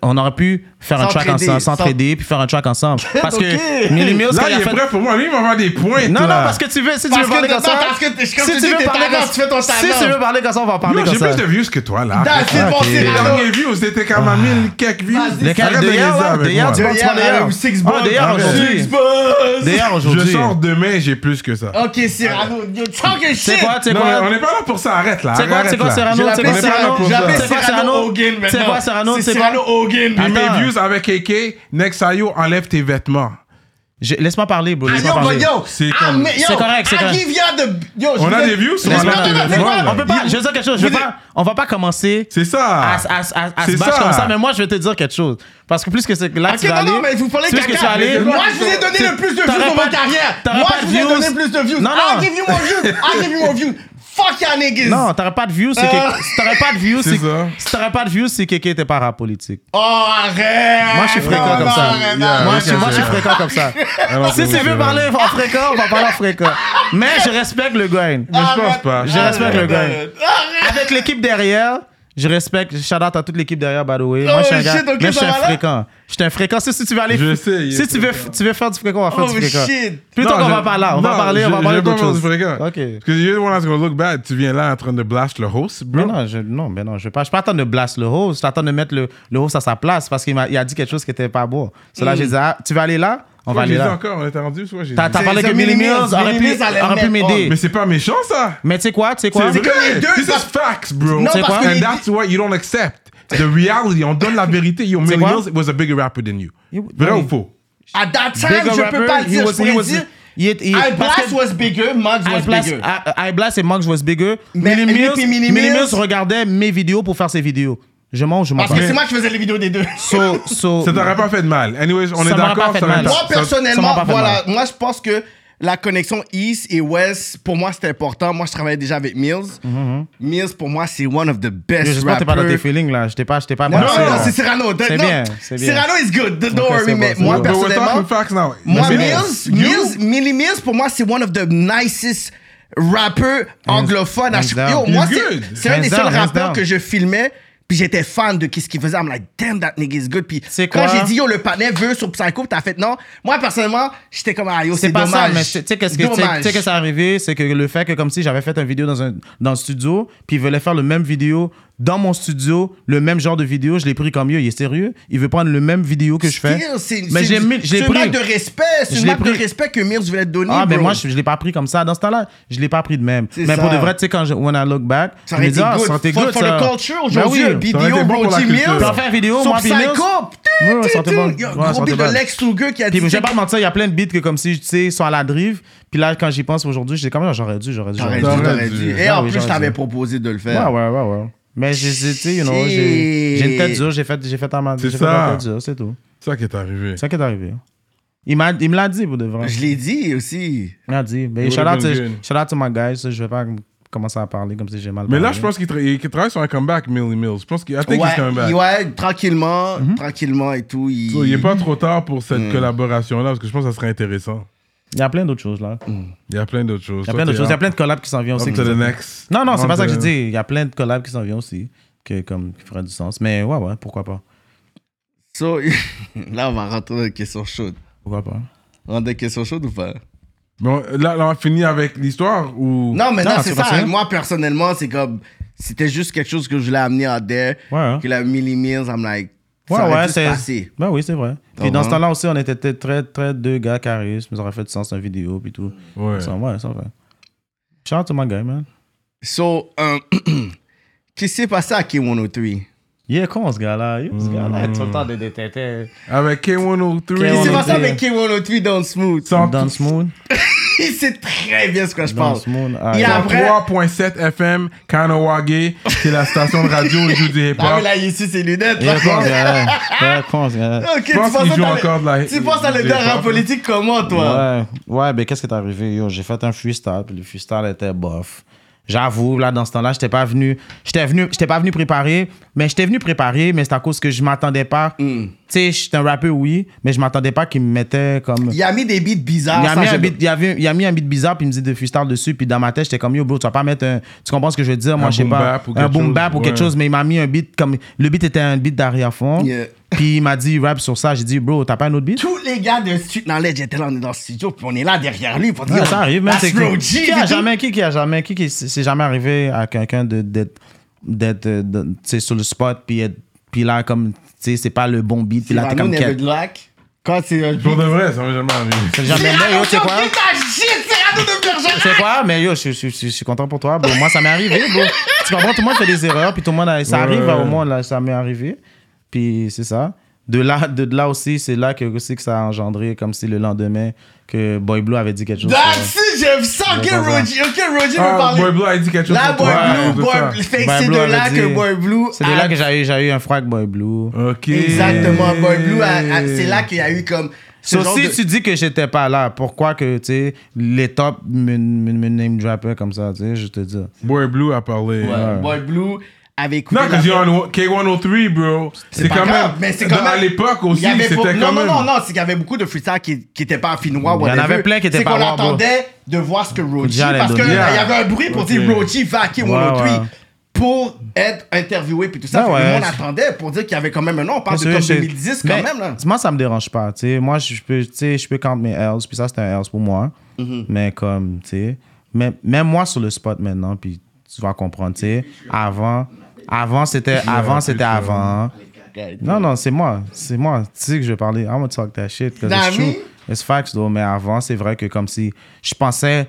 On aurait pu faire un track
S'entraider,
ensemble, s'entraider, puis faire un track ensemble. Parce
Ok.
que Millie Mills,
Là,
quand il
il
a
est
fait...
prêt pour moi. Lui, il va avoir des points.
Non, non,
là.
parce que tu veux, si tu
Parce
veux
que
parler comme
dedans,
ça...
parce que t- comme
Si
tu
tu
dis, t'es
veux parler
talent,
comme-
tu fais ton talent.
Si tu veux parler comme ça, on va en parler
Yo,
comme
j'ai
ça.
plus de views que toi, là.
Dans- C'est bon,
Ok.
c'est
Les
là.
derniers views, c'était quand même 1000 quelques views.
Vas-y.
Lesquels?
Arrête de
D'ailleurs,
niaiser
ouais,
avec
d'ailleurs,
moi.
tu parles-
D'ailleurs,
tu parles
ou Six
Ah,
Bucks.
D'ailleurs, aujourd'hui... D'ailleurs,
Je
aujourd'hui...
sors demain, j'ai plus que ça.
OK, Cyrano. You talking
C'est
shit.
quoi, c'est
Non, mais on
quoi?
n'est pas là pour ça. Arrête, là.
C'est quoi,
Arrête,
c'est quoi,
là.
Cyrano?
Je
C'est
l'appelle
quoi, Cyrano?
Cyrano. Je l'appelle
C'est quoi,
Cyrano
Cyrano?
Hogan maintenant.
C'est quoi, Cyrano?
C'est
C'est quoi?
Cyrano Hogan.
Puis mes
Attends.
views avec AK, Nexayo, enlève tes vêtements.
Je- Laisse-moi parler, bro.
Ah,
Laisse-moi
Yo,
parler.
but yo,
C'est
ah,
comme-
mais yo,
C'est correct, c'est
I
correct.
give you the- yo, je
On a
voulais-
des views sur
Mais
la
non,
liste
non,
des
non, non,
étoiles.
On peut pas. Je veux dire quelque chose. Je veux
Vous
pas. On va pas commencer.
C'est ça.
À, à- à- à
C'est
se battre
ça.
comme ça, mais moi je vais te dire quelque chose. Parce que plus que c'est là que
Ok,
tu
non,
vas
non,
aller-
mais vous parlez
plus que tu vas
caca.
aller-
Moi, je vous ai donné
C'est-
le plus de
t'aurais
views dans
pas
ma
de-
carrière.
t'aurais
Moi,
pas
je
de
vous ai donné
views.
plus de views.
Non, non.
I give you more views. I give you more views. Fuck y'all niggas.
Non, t'aurais pas de views si
Euh.
Kéké- si t'aurais pas de views
C'est
si
ça.
si t'aurais pas de views si Kéké était pas rapolitique.
Oh, arrête.
Moi je suis fréquent
Ah, Non,
comme
non,
ça.
arrête,
Yeah.
arrête.
Moi je suis- moi, je suis
Ok, ok.
fréquent comme ça.
Alors,
Si
Ah c'est
tu veux
vrai.
parler en fréquent, on va parler en fréquent. Mais je respecte le gars.
Mais je pense pas.
ah, Je respecte le gars.
Arrête, arrête.
Avec l'équipe derrière, je respecte. Shout out à toute l'équipe derrière, by the way. Moi,
Oh,
je suis un gars.
shit, ok,
mais je suis
ça
un
va là?
fréquent. Je suis un fréquent. Si, si tu veux aller.
Je sais, il est
Si tu veux,
fréquent.
tu veux faire du fréquent, on va faire
Oh,
du fréquent.
shit.
Plutôt
Non, je-
qu'on va parler là. On va
non,
parler, on
je-
va
je
parler
vais
d'autre
pas
chose.
parler du fréquent.
Ok.
Parce que you're the one that's gonna look bad. Tu viens là en train de blast le host, bro.
Mais non, je, non, mais non, je vais pas, je vais pas attendre de blast le host. Je t'attends de mettre le, le host à sa place parce qu'il m'a, il a dit quelque chose qui était pas bon. C'est là, j'ai dit, ah, tu veux aller là? On va
Soit
aller
Mm. j'ai dit
là.
encore, on était rendu, soit j'ai
T'as,
dit.
t'as parlé
C'est
que
ça,
Millie
Millie
Mills
Mills,
aurait
Millie
pu,
Mills allait
aurait pu
mettre
m'aider.
Mais c'est pas méchant, ça.
Mais tu sais quoi, tu sais quoi?
C'est
comme les
vrai.
deux,
This
ça-
is facts, bro.
Non,
C'est
parce
quoi?
que
And
les-
And that's what you don't accept. The reality. On donne la vérité. Yo, Millie
quoi?
Mills was a bigger rapper than you.
You-
Vrai
oui.
ou faux?
At that time,
Bigger
je peux pas le
rapper, he
dire.
was-
Je
he
pourrais
was-
dire.
il est- il-
I
parce que-
Blast was bigger, Mugs
I
was
Blast, ah,
bigger.
I- I Blast et Mugs was bigger.
Mais
Millie
lui
Mills,
puis Millie
Millie
Mills-
Mills regardait mes vidéos pour faire ses vidéos. Je mange, je m'en
Parce que
parle.
c'est moi qui faisais les vidéos des deux.
ah, So, so,
Ça t'aurait pas fait de mal. Anyways, on
Ça
est
m'aurait
d'accord.
pas fait
ça
de
aurait
mal.
Moi,
pas- ça-
m'a
personnellement,
pas fait
voilà,
mal.
moi, je pense que la connexion East et West, pour moi, c'est important. Moi, je travaillais déjà avec Mills. Mills, pour moi, c'est one of the best
Mm-hmm, J'espère que t'es
rappers.
pas dans tes feelings là. Je t'ai pas, je t'ai pas
non, non,
brassé,
non,
là.
c'est Cyrano. T'es-
C'est
non.
bien, c'est bien.
Cyrano is good, don't
Ok,
worry,
c'est bon,
mais
c'est
moi,
bon.
But we're talking
personnellement,
facts now.
moi,
Mais-
Mills,
You-
Mills, Millie Mills, pour moi, c'est one of the nicest rappeurs anglophones. à
hands
ch-
down.
Yo, moi,
He's good.
c'est- c'est un
Hands
des
down,
seuls
hands
rappeurs
down.
que je filmais. Puis j'étais fan de qu'est-ce qu'il faisait. I'm like, damn, that nigga is good. Puis
C'est
quand
quoi?
j'ai dit, yo, le panel veut sur Psycho, t'as fait non. Moi, personnellement, j'étais comme, ah, yo, c'est
C'est pas
dommage.
ça, mais tu sais- tu sais qu'est-ce que tu sais- tu sais que ça arrivé, c'est que le fait que comme si j'avais fait une vidéo dans un dans le studio, puis il voulait faire le même vidéo dans mon studio, le même genre de vidéo, je l'ai pris comme mieux, il est sérieux, il veut prendre le même vidéo que je fais. Mais j'ai mis- je
C'est
l'ai
une
pris.
marque de respect. C'est
Je
une
l'ai
marque de
pris.
respect que Mills voulait te donner.
Ah, mais
bro.
moi, je, je l'ai pas pris comme ça. Dans ce temps-là, je l'ai pas pris de même.
C'est
Mais pour
ça.
de vrai, tu sais, quand je, when I look back,
Ça
je me
aurait été
dis, ah, ça
good.
aurait été
for,
good,
for
ça.
the culture, aujourd'hui,
Ben
un
oui.
Ça aurait
vidéo,
été bon
bro,
pour la
Tim
culture.
Mills.
Ça
aurait fait une vidéo,
Sur
moi, puis Mills.
Psycho.
Ouais,
Tu, tu,
ça aurait
tu.
été bon.
Il y a un
Ouais, ça
gros
aurait
beat
été
de
bon.
Lex Luger qui a dit...
Puis je vais pas te mentir, il y a plein de beats que comme si, tu sais, sont à la drive. Puis là, quand j'y pense aujourd'hui, je dis quand même, j'aurais dû, j'aurais dû.
T'aurais dû,
j'aurais dû.
t'aurais
dû.
dû.
Ouais,
Et en
Ah oui,
plus, je
j'aurais
t'avais
dû.
proposé de le
Ouais,
faire.
ouais, ouais, ouais. Mais j'ai, j'ai- tu sais, you know,
Shit.
j'ai j'ai une tête dure, j'ai fait, j'ai fait un
C'est
j'ai fait ma
ça.
tête dure, c'est tout.
C'est ça qui est arrivé.
C'est ça qui est arrivé. Il, m'a, il me l'a dit pour de vrai.
Je l'ai dit aussi.
Il m'a dit. Mais
It
shout
would've
out, to,
been good.
shout out to my guys, ça, je vais pas commencer à parler comme si j'ai mal
Mais là,
parlé.
je pense qu'il tra- il- qu'il travaille sur un comeback, Millie Mills. Je pense qu'il I
Ouais,
think he's coming back.
il- ouais, tranquillement,
Mm-hmm.
tranquillement et tout. Il...
So, il n'est pas trop tard pour cette
Hmm.
collaboration-là, parce que je pense que ça serait intéressant.
Il y a plein d'autres choses là.
Il y a plein d'autres choses.
Il y a plein d'autres choses. Il y a plein de collabs qui s'en viennent aussi.
Up to the next.
Non, non, c'est pas ça que je
On
euh,
dis. Il y a plein de collabs qui s'en viennent aussi, que, comme, qui feraient du sens. Mais ouais, ouais, pourquoi pas.
So, là, on va rentrer dans les questions chaudes.
Pourquoi pas?
On rentre dans les questions chaudes ou pas?
Bon, là, là, on finit avec l'histoire ou.
Non, mais non,
Non,
c'est
c'est
ça.
pas ça.
Moi, personnellement, c'est comme. C'était juste quelque chose que je voulais amener en dé.
Ouais, hein.
Que la Millie Mills, I'm like.
Ouais,
ça aurait
ouais,
dû se
c'est.
passer. hein?
Ben oui, c'est vrai. Puis
Ouais.
dans ce temps-là aussi, on était t- très, très deux gars charisme. Ça aurait fait du sens en vidéo, puis tout.
Ouais.
Ça, ouais, ça va. Shout out to my guy, man.
So, euh, qu'est-ce qui s'est passé à K103?
Il est con, ce gars-là. Yo, ce
Mm.
gars-là, tout le temps de détester.
Avec
Qu'est-ce qui s'est
K103.
K103.
passé avec K103 dans Smooth?
Sans-
Dance Moon.
Il sait très bien ce que je parle.
Dance Moon. ah,
Il
ouais.
a- Après-
3.7 FM, Kanawage, c'est la station de radio où joue du
Ah, mais
hip-hop.
là, il est sur ses lunettes.
Il
là.
est con, ce gars-là. Il est con, ce gars-là.
Ok, tu
Je pense
penses
qu'il
à
joue
ta-
encore de la.
Tu penses à le
du
gars en
hip-hop.
politique comment, toi?
Ouais, ouais, ben qu'est-ce qui est arrivé? Yo, j'ai fait un freestyle, puis le freestyle était bof. J'avoue, là, dans ce temps-là, j'étais pas venu. J'étais venu, j'étais pas venu préparer, mais j'étais venu préparer, mais c'est à cause que je m'attendais pas.
Mm.
Tu sais, j'étais un rappeur, oui, mais je m'attendais pas qu'il me mettait comme.
Il a mis des beats bizarres.
Il a,
ça,
mis un
j'aime-
beat, il, avait- il a mis un beat bizarre, puis il me dit de freestyle dessus. Puis dans ma tête, j'étais comme, yo, bro, tu vas pas mettre un. Tu comprends ce que je veux dire? Moi,
Un
je sais
boom
pas.
bap ou
Un
quelque
boom
chose,
bap ou quelque
ouais.
chose, mais il m'a mis un beat comme. Le beat était un beat d'arrière-fond.
Yeah.
Puis il m'a dit, rap sur ça. J'ai dit, bro, t'as pas un autre beat?
Tous les gars de Street Knowledge étaient là, on est dans le studio, puis on est là derrière lui pour dire.
Ouais, ça arrive, man.
Ah. That's
c'est-
Bro G,
Qui
puis
a
tout.
jamais, qui, qui a jamais, qui, qui s- s'est jamais arrivé à quelqu'un de, d'être, d'être, euh, de- tu sais, sur le spot, puis être, puis là, comme, tu sais, c'est pas le bon beat, puis là, t'es
Cyrano
comme,
Never
quel-
Black. Bah, Quand c'est euh, un
Pour de vrai, ça m'a jamais arrivé.
C'est jamais mais yo, tu sais quoi?
de Bergerac.
C'est quoi? Mais yo, je, je- je- je suis content pour toi. Bon, moi, ça m'est arrivé, bro. Tu comprends? Tout le monde fait des erreurs, puis tout le monde, a- ça
Ouais,
arrive
ouais,
au
ouais.
moins, là, ça m'est arrivé. Puis c'est ça. De là, de, de là aussi, c'est là que, aussi que ça a engendré, comme si le lendemain, que Boy Blue avait dit quelque chose. euh,
That's it, j'aime ça. Ok,
comprends.
Roger, ok, Roger veut
Ah,
parler.
Boy Blue a dit quelque chose.
Là,
sur
Boy
toi. Ouais,
Blue,
c'est ça.
Boy Blue. Fait que
Boy
c'est
Blue
de
avait
là
dit-
que Boy Blue.
C'est de
a-
là que j'ai eu, j'ai eu un frac Boy Blue.
Ok.
Exactement, Boy Blue, a- a- c'est là qu'il y a eu comme. ce
So,
genre
si
de-
tu dis que j'étais pas là, pourquoi que tu sais, les tops me, me, me name droppaient comme ça, tu sais, je te dis.
Boy Blue a parlé.
Ouais, Boy Blue avait écouté.
Non,
la-
parce qu'il y a un K103, bro. C'est
pas
quand
grave,
même.
mais c'est
dans-
quand même-
À l'époque aussi,
Il y avait
c'était
beau-
quand
non,
même.
non, non, non, c'est qu'il y avait beaucoup de freestyles qui qui étaient pas finnois.
Il y en
whatever.
avait plein qui étaient
C'est
pas
qu'on
bons, bro.
attendait de voir ce que Roji.
Déjà, les
Parce qu'il
données.
y avait un bruit pour
Ok.
dire Roji va à qui
Ouais,
on
ouais.
pour être interviewé puis tout ça.
Ouais,
Fait que
ouais.
le monde attendait pour dire qu'il y avait quand même un nom. On parle de
Bien
comme
sûr, je-
2010 quand
Mais
même. là.
Moi, ça me dérange pas. tu sais. Moi, je je peux, tu sais, je peux count mes L's, puis ça, c'est un L's pour moi.
Mhm.
Mais comme, tu sais, même, même moi sur le spot maintenant, puis tu vas comprendre, tu sais, avant, avant c'était avant, c'était
putain.
avant. hein. Non, non, c'est moi. C'est moi. Tu sais que je vais parler. I'm gonna talk that shit. 'cause
Nah,
it's true.
me?
It's facts, though. Mais avant, c'est vrai que comme si je pensais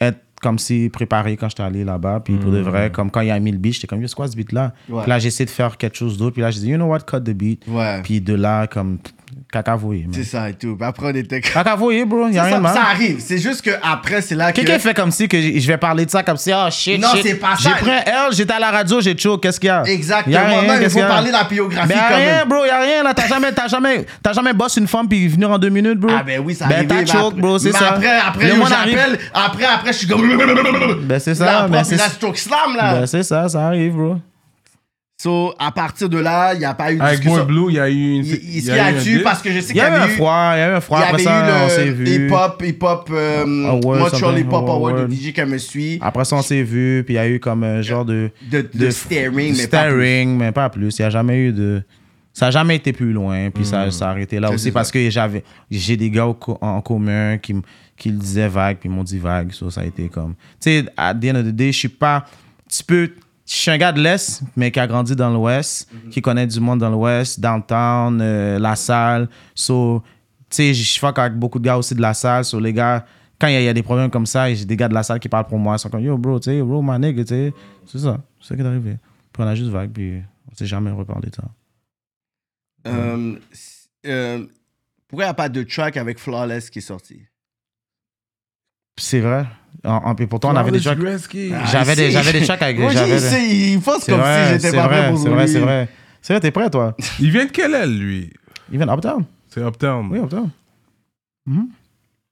être comme si préparé quand j'étais allé là-bas. Puis pour de vrai, comme quand il y a mis le beat, j'étais comme, Yo, c'est quoi ce beat-là?
Mm. Ouais.
Puis là, j'ai essayé de faire quelque chose d'autre. Puis là, j'ai dit, you know what, cut the beat.
Ouais.
Puis de là, comme, pff, cacavoyer, man.
C'est ça et tout. Puis Après, on était.
Cacavoyer, bro. Ah, Il y a rien de
Ça,
mal.
ça arrive. C'est juste que après, c'est là que.
Quelqu'un fait comme si que j- je vais parler de ça comme si, oh shit.
Non,
shit.
c'est pas ça.
J'ai pris un L, j'étais à la radio, j'ai chaud, qu'est-ce qu'il y a?
Exactement.
Y a rien,
Non, il
qu'est-ce
faut
qu'il y a?
parler de la biographie
Ben, y a
quand
rien,
même.
bro, y a rien, là. T'as jamais, t'as jamais, t'as jamais bossé une femme puis venir en deux minutes, bro.
Ah ben oui, ça arrive.
Ben, t'as
mais
choke,
après-
bro, c'est
mais
ça.
Après, après,
Le
yo,
monde arrive.
j'appelle. Après, après, je suis comme.
Ben, c'est ça,
La
ben,
propre,
c'est-
la stroke slam là.
Ben, c'est ça, ça arrive, bro.
So, à partir de là, il n'y a pas eu de
Avec Boy
discussion.
Blue, il y a eu une.
Il, il
il
se
y a eu un
là-dessus
diss.
parce que je sais
Il
qu'il
y a eu un froid, il y a eu un froid.
Il y
Après
avait
ça, on s'est
eu le
vu.
hip-hop, hip-hop, euh,
Award,
Montreal
something,
Hip-Hop Award,
award. Ah.
le DJ qui me suit,
Après ça, on s'est vu, puis il y a eu comme un genre de.
de, de, staring, mais pas plus.
staring, mais pas plus. Il n'y a jamais eu de. Ça n'a jamais été plus loin, puis
Hmm.
ça s'est arrêté là
Ça, c'est
aussi parce que j'avais j'ai des gars au co- en commun qui, m- qui le disaient vague, puis ils m'ont dit vague. Ça, ça a été comme. Tu sais, à the end of the day, je suis pas. Tu peux. Je suis un gars de l'Est, mais qui a grandi dans l'Ouest, qui connaît du monde dans l'Ouest, downtown, euh, la salle. So, tu sais, je fuck avec beaucoup de gars aussi de la salle. Sur les gars, quand il y, a- il y a des problèmes comme ça, et j'ai des gars de la salle qui parlent pour moi. Ils sont comme, yo, bro, tu sais, bro, my nigga, tu sais. C'est ça. C'est ça qui est arrivé. Puis on a juste vague, puis on s'est jamais reparlé de ça.
Euh, s- euh, pourquoi il n'y a pas de track avec Flawless qui est sorti?
Puis C'est vrai. En, en- puis pourtant, on avait des
Flawless
tracks.
Gretzky.
Ah, J'avais des, j'avais des tracks avec.
Moi,
j'avais
il,
des-
sait, il pense
C'est
comme si
vrai,
j'étais
c'est
pas prêt
vrai,
pour
c'est
lui.
vrai, c'est vrai. C'est vrai, t'es prêt, toi?
Il vient de quelle aile, lui
Il vient d'Uptown?
C'est Uptown.
Oui, Uptown.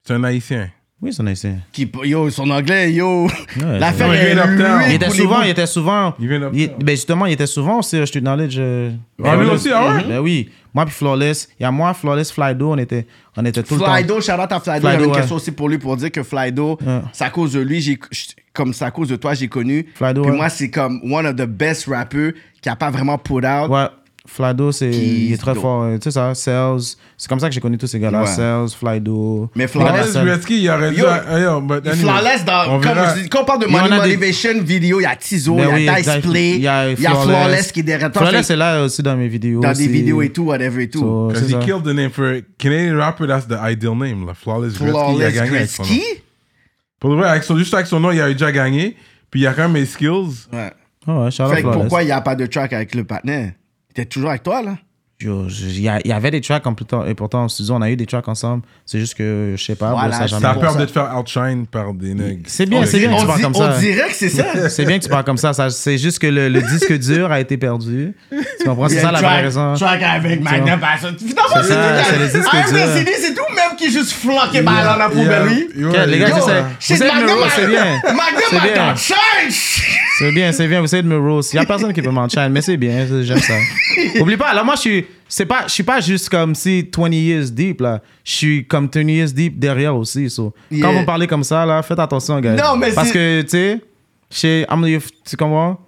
C'est un haïtien.
Oui, c'est un haïtien.
Qui- yo, son anglais, yo.
Ouais,
L'affaire
c'est vrai.
est
Il vient d'Uptown.
lui
Il était
pour les
souvent,
bouts.
il était souvent.
Il vient
il-
d'Uptown.
ben justement, il était souvent aussi, je te knowledge. euh,
Ah, lui
Flawless.
aussi, ah ouais?
Ben oui. Moi, puis Flawless. Il y a moi, Flawless, Flydo, on était, on était tout le temps.
Flydo, shout out à Flydo.
Flydo,
J'avais une
ouais.
question aussi pour lui pour dire que Flydo,
Ouais.
c'est à cause de lui, j'ai, j't- comme c'est à cause de toi, j'ai connu.
Flydo,
Puis
ouais.
moi, c'est comme one of the best rappers qui a pas vraiment put out.
Ouais. Flado, c'est,
Keys,
il est très
Do-
fort. hein. Tu sais ça, Sales. C'est comme ça que j'ai connu tous ces gars-là.
Ouais.
Sales, Flado.
Mais Flawless-
Flado,
Flawless
c'est-
Gretzky, il aurait dû.
Yo,
Ah, yo, but anyway.
Flawless dans.
On
Comme
verra.
je dis, quand on parle de
Il y en
Money
a des-
Motivation vidéo, il y a Tizo, il
Ben oui,
y a Dice
exact.
Play, il y a Flawless qui est derrière toi.
Flawless
fait-
est là aussi dans mes vidéos.
Dans
aussi.
des vidéos et tout, whatever et tout.
So,
Because
c'est
he
ça.
killed the name for a Canadian rapper, that's the ideal name. Là. Flawless Gretzky, il a
Flawless
gagné avec son nom.
Gretzky?
Pour le vrai, avec son, juste avec son nom, il a déjà gagné. Puis il a quand même mes skills.
Ouais.
Oh, ouais, shout out
Fait que
Flawless.
pourquoi il n'y a pas de track avec le partenaire? Il était toujours avec toi, là?
Yo, je- Il y, a- il y avait des tracks en plus tard, et pourtant en studio, on a eu des tracks ensemble. C'est juste que je sais pas,
Voilà,
bon, ça a
c'est
jamais
T'as
pour
peur
ça.
de te faire outshine par des nègres.
C'est bien,
Ouais.
c'est bien.
On,
tu parles
di-
comme
on
ça.
dirait que c'est ça.
C'est bien que tu parles comme ça. ça c'est juste que le, le disque dur a été perdu. Tu comprends? C'est ça la vraie
track,
raison.
Track avec
vois.
Magnum Passion. Finalement,
C'est
c'est
ça,
tout.
c'est les disques
Ah,
durs.
mais c'est- c'est tout même qui juste flanqué mal dans la
Yeah.
poubelle, oui.
Ouais,
Ok, les gars,
Yo,
j'essaie.
shit,
Vous êtes
Magnum
numéro,
a-
c'est bien. C'est
Magnum
bien.
a change.
C'est bien, c'est bien. Vous essayez de me rose. Il n'y a personne qui peut m'enchaîner, mais c'est bien. c'est- J'aime ça. Oublie pas, là, moi, je suis, c'est pas, je suis pas juste comme si 20 years deep, là. Je suis comme 20 years deep derrière aussi. so.
Yeah.
Quand vous parlez comme ça, là, faites attention, gars.
Non, mais
Parce
c'est-
que, tu sais, chez- I'm the- tu comprends?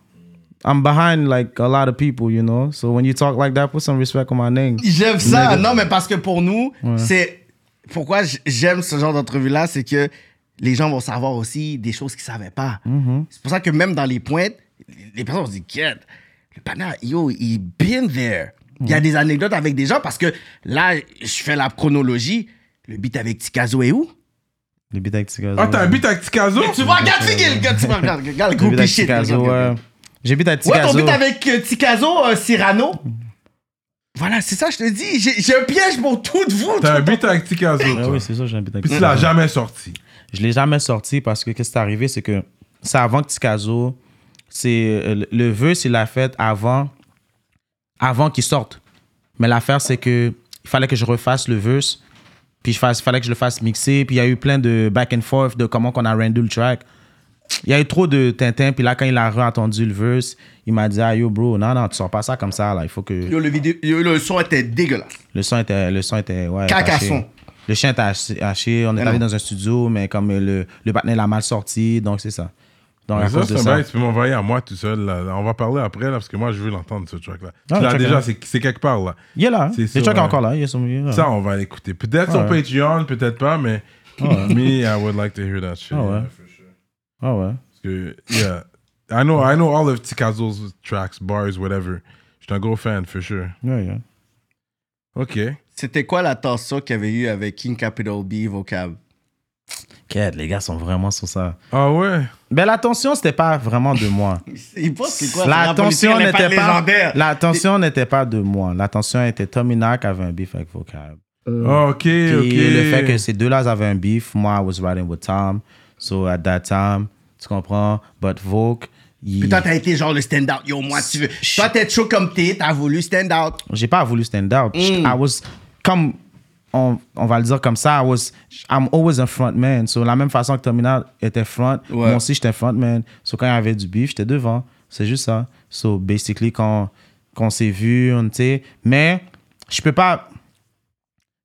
I'm behind, like, a lot of people, you know? So when you talk like that, put some respect on my name.
J'aime ça. Non, mais parce que pour nous, c'est. Pourquoi j- j'aime ce genre d'entrevue-là, c'est que les gens vont savoir aussi des choses qu'ils ne savaient pas. C'est pour ça que même dans les pointes, les personnes vont se dire, Get, le panard, yo, il been there. Il y a des anecdotes avec des gens parce que là, je fais la chronologie. Le beat avec Tikazo est où?
Les beats avec Tigazo.
Ah, t'as un beat avec Tikazo?
Tu vois, regarde, tu sais, regarde, tu vois, regarde, regarde le
Les beats
groupe
avec
shit.
Tigazo,
regarde, regarde.
ouais. J'ai beat avec
Ouais, ton
Tigazo.
beat avec euh, Tikazo, euh, Cyrano. Voilà, c'est ça, je te dis. J'ai j'ai un piège pour toutes vous.
T'as un
tout-
beat avec Tikazo.
Ouais,
toi.
Ah oui, c'est ça, j'ai un beat avec
Puis tu
Tigazo.
l'as jamais sorti.
Je l'ai jamais sorti parce que qu'est-ce qui est arrivé, c'est que c'est avant que Ticazo, c'est euh, le- le vœu, c'est la fête avant, avant qu'il sorte. Mais l'affaire, c'est que il fallait que je refasse le vœu, puis je fasse, fallait que je le fasse mixer, puis il y a eu plein de back and forth de comment qu'on a rendu le track. Il y a eu trop de Tintin, puis là, quand il a re-entendu le verse, il m'a dit, ah yo, bro, non, non, tu sors pas ça comme ça, là, il faut que.
Yo, le, vidéo, yo, le son était dégueulasse.
Le son était. Le son était ouais,
Cacasson.
haché. Le chien était haché- haché. On est
non.
allé dans un studio, mais comme le, le partenaire l'a mal sorti, donc c'est ça. Donc à
Mais ça,
cause de
c'est un
ça.
bail, tu peux m'envoyer à moi tout seul. là. On va parler après, là, parce que moi, je veux l'entendre, ce track-là.
Ah,
tu l'as
check
déjà,
it.
c'est c'est quelque part, là.
Il est là.
C'est
Le
sûr,
truc est
ouais.
encore là. Il est sur- il est là.
Ça, on va l'écouter. Peut-être sur
Ouais.
Patreon, peut-être pas, mais me, I would like to hear that shit.
Ah ouais.
yeah, for sure.
Ah ouais.
Parce que, yeah, I know, I know all of Tikazo's tracks, bars, whatever. Je suis un gros fan, for sure.
Yeah, yeah.
OK.
C'était quoi la tension qu'il y avait eu avec King Capital B Vocab?
Quête, les gars sont vraiment sur ça.
Ah ouais?
Ben l'attention, c'était pas vraiment de moi.
Il pense que quoi? c'est la
L'attention
politique,
n'était
l'impact
pas.
légendaire.
L'attention n'était pas de moi. L'attention était Tominac avait un beef avec Vocab.
Ah, OK,
Euh, Puis
OK.
le fait que ces deux-là avaient un beef, moi, I was riding with Tom. So at that time, tu comprends? But Vogue, il-
Puis toi, t'as été genre le stand-out. Yo, moi, tu veux. Toi, t'es chaud comme t'es, t'as voulu stand-out.
j'ai pas voulu stand out.
Mm.
I was comme on, on va le dire comme ça, I was I'm always a frontman. So la même façon que Terminal était front, moi aussi j'étais frontman. So quand il y avait du beef, j'étais devant. C'est juste ça. So basically quand qu'on s'est vu, on tu sais, mais je peux pas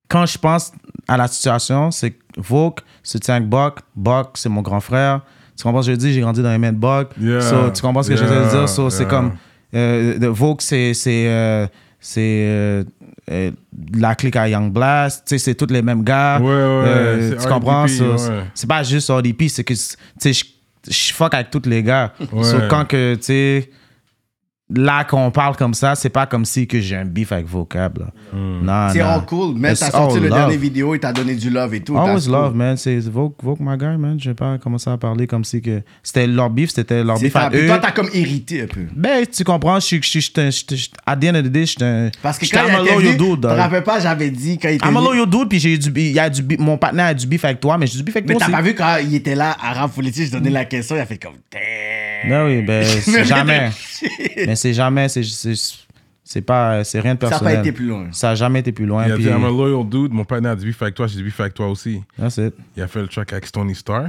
quand je pense à la situation, c'est que Vogue se tient avec Buck. Buck, c'est mon grand frère. Tu comprends ce que je dis? J'ai grandi dans les mains de Buck.
Yeah.
So, tu comprends ce que j'essaie de
Yeah.
dire? So, C'est
Yeah.
comme. euh, de- Vogue, c'est. C'est. euh, c'est, euh, euh, la clique à Young Blast. Tu sais, c'est tous les mêmes gars.
Ouais, ouais,
Euh,
c'est
tu comprends?
RDP,
So, c'est-
ouais.
C'est pas juste RDP, c'est que. Tu sais, je- je fuck avec tous les gars. So,
Ouais.
quand que. Tu sais là qu'on parle comme ça, c'est pas comme si que j'ai un beef avec vocab. là.
Mm.
Non,
C'est
non.
Ah all cool. Mais
It's
t'as sorti
all
le
love.
dernier vidéo et t'as donné du love et tout.
Always
That's
love,
cool.
man. C'est Vogue, Vogue, my guy, man. J'ai pas commencé à parler comme si que c'était leur beef, c'était leur
C'est
beef à
ça. Puis
eux.
toi, t'as comme irrité un peu.
Ben, tu comprends, je suis, je suis, je suis, un- je suis- je suis- at the end of the day, je suis un.
Parce que
je suis
quand
un
il était
loyal
venu,
dude,
te
dog.
rappelles pas, j'avais dit quand il était
I'm a
venu-
loyal dude, puis j'ai eu du, il y a du beef- mon partenaire a du beef avec toi, mais j'ai du beef avec
Mais
toi
t'as
aussi.
pas vu quand il était là, à Rap Politique, je donnais la question, il a fait comme. Damn.
Ben oui, ben, c'est jamais. mais c'est jamais, c'est, c'est, c'est pas, c'est rien de
Ça a pas
personnel.
été plus loin.
Ça a jamais été plus loin.
Il a
puis,
dit, I'm a loyal dude. Mon partner a dit beef avec toi, j'ai dit beef avec toi aussi.
that's it.
Il a fait le track avec Stony Star.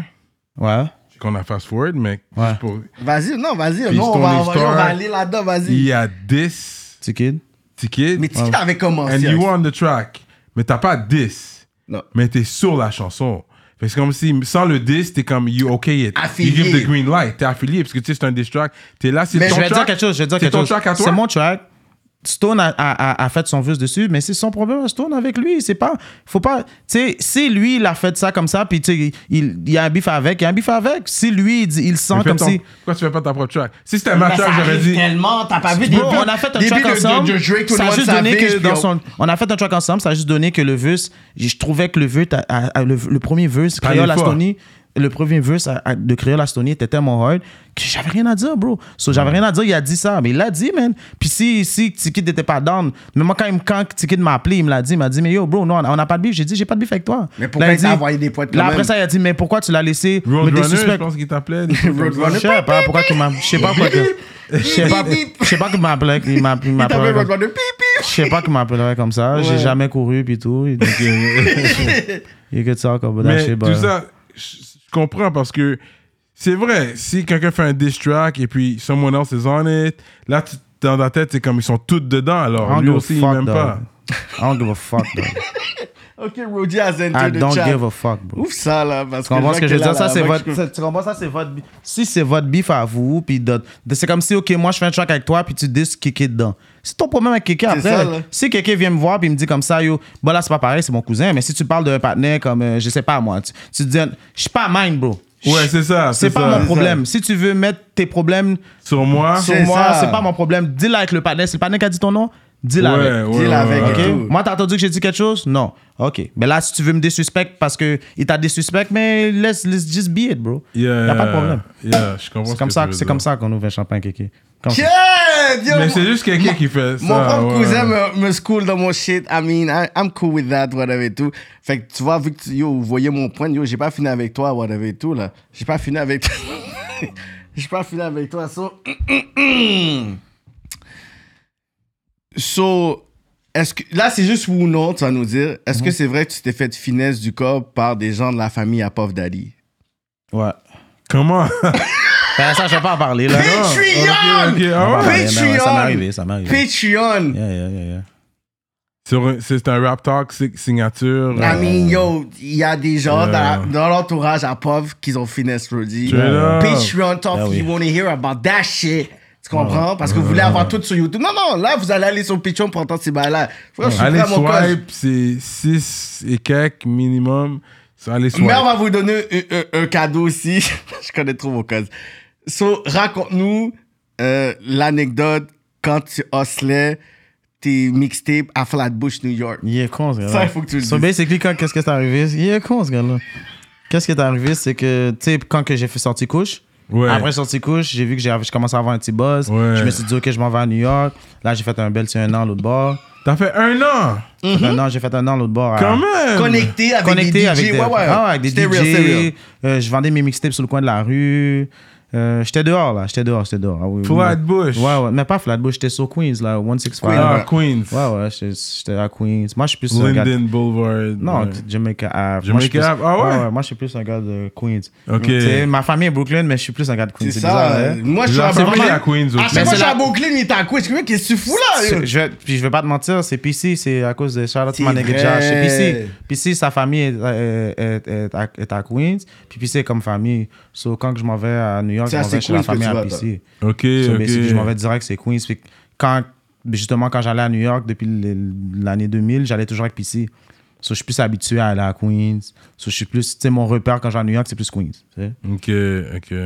Ouais.
Qu'on a fast forward, mais
Ouais.
juste pour-
Vas-y, non, vas-y.
Puis
Non, on va,
Stony
on va- on va
Star,
aller là-dedans, vas-y.
il y a 10
Tu kid?
tickets.
Mais tu
Ah
sais, t'avais commencé.
And
avec
you
ça.
on the track. Mais t'as pas 10.
Non.
Mais t'es sur la chanson. Fait que c'est comme si, sans le 10, t'es comme, you okay it.
Affilié.
You give the green light. T'es affilié parce que tu sais, c'est un diss track. T'es là, c'est
Mais
ton
Je vais
track.
dire quelque chose, je vais dire
C'est
quelque
ton
chose.
track à toi.
C'est mon track. Stone a, a- a- a fait son verse dessus, mais c'est son problème à Stone avec lui. C'est pas. Faut pas. Tu sais, si lui, il a fait ça comme ça, puis tu sais, il, il y a un bif avec, il y a un bif avec. Si lui, il, dit- il sent
Mais fais
comme
ton-
si.
Pourquoi tu fais pas ta propre track? Si c'était
Mais
ma
ça
track, j'aurais
arrive
dit.
Tellement, t'as pas vu des
Bro,
buts-
on a fait un
des buts
track
de- de-
ensemble.
de Drake, tout le
ça a
monde
juste donné
savait,
que
puis
dans
on-
son- on a fait un track ensemble. Ça a juste donné que le verse, je trouvais que le verse, à- à- à- le, le premier verse,
Pas
Créole
des fois.
Astonie, le premier verse à- à- de Créole Astonie était tellement hard que j'avais rien à dire, bro. So, j'avais rien à dire. Il a dit ça, mais il l'a dit, man. Puis si, si Tiki n'était pas down, mais moi, quand, il me- quand Tiki m'a appelé, il me l'a dit. Il m'a dit, mais yo, bro, non, on n'a pas de beef. J'ai dit, j'ai pas de beef avec toi.
Mais pourquoi
Là,
il t'a
dit-
envoyé des poètes quand
Là,
même?
après ça, il a dit, mais pourquoi tu l'as laissé me
Roadrunner, je
désuspecter?
pense qu'il t'appelait. des trucs comme ça.
Je
Roadrunner.
sais pas pourquoi qu'il m'a. Je sais pas pourquoi. que- Je sais pas. Je sais pas qu'il m'appelait. Il m'a. Il
Il t'appelait
m'appelait comme-
Roadrunner, pip, pip.
Je sais pas qu'il m'appellerait comme ça. J'ai jamais couru puis tout. Donc, euh, you could talk about that
Mais
shit,
tout
but-
ça, je je comprends parce que c'est vrai, si quelqu'un fait un diss track et puis someone else is on it, là, tu- dans ta tête, c'est comme ils sont tous dedans,
I don't
alors lui
give a
aussi, il
fuck,
m'aime
dog.
pas.
I don't give a fuck, dog.
Ok, Rudy has
I
entered the
don't
chat.
give a fuck, bro.
Ouf ça là, parce
Tu comprends ce que je veux
vois
dire?
t'es là,
Ça, c'est
là,
votre.
moi,
ça- Tu comprends ça? C'est votre. bi- Si c'est votre bif à vous, puis d'autres- de- c'est comme si, OK, moi, je fais un track avec toi, puis tu dis ce Kéké dedans. C'est ton problème avec Kéké après.
ça, là.
Si Kéké vient me voir, puis il me dit comme ça, yo, bah là, c'est pas pareil, c'est mon cousin, mais si tu parles d'un partenaire comme, euh, je sais pas moi, tu, tu te dis, je suis pas mine, bro.
Ouais, c'est ça,
C'est
c'est
pas
ça.
mon problème. Si tu veux mettre tes problèmes
Sur moi,
sur
C'est
moi,
ça.
c'est pas mon problème. Dis-le avec le partenaire. C'est le partenaire qui a dit ton nom, dis-le
Ouais,
avec.
ouais,
Deal
ouais,
avec,
ouais.
OK?
Ouais.
Moi, t'as entendu que j'ai dit quelque chose? Non. OK. Mais là, si tu veux me désuspecter parce que il t'a désuspect, mais let's, let's just be it, bro. Il
Yeah,
a pas de problème.
yeah, je comprends
C'est
ce
comme
que
ça,
tu veux
c'est
dire.
comme ça qu'on ouvre un champagne, Kéké. Comme
je-
ça.
Yeah, yo,
Mais
moi-
c'est juste quelqu'un qui fait ça.
Mon propre
ouais.
cousin me, me school dans mon shit. I mean, I- I'm cool with that, whatever et tout. Fait que tu vois, vu que tu, yo, vous voyez mon point, yo, j'ai pas fini avec toi, whatever et tout, là. J'ai pas fini avec toi. j'ai pas fini avec toi, so. so. Est-ce que, là, c'est juste oui ou non, tu vas nous dire. Est-ce
Mhm.
que c'est vrai que tu t'es fait finesse du corps par des gens de la famille à Puff Daddy?
Ouais.
Comment
Ben, ça, je vais pas en parler, là.
Patreon!
Ah, Ok, ok,
Non.
ah ouais.
Ouais, mais ouais, Ça
Patreon!
m'est arrivé, ça m'est arrivé.
Patreon!
Yeah, yeah, yeah, yeah.
Sur un- C'est un rap talk sig- signature.
I mean, yo, il y a des gens
Euh.
dans, la- dans l'entourage à Pov qui ont finesse Rudy.
Straight up.
Patreon talk,
Ben oui.
you wanna hear about that shit. Tu comprends? Parce que vous voulez avoir tout sur YouTube. Non, non, là, vous allez aller sur Patreon pour entendre ces bails-là. Frère, je suis
Allez
prêt à mon cause.
swipe, c'est 6 et quelques minimum. Ça, Allez swipe.
Mais on va vous donner un, un- un cadeau aussi. je connais trop vos causes. So, raconte-nous euh, l'anecdote quand tu hustlais tes mixtapes à Flatbush, New York.
Il est con, ce gars-là.
Ça, il faut que tu le
So,
dises.
basically, quand, qu'est-ce qui est arrivé? Il est con, ce gars-là. Qu'est-ce qui est arrivé, c'est que, tu sais, quand que j'ai fait sortie couche,
Ouais.
après sortie couche, j'ai vu que j'ai je commençais à avoir un petit buzz.
Ouais.
Je me suis dit, OK, je m'en vais à New York. Là, j'ai fait un bel, c'est un an, l'autre bord.
T'as fait un an
Ça fait un an, j'ai fait un an, l'autre bord.
Mhm.
à-
quand même.
Connecté avec des
Connecté
DJ.
avec des,
ouais, ouais.
Ah ouais, avec des
C'était
DJ.
real, c'était real.
Euh, je vendais mes mixtapes sur le coin de la rue. Euh, j'étais dehors, là. J'étais dehors, j'étais dehors. Ah oui, oui.
Flatbush.
Ouais, ouais. Mais pas Flatbush, j'étais sur Queens, là, 165.
Ah, Queens.
Ouais, ouais, j'étais- j'étais à Queens. Moi, je suis plus un gars de-
Linden Boulevard.
Non,
Ouais.
Jamaica Ave.
Jamaica
Moi, je suis plus-
Ave, ah ouais?
Moi, je suis plus un gars de Queens.
Ok. euh,
Tu sais, ma famille est Brooklyn, mais je suis plus un gars de Queens.
C'est
bizarre,
ça. euh,
hein?
Moi, je suis
La
à
famille
Brooklyn.
à
Ah,
Queens aussi.
c'est
Mais
moi,
c'est
je suis
la-
à Brooklyn, il est à Queens. Qu'est-ce que tu fous là?
C'est-
yo?
Je vais, puis je vais pas te mentir, c'est PC, c'est à cause de Charlotte
C'est
mon nigga
vrai.
Josh. C'est PC. PC, sa famille est, est- est- est à, est à Queens. Puis PC est comme famille. So, quand que je m'en vais à New York,
C'est
je
à
m'en vais
c'est
chez la
Queens que
famille
tu
à
vas,
PC.
Ok,
So,
ok.
basically, je m'en vais direct, c'est Queens. Puis quand, justement, quand j'allais à New York depuis le- l'année 2000, j'allais toujours avec PC. So, je suis plus habitué à aller à Queens. So, je suis plus, tu sais, mon repère quand je vais à New York, c'est plus Queens. tu sais.
Ok,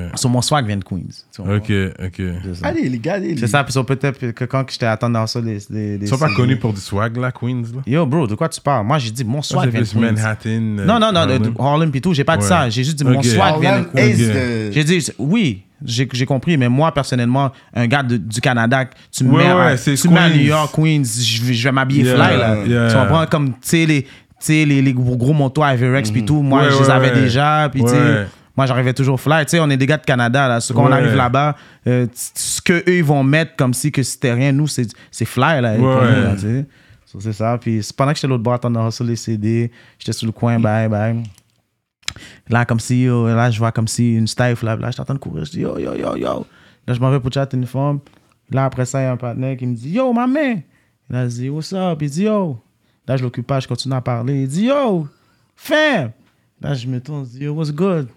ok.
So, mon swag vient de Queens. tu vois.
Ok, ok.
C'est ça.
Allez, les gars, allez.
C'est ça, puis so, peut-être que quand j'étais à attendre ça, les. les, les
Ils sont pas
les-
connus pour du swag, là, Queens, là.
Yo, bro, de quoi tu parles? Moi, j'ai dit mon
Ça,
swag
c'est
vient de
plus
Queens.
Manhattan. euh,
Non, non, non, de- de
Harlem.
Harlem pis tout, j'ai pas dit
Ouais.
ça. J'ai juste dit mon
Ok.
swag vient de
Harlem
Queens.
Ace
Ok.
de-
J'ai dit, oui, j'ai j'ai compris, mais moi, personnellement, un gars de- du Canada, tu me
Ouais,
mets,
ouais,
à,
c'est
tu me mets à
Queens.
New York, Queens, je vais, je vais m'habiller
Yeah,
fly, là.
yeah.
Tu comprends? Comme, tu sais, les, tu sais, les, les gros gros manteaux à Everex pis tout, moi,
Ouais,
je les
ouais,
avais
ouais.
déjà, pis tu
Ouais.
sais... Moi, j'arrivais toujours fly. Tu sais, on est des gars de Canada, là. So, Quand on
Ouais.
arrive là-bas, euh, t- ce que eux ils vont mettre comme si que c'était rien, nous, c'est c'est fly, là.
Ouais.
pour nous, là, tu sais. So, c'est ça. Puis c'est pendant que j'étais l'autre bord, on a les CD. J'étais sur le coin, bye, bye. Là, comme si, yo, là, je vois comme si une staff, là, là je t'entends courir, je dis, yo, yo, yo, yo. Là, je m'en vais pour chat une femme. Là, après ça, il y a un partenaire qui me dit, yo, ma main. Là, je dis, what's up? Il dit, yo. Là, je l'occupe pas, je continue à parler. Il dit, yo, femme. Là, je me tourne, je dis, yo, what's good?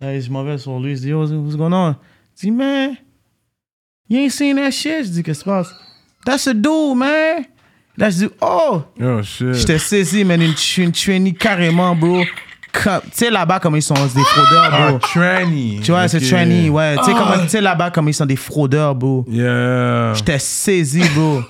Là, je m'en vais sur lui, je dis, yo, what's going on? Il dit, man, you ain't seen that shit? Je dis, qu'est-ce qui se passe? That's a dude, man. Là, je dis, oh,
Oh shit.
J'étais saisi, man, une, ch- une tranny carrément, bro. Comme- Tu sais, là-bas, comme ils sont des fraudeurs,
Ah,
bro.
tranny.
Tu
Ok.
vois,
Ah!
c'est tranny, ouais. Tu sais, comme- tu sais, là-bas, comme ils sont des fraudeurs, bro.
Yeah.
J'étais saisi, bro.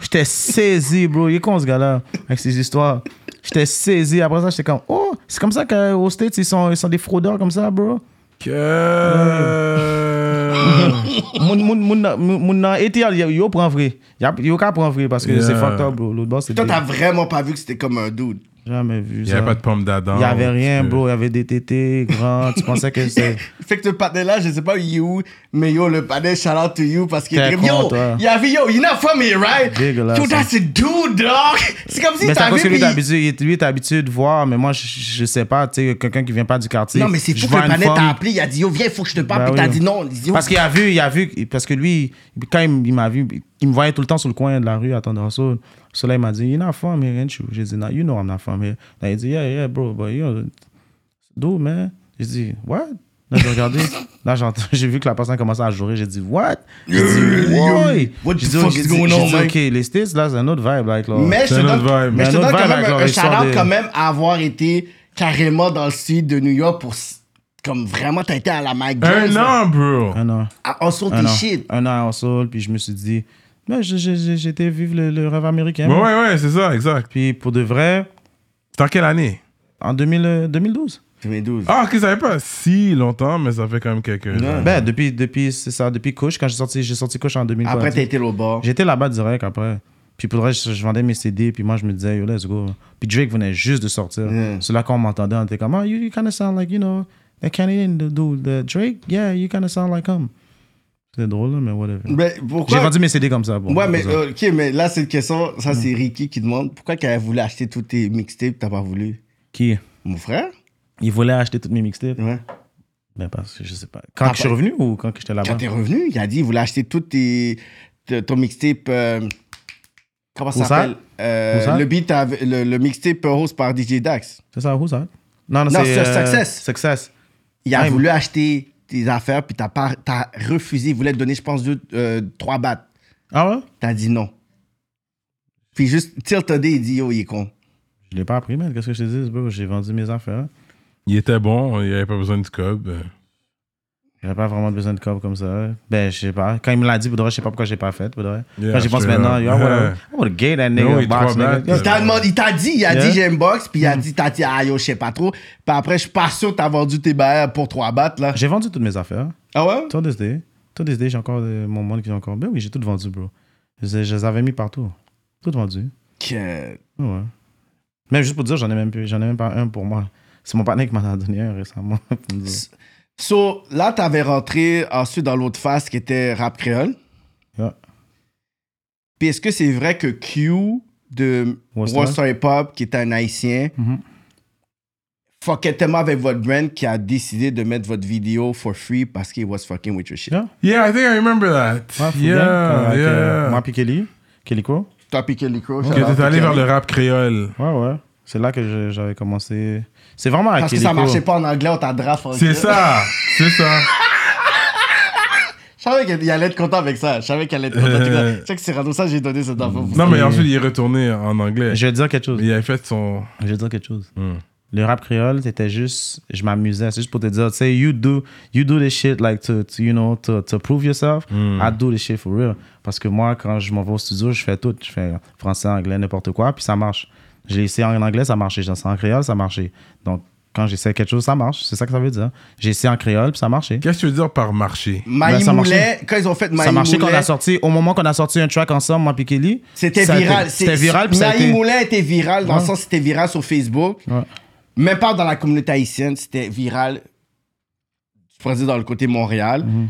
J'étais saisi, bro. Il est con, ce gars-là, avec ses histoires. J'étais saisi. Après ça, j'étais comme, oh, c'est comme ça qu'aux States, ils sont, ils sont des fraudeurs comme ça, bro.
Que-
Mon, mon, mon, mon, mon étial, yo, yo, prend vrai. Y'a- Yo, qu'à prend vrai parce que
Yeah.
c'est fucked up, bro. L'autre bord, c'est.
Toi,
des-
t'as vraiment pas vu que c'était comme un dude.
Jamais vu
Il
ça.
n'y avait pas de pomme d'Adam.
Il y avait rien,
parce que-
bro. Il y avait des tétés grands. Tu pensais que c'était.
Fait que le panel là, je sais pas il est où, mais yo, le panel, shout out to you parce qu'il
T'es
était comme,
con,
yo,
toi.
il a vu, yo, you're not from here, right?
Dégueulasse,
Yo, that's a dude, dog. C'est comme si
Mais c'est à
t'as
cause que
vu.
lui,
puis-
t'es habitué- il est- lui, t'es habitué de voir, mais moi, je, je sais pas, tu sais, quelqu'un qui vient pas du quartier.
Non, mais c'est
je
fou que
vois
le
une
panel
femme-
t'a appelé, il a dit, yo, viens, faut que je te parle,
Ben
puis t'as
oui.
dit non. Il dit, yo,
Parce qu'il a vu, il a vu, parce que lui, quand il, il m'a vu, il me voyait tout le temps sur le coin de la rue, attendant ça. So là, il m'a dit, You're not from here, ain't you? J'ai dit, no, You know I'm not from here. Là, il dit, Yeah, yeah, bro, but yo, dude, man. J'ai dit, What? Là, j'ai regardé. là, j'entends- j'ai vu que la personne commençait à jouer. J'ai dit, What? J'ai dit, Ouais.
What the
J'ai dit,
fuck
j'ai
is
dit-
going
j'ai
on,
dit,
man?
OK, les States, là, c'est un autre vibe. Like, là.
Mais je
C'est
te
notre
donne,
vibe.
mais je te donne
Mais notre
quand
vibe
même
avec
un,
leur
shout
histoire
out
de-
quand même à avoir été carrément dans le sud de New York pour. s- Comme vraiment, t'as été à la Mike Jones.
Un an, bro.
Ah, non.
là. On saute
un
tes
an,
shit.
un an en sol, puis je me suis dit, Ben, je- je- je- j'étais vivre le, le rêve américain.
Ouais, ouais, ouais, c'est ça, exact.
Puis pour de vrai,
C'était en quelle année
en 2000, euh, 2012.
2012.
Ah, ok, ça fait pas si longtemps, mais ça fait quand même quelques
Ah,
années.
Ben, depuis, depuis c'est ça, depuis Couche, quand j'ai sorti, j'ai sorti Couche en 2012.
Après, t'as été au bar.
J'étais là-bas direct après. Puis pour le reste, je, je vendais mes CD, puis moi je me disais, yo, let's go. Puis Drake venait juste de sortir.
Yeah.
C'est là qu'on m'entendait, on était comme, oh, you, you kind of sound like, you know, the Canadian dude, the Drake, yeah, you kind of sound like him. C'est drôle, là, mais whatever.
Mais
J'ai
pourquoi?
vendu mes CD comme ça. bon,
Ouais, mais
c'est ça.
euh, ok, mais là, c'est une question. Ça, c'est
Mm.
Ricky qui demande pourquoi qu'elle voulait acheter tous tes mixtapes, t'as pas voulu
Qui
Mon frère
Il voulait acheter toutes mes mixtapes.
Ouais.
Ben, parce que je sais pas. Quand je suis revenu ou quand que j'étais
Ah, Quand
là-bas
t'es revenu, il a dit il voulait acheter tous tes. te- ton mixtape. euh, comment ça
Où ça?
s'appelle Euh,
Où ça?
Le beat, avec- le, le mixtape host par DJ Dax.
C'est ça, où ça Non, euh,
Non, c'est Success.
Success.
Il a
Ouais,
voulu acheter tes affaires, puis t'as, pas, t'as refusé. Il voulait te donner, je pense, deux, euh, trois battes.
Ah ouais
T'as dit non. Puis juste, tilt a day, il dit yo, il est con.
Je l'ai pas appris, man. Qu'est-ce que je te dis bro? J'ai vendu mes affaires.
Il était bon, il n'y avait pas besoin de cob.
J'avais pas vraiment besoin de cob comme ça. Ben, je sais pas. Quand il me l'a dit, pour de vrai, je sais pas pourquoi j'ai pas fait. Pour de vrai.
Yeah,
quand j'y pense
straight up.
maintenant, yo, I
Yeah.
would've- I would've gay that nigga
No, il
box,
trois
nigga.
blagues.
Yo,
Il t'a demandé, il t'a dit, il a
Yeah. Mm.
dit j'ai une box, puis il a dit, t'as dit, ah yo, je sais pas trop. Puis après, je suis pas sûr que t'as vendu tes bails pour trois battes, là.
J'ai vendu toutes mes affaires.
Ah ouais?
Toi, this day. Toi, this day, j'ai encore euh, mon monde qui est encore. Ben oui, j'ai tout vendu, bro. Je les ai- je les avais mis partout. Tout vendu.
Que-
Ouais. Même juste pour dire, j'en ai même plus. J'en ai même pas un pour moi. C'est mon partenaire qui m'en a donné un récemment. pour me dire.
So, là, t'avais rentré ensuite dans l'autre phase qui était rap créole.
Yeah.
Puis est-ce que c'est vrai que Q de
Worcester?
Worcester Hip Hop, qui était un haïtien,
Mm-hmm.
Mhm.
fuckait tellement avec votre brand qu'il a décidé de mettre votre vidéo for free parce qu'il was fucking with your shit.
Yeah.
Yeah, I think I remember that.
Ouais, Fougain,
yeah,
avec, euh,
yeah.
moi puis Kelly. Kelly quoi?
T'as piqué le micro.
Que t'es allé vers le rap créole.
Ouais, ouais. C'est là que je- j'avais commencé. C'est vraiment à
Parce que
Kelly
ça
quoi.
marchait pas en anglais, on t'a draft. en
C'est
anglais.
ça, c'est ça.
Je savais qu'il allait être content avec ça. Je savais qu'il allait être content.
Euh.
Tu sais que Cyrano, ça, j'ai donné cette info.
Non, mais ensuite, il est retourné en anglais.
Je vais te dire quelque chose.
Il avait fait son.
Je vais te dire quelque chose.
Hmm.
Le rap créole, c'était juste. Je m'amusais. C'est juste pour te dire, tu sais, you do, you do this shit like to, to, you know, to, to prove yourself. I do this shit for real. Parce que moi, quand je m'en vais au studio, je fais tout. Je fais français, anglais, n'importe quoi. Puis ça marche. J'ai essayé en anglais, ça marchait. J'ai essayé en créole, ça marchait. Donc, quand j'essaie quelque chose, ça marche. C'est ça que ça veut dire. J'ai essayé en créole, puis ça marchait.
Qu'est-ce que tu veux dire par marché?
Maï
Ben, ça
Moulet,
marchait.
quand ils ont fait Maï
ça marchait quand on
Moulet,
a sorti, au moment qu'on a sorti un track ensemble, moi puis Kelly.
c'était
ça a été-
viral.
C'était
C'est-
viral, puis ça a
Maï
été-
Moulet était viral, dans le
Ouais.
sens c'était viral sur Facebook.
Ouais.
Même pas dans la communauté haïtienne, c'était viral, je pourrais dire, dans le côté Montréal.
Mhm.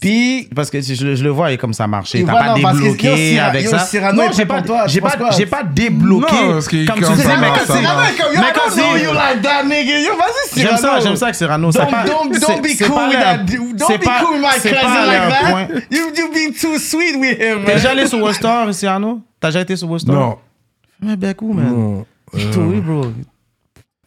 Puis,
Parce que je, je le- je le vois, et comme ça marchait.
Et
T'as
voilà,
pas
parce que yo,
débloqué
Cyrano-
avec
yo,
ça.
Cyrano est
j'ai
prêt
pas,
pour toi, tu
j'ai
penses
pas,
quoi?
j'ai pas débloqué.
Non, parce que
comme
quand
tu disais,
ça
mais
marche,
quand
ça
Cyrano-
marche.
Cyrano est comme, yo,
mais
I
quand
don't know
c'est-
you like that, nigga. Yo, vas-y,
J'aime
Cyrano.
ça, j'aime ça que Cyrano.
Don't,
c'est pas,
don't, don't
c'est-
be
c'est
cool
pas
with
là-
that. dude.
c'est
Don't be
pas-
cool with my
c'est
cousin
pas là
like
un
that.
point.
You, you be too sweet with him,
T'es
man.
déjà allé sur Westor, Cyrano T'as déjà été sur Westor
Non.
Mais ben cool, man.
Non.
Toi, oui, bro.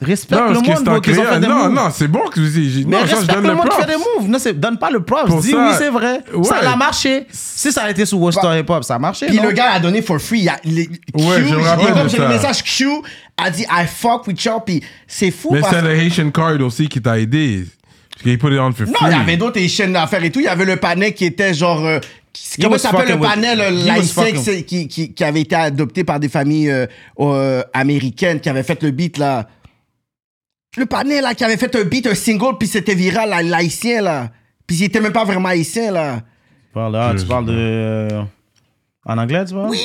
Respecte
Non,
le
parce
monde,
que c'est
bro,
en
qu'ils ont fait
créole.
des
Non,
moves.
non, c'est bon que vous disiez.
Mais
Non, ça, je
respecte
donne
le,
le
monde qui fait des
props.
moves. Non, c'est- donne pas le props.
Pour
Dis
ça-
oui, c'est vrai. Ça
Ouais.
a marché. Si ça a été sous Western Hip Hop, ça a marché.
Bah. Puis
non?
le gars a donné for free. Il a, les- Q,
Ouais, je me rappelle
comme
de
j'ai
ça.
le message Q a dit I fuck with y'all. Puis c'est fou
Mais
parce
c'est le Haitian card aussi qui t'a aidé. Parce qu'il put it on for free.
Non, il y
Hmm.
avait d'autres chaînes d'affaires et tout. Il y avait le panel qui était genre. euh, qui-
He
comment
was
ça s'appelle le
fucking
panel
with-
euh,
he was
laïcique
fucking-
c'est- qui, qui, qui avait été adopté par des familles euh, euh, américaines qui avaient fait le beat là. Le panel là qui avait fait un beat, un single, puis c'était viral, là, l'haïtien là. Puis il était même pas vraiment haïtien là.
Tu parles, ah, tu
Je-
parles de. euh, en anglais, tu vois
Oui,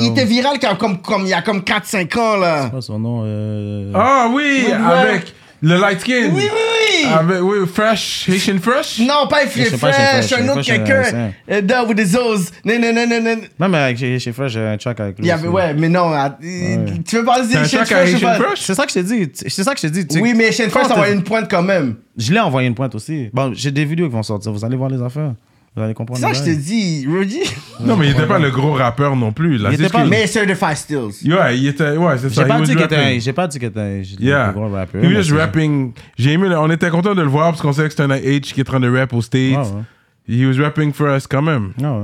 il
Oh.
était viral quand, comme, comme, il y a comme 4-5 ans là.
Ah, Son nom. euh,
Ah oui,
Ouais.
avec le light skin.
Oui, oui, oui.
Avec, oui, fresh, Haitian fresh.
Non, pas
Ah. Je
Fresh,
sais pas, je sais pas, je
Fresh,
sais
un
pas,
autre
je sais pas, je
quelqu'un.
sais
Euh, Down with the Zoes. Non, non, non, non, non.
Même avec chez, chez Fresh, j'ai un track avec lui.
Il y avait,
aussi.
ouais, mais non, ah, euh, tu veux parler
un
des Shane
track à
Fresh ou
Haitian
pas?
Fresh?
C'est ça que je t'ai dit. tu- C'est ça que je t'ai dit. tu-
Oui, mais Shane Fresh,
Quand
ça va
t'as-
une pointe quand même.
Je l'ai envoyé une pointe aussi. Bon, j'ai des vidéos qui vont sortir. Vous allez voir les affaires. Vous allez comprendre.
C'est ça,
les
je te
lives.
dis, Rudy.
Non, mais il était pas le gros rappeur non plus. Là.
Il
C'est
était
ce
pas-
que-
Mais Certified Stills.
Ouais, il était. Ouais, c'est ça.
J'ai
he
pas
was
dit qu'il était un.
rapping.
J'ai pas dit qu'il était un. j'ai-
Yeah.
un gros rappeur.
He
mais
was just
c'est-
rapping. J'ai aimé. le- On était content de le voir parce qu'on savait que c'était un H qui est en train de rap aux States.
Ah Ouais,
He
ouais.
was rapping for us quand même.
Ah ouais.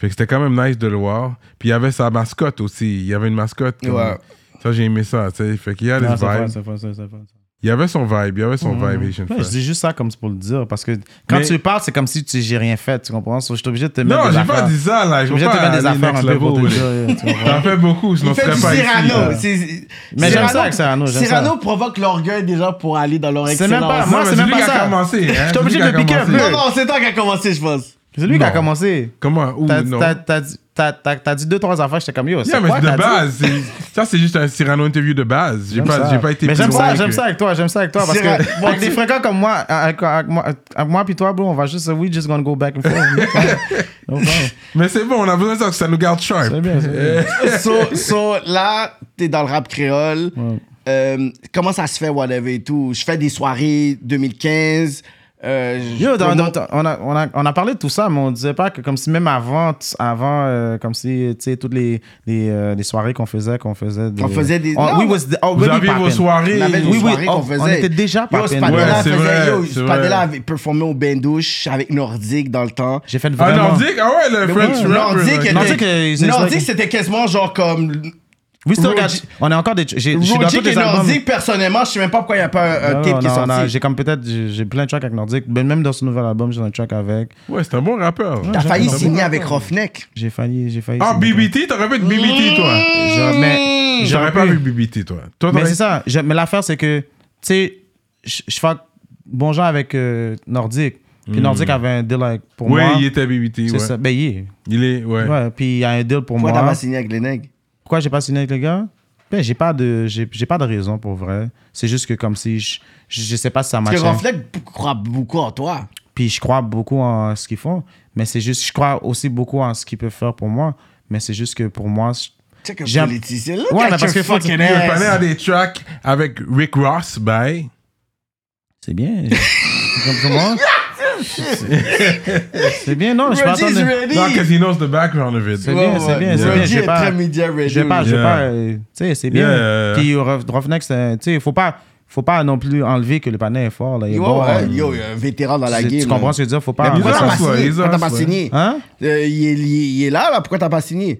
Fait que c'était quand même nice de le voir. Puis il y avait sa mascotte aussi. Il y avait une mascotte. comme-
Ouais.
Ça, j'ai aimé ça. tu sais. Fait qu'il y a
Non,
les
c'est fun,
vibes.
c'est fun, c'est fun, c'est fun.
Il y avait son vibe. Il y avait son vibe Haitian
Ouais, je
Fresh.
dis juste ça comme c'est pour le dire parce que quand
Mais-
tu parles, c'est comme si tu j'ai rien fait, tu comprends? So, je suis obligé de te mettre
Non,
des
j'ai
affaires.
pas dit ça là.
Je
Je
suis
vais
obligé de te
pas
mettre des
aller
affaires un
next
peu pour te
level.
dire. tu comprends?
T'en fais beaucoup, sinon
Il
tu
fait
serais
du
pas ici.
Cyrano.
là.
C'est-
Mais
Cyrano-
j'aime ça avec Cyrano, j'aime ça.
Cyrano provoque l'orgueil des gens pour aller dans leur
C'est même pas-
excellence.
moi,
Non, mais
c'est même
lui
pas
qui a
ça.
commencé. hein.
J'étais
C'est lui
obligé
qui a
de piquer un
commencé.
Non,
peu.
non, c'est toi qui as commencé, je pense.
C'est lui qui a
Non.
commencé.
Comment Où
T'as-
non
t'as- T'as dit- t'as- t'as- t'as dit deux, trois affaires, j'étais comme yo. c'est
Yeah, mais
quoi,
c'est de
t'as dit?
base. c'est- Ça, c'est juste un Cyrano interview de base. J'ai
J'aime
pas,
ça.
j'ai pas été
Mais
plus
j'aime
loin
ça,
que-
j'aime ça avec toi, j'aime ça avec toi parce
C'est vrai.
que avec des fréquents comme moi, avec, avec moi, avec moi puis toi, bro, on va juste, we just gonna go back and forth. No problem.
Mais c'est bon, on a besoin de ça, que ça nous garde sharp.
C'est bien, c'est bien.
so, so, là, t'es dans le rap créole. Euh, comment ça se fait, whatever et tout? Je fais des soirées 2015. euh, je
Yo, dans-
promo-
dans- on, a, on, a, on a parlé de tout ça, mais on disait pas que comme si même avant, t- avant euh, comme si, tu sais, toutes les, les, euh, les soirées qu'on faisait, qu'on faisait... de-
On faisait des-
On,
Non,
we
mais-
was
Vous
already
aviez vos
poppin'.
soirées.
On avait des
Oui, oui,
soirées
on-
qu'on faisait.
on était déjà
Yo,
popping.
Spadella
Ouais, c'est
faisait-
vrai,
yo,
c'est
Spadella
vrai.
avait performé au bain douche avec Nordique dans le temps.
J'ai fait
Ah,
vraiment...
Nordique Ah ouais, le French
ouais,
rapper.
Nordique,
là,
était-
qui-
Nordique, euh, c'est-
Nordique, c'était quasiment genre comme.
We still
Roger-
got- On est encore des... j'ai- Je suis dans tous
Nordique et
les albums.
Nordique, personnellement, je sais même pas pourquoi il n'y a pas un, un
Non,
tape
non,
qui est
non,
sorti.
non, J'ai comme peut-être... J'ai j'ai plein de tracks avec Nordique. Ben, Même dans ce nouvel album, j'ai un track avec...
Ouais, c'est un bon rappeur.
T'as failli
j'aime
signer avec Roughneck.
J'ai failli... j'ai failli
Ah,
signer.
BBT, t'aurais pu être BBT, toi.
J'aurais- Mais...
J'aurais
j'aurais
pas
pu.
vu BBT, toi. Toi,
Mais
t'aurais-
c'est ça. Je- mais l'affaire, c'est que, tu sais, je je fais bon genre avec euh, Nordique. Puis Nordique avait un deal avec, pour
Hmm. Ouais,
moi.
il était BBT,
C'est ça.
ouais.
Ben, il est.
Il est, ouais.
Ouais, puis il y a un deal pour
Pourquoi t'as
moi.
pas signé avec Glenegg?
Pourquoi j'ai pas signé avec le gars? Ben, j'ai pas, de, j'ai, j'ai pas de raison pour vrai. C'est juste que, comme si je, je, je sais pas si ça
Parce
marche.
que Roughneck croit beaucoup en toi.
Puis je crois beaucoup en ce qu'ils font. Mais c'est juste, je crois aussi beaucoup en ce qu'ils peuvent faire pour moi. Mais c'est juste que pour moi, je-
Tu sais que
J'aime-
politicien, look
Ouais,
at
mais parce
your
que faut que tu-
fucking
tu veux
Il parlait à
ass.
des tracks avec Rick Ross, bye.
c'est bien. C'est comme comment? c'est bien, non, je suis pas
Reggie's
attendre-
ready.
Non, because he knows the background of it.
C'est bien, c'est bien, c'est
Ouais.
bien.
Reggie
J'ai
est
pas,
très media ready.
j'ai pas, j'ai
Yeah.
pas, euh, tu sais, c'est bien.
Yeah.
Puis Rof- Roughneck, c'est- tu sais, faut pas, faut pas non plus enlever que le panel est fort là. il est
Yo,
bon,
ouais,
hein.
yo, il y a un vétéran dans la
C'est-
game.
tu
là.
comprends ce que je veux dire? Faut pas.
Mais
Pourquoi
Ils
t'as
ont
pas
un souhait,
signé?
ils ont
Pourquoi
un
t'as pas
souhait.
signé?
Hein?
Euh, Il est- il est- il est là, là. Pourquoi t'as pas signé?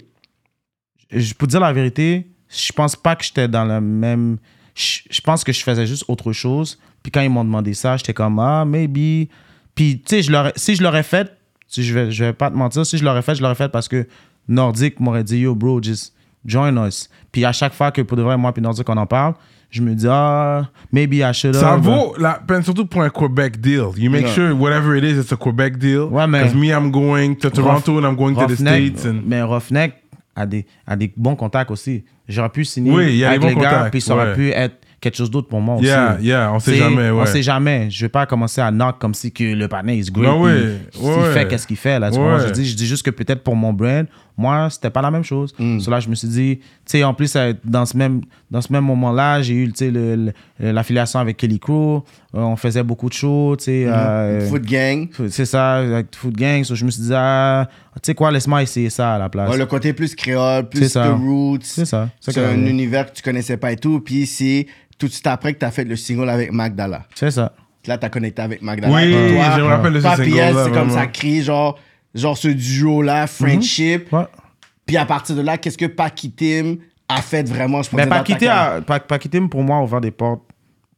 Je peux te dire la vérité, je pense pas que j'étais dans le même. Je je pense que je faisais juste autre chose. Puis quand ils m'ont demandé ça, j'étais comme ah maybe. Puis tu sais, je l'aurais- si je l'aurais fait, tu sais, je vais, je vais pas te mentir, si je l'aurais fait, je l'aurais fait parce que Nordique m'aurait dit yo bro just join us. Puis à chaque fois que pour de vrai moi puis Nordique on en parle, je me dis ah maybe I should
Ça
have.
vaut la peine, surtout pour un Quebec deal. You make sure whatever it is, it's a Quebec deal.
Ouais, mais-
Because me, I'm going to Toronto and I'm going to the
Roughneck,
States. And...
Mais Roughneck a des, a des bons contacts aussi. J'aurais pu signer
Oui, il y a
avec
des
les
bons
gars,
contacts,
puis ça aurait
ouais.
pu être quelque chose d'autre pour moi aussi.
Yeah, yeah, on sait
T'sais,
jamais, ouais.
On sait jamais. Je vais pas commencer à knock comme si que le panel is great.
Non,
puis
ouais,
s'il
ouais.
fait qu'est-ce qu'il fait là. tu
Ouais.
comprends? Je, dis, je dis juste que peut-être pour mon brand, moi, c'était pas la même chose. So là, je me suis dit, tu sais, en plus, ça- dans ce même, dans ce même moment-là, j'ai eu, tu sais, le- le- l'affiliation avec Kelly Crew. Euh, on faisait beaucoup de shows, tu sais. euh,
Foot gang.
c'est ça, avec Food Gang. so je me suis dit, ah, tu sais quoi, laisse-moi essayer ça à la place.
Ouais, le côté plus créole,
C'est
plus The
ça.
Roots.
C'est ça. C'est
C'est
ça.
un univers que tu connaissais pas et tout. Puis c'est tout de suite après que t'as fait le single avec Magdala.
C'est ça.
Là, t'as connecté avec Magdala.
Oui,
Et toi,
je me rappelle de ce
toi, puis
single-là,
elle, c'est comme
vraiment.
ça crée, genre, genre ce duo-là, friendship.
Ouais.
Puis à partir de là, qu'est-ce que Paquitim a fait vraiment, je pense,
Mais
dans ta
pas quitter,
carrière?
à- pas, pas quitter pour moi, ouvert des portes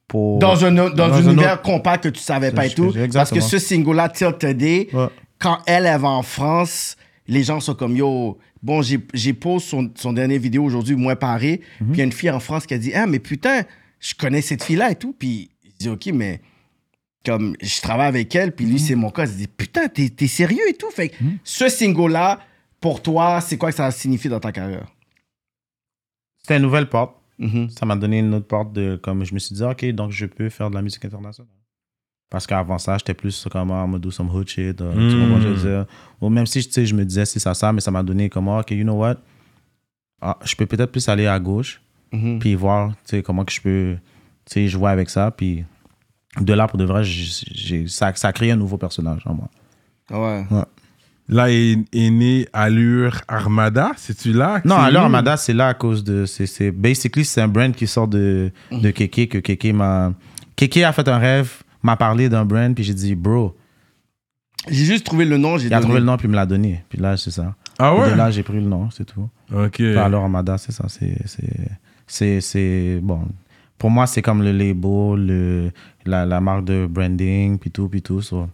pour.
dans un, autre- dans
Dans
un
un
univers
autre-
compact que tu savais pas et
je-
tout.
exactement.
Parce que ce single-là, Till Today,
Ouais.
quand elle, elle va en France, les gens sont comme yo. Bon, j'ai j'ai posé son, son dernier vidéo aujourd'hui, moi paré.
Mhm.
Puis il y a une fille en France qui a dit Ah, mais putain, je connais cette fille-là et tout. Puis il dit Ok, mais comme je travaille avec elle,
Mhm.
puis lui, c'est mon cas. Il dit Putain, t'es t'es sérieux et tout. Fait que ce single-là, pour toi, c'est quoi que ça signifie dans ta carrière
C'était une nouvelle porte.
Mhm.
Ça m'a donné une autre porte de comme je me suis dit ok donc je peux faire de la musique internationale. Parce qu'avant ça j'étais plus comme ah, I'm gonna do some hood shit. euh, Tu comprends ce que je veux
Hmm.
dire? Ou même si tu sais, je me disais c'est ça ça mais ça m'a donné comme Ah, ok you know what Ah, je peux peut-être plus aller à gauche
Mhm.
puis voir tu sais, comment que je peux tu sais, jouer avec ça puis de là pour de vrai j'ai- j'ai- ça ça crée un nouveau personnage en moi.
Ouais.
Là est, est né Allure Armada, c'est-tu là?
Non,
C'est
alors
nous?
Armada, c'est là à cause de. c'est- C'est basically, c'est un brand qui sort de, de Keke, que Keke m'a. Keke a fait un rêve, m'a parlé d'un brand, puis j'ai dit, bro,
J'ai juste trouvé le nom, j'ai
il a
donné.
trouvé le nom, puis il me l'a donné. Puis là, c'est ça.
Ah
Puis
ouais?
de là, j'ai pris le nom, c'est tout.
Ok.
Puis alors Armada, c'est ça. c'est- c'est- C'est. c'est- Bon. Pour moi, c'est comme le label, le, la, la marque de branding, puis tout, puis tout. so.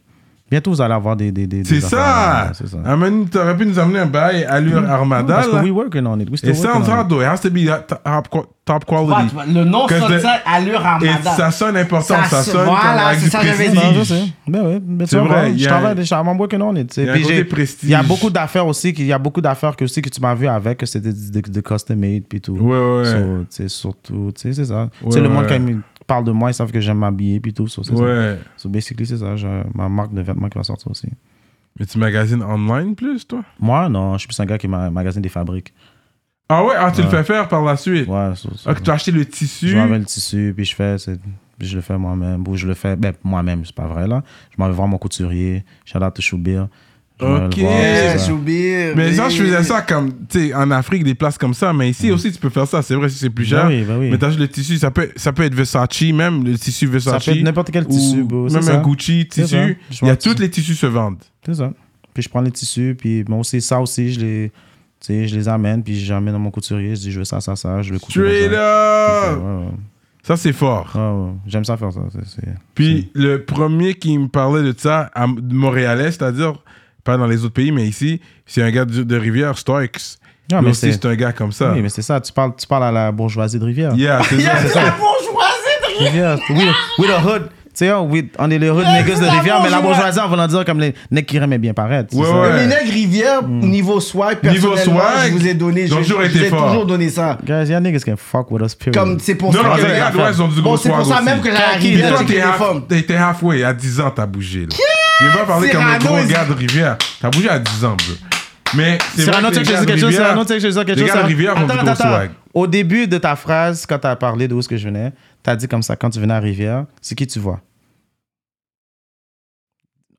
Bientôt, vous allez avoir des. des, des-
C'est
des affaires,
ça!
ouais, c'est ça.
Amène- T'aurais pu nous amener un bail Allure Armada.
Parce que
là.
we working on it. We still
It
working on
sounds
it.
hard though. It has to be that top, qu- top quality.
Ouais, le nom
Cause
sonne
the-
ça, allure
Et
Armada.
ça sonne important, ça,
Ça se-
sonne
voilà,
comme avec
c'est
du
ça que j'avais dit.
Non, je
prestige.
sais. Ben oui, mais
C'est
tu
vrai,
vois,
il y
je
a-
travaille déjà, I'm working on it.
il y a un côté prestige.
Il y a beaucoup d'affaires aussi, qu'il y a beaucoup d'affaires que, aussi, que tu m'as vu avec, que c'était de, de- de custom made, puis tout.
Ouais, ouais, ouais.
So, tu sais, surtout, tu sais, c'est ça.
Ouais,
tu sais, le monde,
ouais.
quand ils me parlent de moi, ils savent que j'aime m'habiller, puis tout. So, c'est ça.
Ouais.
So, basically, c'est ça. J'ai ma marque de vêtements qui va sortir aussi.
Mais tu magasines online plus, toi?
Moi, non, je suis plus un gars qui ma- magasine des fabriques.
Ah ouais? Ah, tu le fais faire par la suite?
Ouais, so, so.
Ah, que tu as acheté le
Je
tissu?
m'en vais le tissu, puis je fais, c'est- puis je le fais moi-même. Ou je le fais, ben, moi-même, c'est pas vrai, là. Je m'en vais voir mon couturier, shout out to Choubir. Je vais le
Ok.
voir,
Eh,
c'est ça.
Choubir,
Mais
oui.
ça, je faisais ça comme, tu sais, en Afrique, des places comme ça. Mais ici aussi, tu peux faire ça. C'est vrai, si c'est plus
Ben
cher.
oui, ben oui.
Mais t'achètes le tissu. Ça peut, ça peut être Versace, même le tissu Versace.
Ça peut être n'importe quel
ou
tissu, bro, c'est
Même
ça.
un Gucci
C'est ça.
tissu.
Je
Il y a
vois que
toutes
tu-
les tissus se vendent.
C'est ça. Puis je prends les tissus, puis moi aussi, ça aussi, je les, tu sais, je les amène, puis j'amène à mon couturier, je dis, je veux ça, ça, ça, je veux couper.
Straight
comme ça.
up!
Ouais, ouais.
Ça, c'est fort.
Ouais, ouais. J'aime ça faire ça. c'est- c'est-
Puis le premier qui me parlait de ça, à M- Montréalais, c'est-à-dire, pas dans les autres pays, mais ici, c'est un gars de, de Rivière, Starks.
Non,
Lui
Ah, mais
aussi,
c'est-
c'est un gars comme ça.
Oui, mais c'est ça, tu parles, tu parles à la bourgeoisie de Rivière.
Yeah, c'est ça.
C'est la bourgeoisie de
Rivière, oui, with a hood. Tu sais, on, with- on est les hood niggas de
la
Rivière, mais
bourgeoisie.
la bourgeoisie, on va l'en dire comme les nègres qui aimaient bien paraître. c'est
Ouais,
ça.
ouais. Hmm.
Les nègres Rivière, niveau swag,
Niveau
personnellement,
swag,
je vous ai donné.
ils ont
je-
toujours
je
été
vous ai
forts. Hmm.
toujours donné ça.
Guys, y'a niggas qui fuck with us, period.
Comme c'est pour
Non,
ça
non,
que...
les gars, ouais, ils ont du gros
bon, c'est pour
swag
ça
aussi.
même que la
Tranquille,
Et
Rivière,
toi,
j'ai
t'es
des
half-
femmes.
t'es- t'es halfway. À 10 ans, t'as bougé. Là. Je vais pas parler comme le
Cyrano,
gros
il-
gars de Rivière. T'as bougé à 10 ans, bro. Mais c'est
C'est
vrai que
tu
les
sais que je
gars
dis
de
quelque chose.
Rivière-
Cyrano, tu sais que je dis quelque
les
chose.
gars de
Cyrano.
Rivière ont du
Attends,
gros
attends,
swag.
attends. Au début de ta phrase, quand t'as parlé d'où est-ce que je venais, t'as dit comme ça, quand tu venais à Rivière, c'est qui tu vois?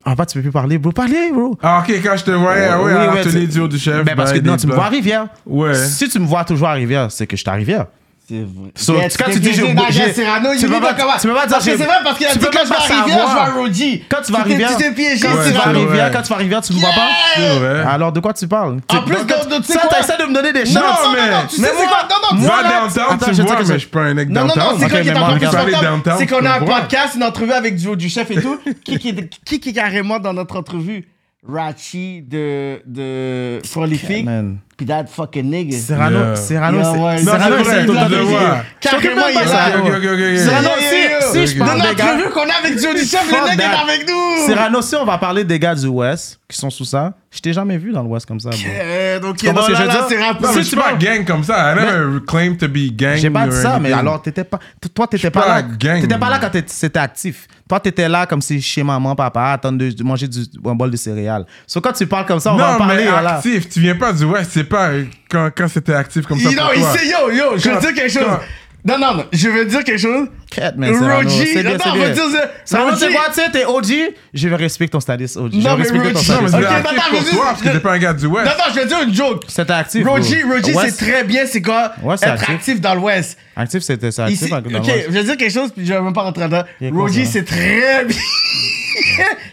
En bas, tu peux plus parler, bro. Parlez, bro.
Ah, ok, quand je te vois, ah ouais,
Oui,
alors
ouais,
tenez
tu-
du haut du chef.
Ben, parce que
bye,
non,
des
tu me
plans.
vois à Rivière.
Ouais.
Si tu me vois toujours à Rivière, c'est que je suis à Rivière.
C'est vrai.
So,
Yes,
quand
t'es
tu dis
obligé
j'ai-
d'engager
j'ai-
Cyrano,
tu
il
peux
dit,
pas-
bah,
tu peux pas dire
Parce que
j'ai-
c'est vrai, parce qu'il a
tu
dit
peux
quand
pas
je vais
savoir.
à Rivière, je vais à Rodi.
Quand tu vas à
Tu t'es-
Rivière-
Tu t'es piégé,
Ouais,
Tu vas à
c'est
Cyrano.
vrai.
Rivière, quand tu vas à Rivière, tu me vois pas?
C'est vrai.
Alors, de quoi tu parles?
En plus,
Donc,
de- de- tu sais
ça,
quoi?
t'essaies de me donner des
Non,
chances.
non, non,
mais-
tu sais c'est quoi? Non, non, tu
Va
vois, là,
downtown,
Attends,
tu
je
me
sais
vois,
que
mais
c'est-
je suis pas un mec
Non, non,
downtown.
non, c'est
Ok,
quoi qui est
mais
encore
moi,
plus
regarde.
Parler
important?
downtown,
C'est qu'on a un
pour voir.
podcast, une entrevue avec Duo du Chef et tout. Qui qui est qui qui est carrément dans notre entrevue? Rachi de, de Prolific.
Man.
Puis that fucking nigga.
Cyrano,
Yeah.
Cyrano,
Yeah,
c'est-
ouais.
Non,
Cyrano,
c'est vrai,
c'est
tout le
tout le
monde le voit.
temps-
Carrément, il est
Ça,
là.
Ok, ok, ok,
Cyrano,
ok.
Yeah, yeah,
si-
yeah.
si je
De
parle des gars-
l'entrevue qu'on a avec Duo du Chef,
Fuck
le nigga
that.
est avec nous.
Cyrano, si on va parler des gars du West qui sont sous ça, je t'ai jamais vu dans l'Ouest comme ça. bro.
Euh, donc, il est
Comment
dans
ce que
là,
je veux
là,
dire?
c'est
Non, mais
rapport.
je suis pas gang comme ça. I never claim to be gang.
J'ai pas
or
dit ça, mais
anything.
alors t'étais pas, t- toi t'étais
pas
pas, là,
gang.
t'étais pas là quand t'étais- c'était actif. Toi t'étais là comme si chez maman, papa, attendre de manger du, un bol de céréales. So quand tu parles comme ça, on va en
Non,
parler.
mais
voilà.
actif. Tu viens pas du West. C'est pas quand quand c'était actif comme ça.
Il-
pour
Non, il
toi.
sait, yo, yo, je veux
Quand-
dire quelque chose.
quand-
Non, non, non, je veux dire quelque chose.
Catman, Serrano.
Roji,
C'est
non,
bien,
non, on
c'est
va
bien.
dire ça.
Serrano,
Roji.
c'est quoi, tu sais, t'es OG? Je vais respecter ton status OG. Je vais
Non, mais
respecter ton
Roji-
status. bah-
Non, mais-
OG.
Là,
attends,
c'est pour
je-
toi, parce que
je-
t'es pas un gars du West.
Non, non, je veux dire une joke.
C'était actif.
Roji,
bro.
Roji, c'est
West-
très bien, c'est quoi
Ouais, c'est
être
actif.
actif dans l'Ouest.
Actif, c'était ça.
Ici,
Actif, dans
ok,
le West.
je vais dire quelque chose, puis je vais même pas rentrer dedans.
Il y a quoi,
Roji,
ça?
c'est très bien.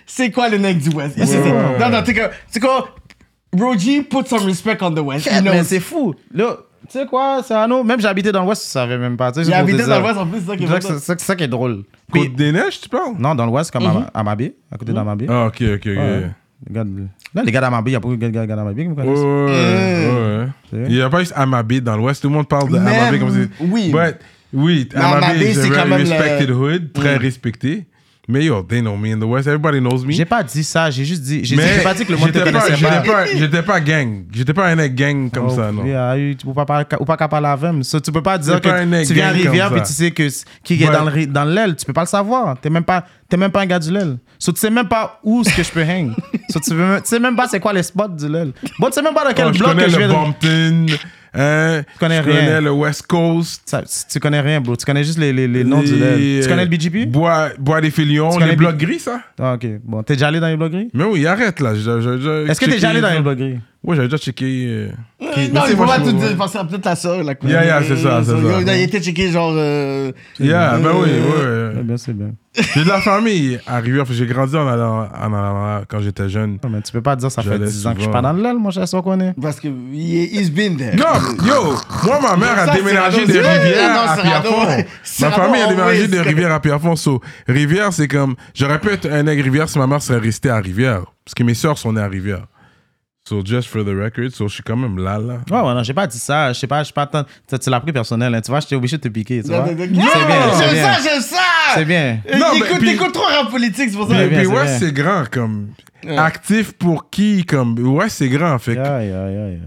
c'est quoi le mec du West? Ici, c'est- Non, non, t'es comme- c'est quoi? Roji, put some respect on the West.
Quatre,
You know.
man, c'est fou. Là, tu sais quoi, Serrano, même j'habitais dans l'Ouest, je savais même pas. tu sais, c'est
Il
pour
habitait
te dire.
dans l'Ouest, en plus, c'est ça qui est
C'est ça que-
drôle.
c'est ça que- ça qui est drôle. Puis-
Côte des Neiges, tu parles?
Non, dans l'Ouest, comme à Amabé, à côté d'Amabé.
Ah, ok, ok,
Ouais.
ok.
Les gars de- Là, les gars d'Amabé, il y a beaucoup de gars- gars gars d'Amabé qui me
Ouais,
connaissent.
ouais.
C'est vrai?
Il n'y a pas juste Amabé dans l'Ouest. Tout le monde parle de
Mm. Même-
Amabé comme si.
oui.
But, oui,
Mais Amabé,
Amabé is a
c'est quand
very
même le- Mm.
respected hood, très respecté. Mais yo, they know me in the West. Everybody knows me.
J'ai pas dit ça, j'ai juste dit. J'ai dit-
Mais
j'ai pas dit que le monde te
j'étais pas-
connaissait pas.
j'étais pas- J'étais pas gang. J'étais pas un mec gang comme
Oh,
ça, non.
yeah, you- tu peux pas parler- ou pas qu'à parler avec eux. So, tu peux pas dire
C'est pas un
que
nègre
tu viens à
gang comme
Rivière
ça.
et tu sais que c- qui est
Ouais.
dans le ri- dans l'aile. Tu peux pas le savoir. T'es même pas t'es même pas un gars du l'aile. So, tu sais même pas où ce que je peux hang. So, tu, veux même- tu sais même pas c'est quoi les spots du l'aile. Bon, tu sais même pas dans quel
Oh, je
bloc
connais
que je
le
viens. de-
Bompton. hein, Je
connais rien.
connais le West Coast.
Ça, tu connais rien, bro. Tu connais juste les, les, les noms du
les-
l'aile. Tu connais le BGP?
Bois, Bois des Filions,
Tu
les
connais
blocs
B-
gris, ça?
Ah, ok. Bon, t'es déjà allé dans les blocs gris?
Mais oui, arrête là. je- je- je-
Est-ce que t'es déjà allé dans les blocs gris?
Ouais, j'avais déjà checké. euh, qui-
Non,
Mais c'est
il faut
moi,
pas
je-
tout
ouais.
dire. Penser à peut-être la soeur, la cousine.
Yeah, yeah, c'est ça, c'est
Il-
ça.
Il était checké, genre. euh,
Yeah, ben oui,
C'est
ouais.
Eh bien, c'est bien.
J'ai de la famille à Rivière. J'ai grandi en allant, en allant là quand j'étais jeune.
Non, mais tu peux pas dire ça fait
J'allais
10 ans que je suis
souvent.
pas dans le l'aile, moi, je sais pas qu'on est.
Parce que il he's been there.
Non, yo, moi, ma mère a
Ça,
déménagé
Cyrano,
de
c'est-
Rivière
non,
à
Cyrano,
Pierrefonds. Ma
Cyrano,
famille a déménagé
always.
de Rivière à Pierrefonds. So, Rivière, c'est comme. J'aurais pu être un aigle Rivière si ma mère serait restée à Rivière. Parce que mes sœurs sont nées à Rivière. So, just for the record, so, je suis quand même là, là.
Ouais, ouais, non, j'ai pas dit ça. Je sais pas, je suis pas tant. Tu, tu l'as pris personnel, hein. tu vois, j'étais obligé de te piquer, tu vois.
Non,
C'est
non,
bien,
non.
c'est
J'aime
bien.
ça, j'aime ça!
C'est bien.
Euh,
Non, mais
T'écoutes
puis-
t'écoutes trop rap politique, c'est pour ça.
Puis,
Ouais, bien,
puis
c'est
ouais,
vrai.
c'est grand, comme. Actif pour qui, comme. Ouais, c'est grand. Fait que
Yeah, yeah, yeah, yeah,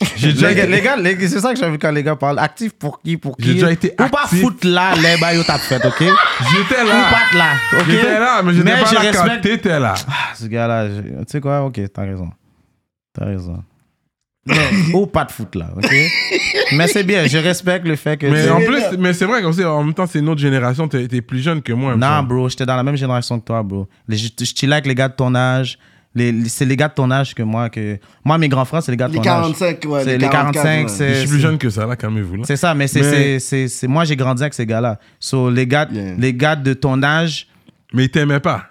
yeah.
j'ai déjà
Les gars,
été-
les gars, les gars, c'est ça que j'ai vu quand les gars parlent. Actif pour qui, pour qui.
J'ai déjà été
Ou pas
actif.
foutre là, les bails t'as fait, ok?
J'étais
Ou
là.
pas là, ok?
J'étais là, mais j'étais pas
je
là quand
respecte-
t'étais là.
Ah, ce gars-là, je- tu sais quoi, ok, t'as raison. T'as raison. Ou pas de foot là, ok? mais c'est bien, je respecte le fait que.
Mais
tu-
en plus, mais c'est vrai qu'on sait, en même temps, c'est notre génération, t'es t'es plus jeune que moi. il me
Non,
semble.
bro, j'étais dans la même génération que toi, bro. Les- je, je chillais avec les gars de ton âge. Les, les- c'est les gars de ton âge que moi. Que... Moi, mes grands frères, c'est les gars de
Les
ton
45,
âge.
ouais.
C'est les 45,
c'est.
c'est.
Je suis plus jeune que ça, là, calmez-vous. là.
C'est ça, mais c'est.
Mais-
c'est- c'est- c'est- Moi, j'ai grandi avec ces gars-là. So, les gars,
Yeah.
les gars de ton âge.
Mais il t'aimait pas.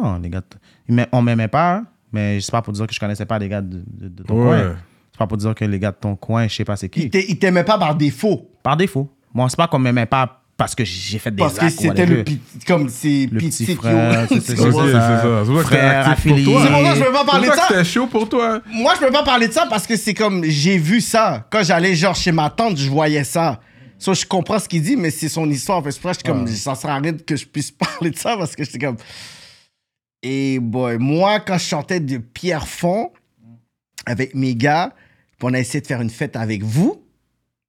Non, les gars. de- Mais on m'aimait pas, hein. mais c'est pas pour dire que je connaissais pas les gars de, de- de ton
Ouais.
coin. C'est pas pour dire que les gars de ton coin, je sais pas c'est qui.
Il t'a- il t'aimait pas par défaut.
Par défaut. Moi, c'est pas qu'on m'aimait pas parce que j'ai fait des
Parce que
actes ou
c'était
whatever.
le petit. Comme c'est
Le
petit
petit
qui-
frère, c'est-
tu
c'est-
Ok,
comprends?
c'est ça. C'est pour ça que t'es
Frère
actif pour
affilié.
toi.
C'est pour ça que je veux pas
C'est
parler de
pour ça
ça.
que c'était chaud pour toi.
Moi, je peux pas parler de ça parce que c'est comme j'ai vu ça. Quand j'allais genre chez ma tante, je voyais ça. Ça, je comprends ce qu'il dit, mais c'est son histoire. Fait que c'est pour ça que je suis comme, ça sert à rien que je puisse parler de ça parce que j'étais comme. Et boy, moi, quand je chantais de Pierrefonds avec mes gars, puis on a essayé de faire une fête avec vous.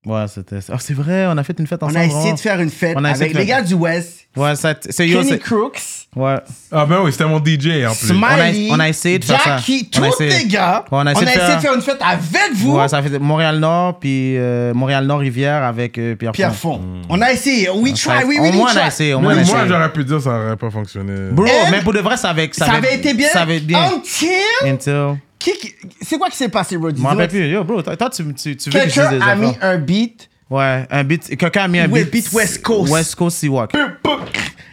Ouais, c'était. Ah, c'est vrai, on a fait une fête
On
ensemble.
a essayé
vraiment.
de faire une fête
Ah, On a essayé
avec
de
les
faire-
gars du West.
Ouais, ça- c'est yo,
Kenny
c'est-
Crooks,
Ouais.
Ah ben oui, c'était mon DJ en plus.
Smiley,
On a- on a essayé de faire ça.
Jackie,
On a
tous
essayé-
les gars.
Ouais, on a essayé de faire-
une fête avec vous.
Ouais, ça fait Montréal-Nord, puis euh, Montréal-Nord-Rivière avec euh, Pierre
Pierre Fond. On a essayé. We try, we
au
really
moins, on
try.
a essayé, au moins, on a
Mais
essayé.
moi, j'aurais pu dire ça aurait pas fonctionné.
Bro,
Elle-
mais pour de vrai, ça avait...
Eh? Ça avait été bien. Oh!
Ça avait bien.
Until...
Until...
Qui- qui- C'est quoi qui s'est passé, Roddy?
Je m'en rappelle plus. Yo, bro, toi, toi, tu, tu, tu veux que je dise des
Quelqu'un a mis
affaires.
un beat.
Ouais, un beat... Quelqu'un a mis un
Ouais,
beat...
beat West Coast.
West Coast Seawalk.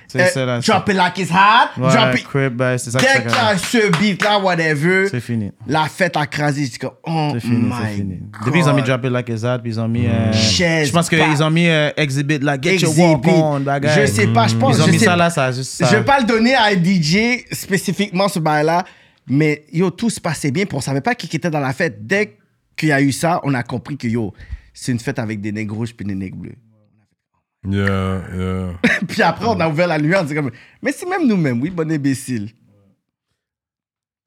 C'est
euh,
ça, là. ça.
drop it like it's hot. drop
Ouais,
it.
crib, ben, c'est ça que
Dès
ça
qu'il y a
crée.
ce beat-là, whatever,
C'est fini.
la fête a crasé. Je dis que, oh
C'est fini, c'est
my
fini.
God.
Depuis, ils ont mis Drop It Like It's Hot, puis ils ont mis... euh,
Chaise,
je pense
pas-
qu'ils ont mis euh, Exhibit, là, Get Your Walk
Exhibit.
On, bagaille. Hmm.
Je sais pas, je pense...
Ils ont
je
mis
sais
ça
pas.
là, ça a juste ça.
Je vais pas le donner à un DJ spécifiquement ce bail-là, mais yo, tout se passait bien. puis on savait pas qui qui était dans la fête. Dès qu'il y a eu ça, on a compris que yo, c'est une fête avec des nègres rouges puis des nègres bleus.
Yeah, yeah.
puis après, on a ouvert la lumière, on s'est comme, mais c'est même nous-mêmes, oui, bon imbécile.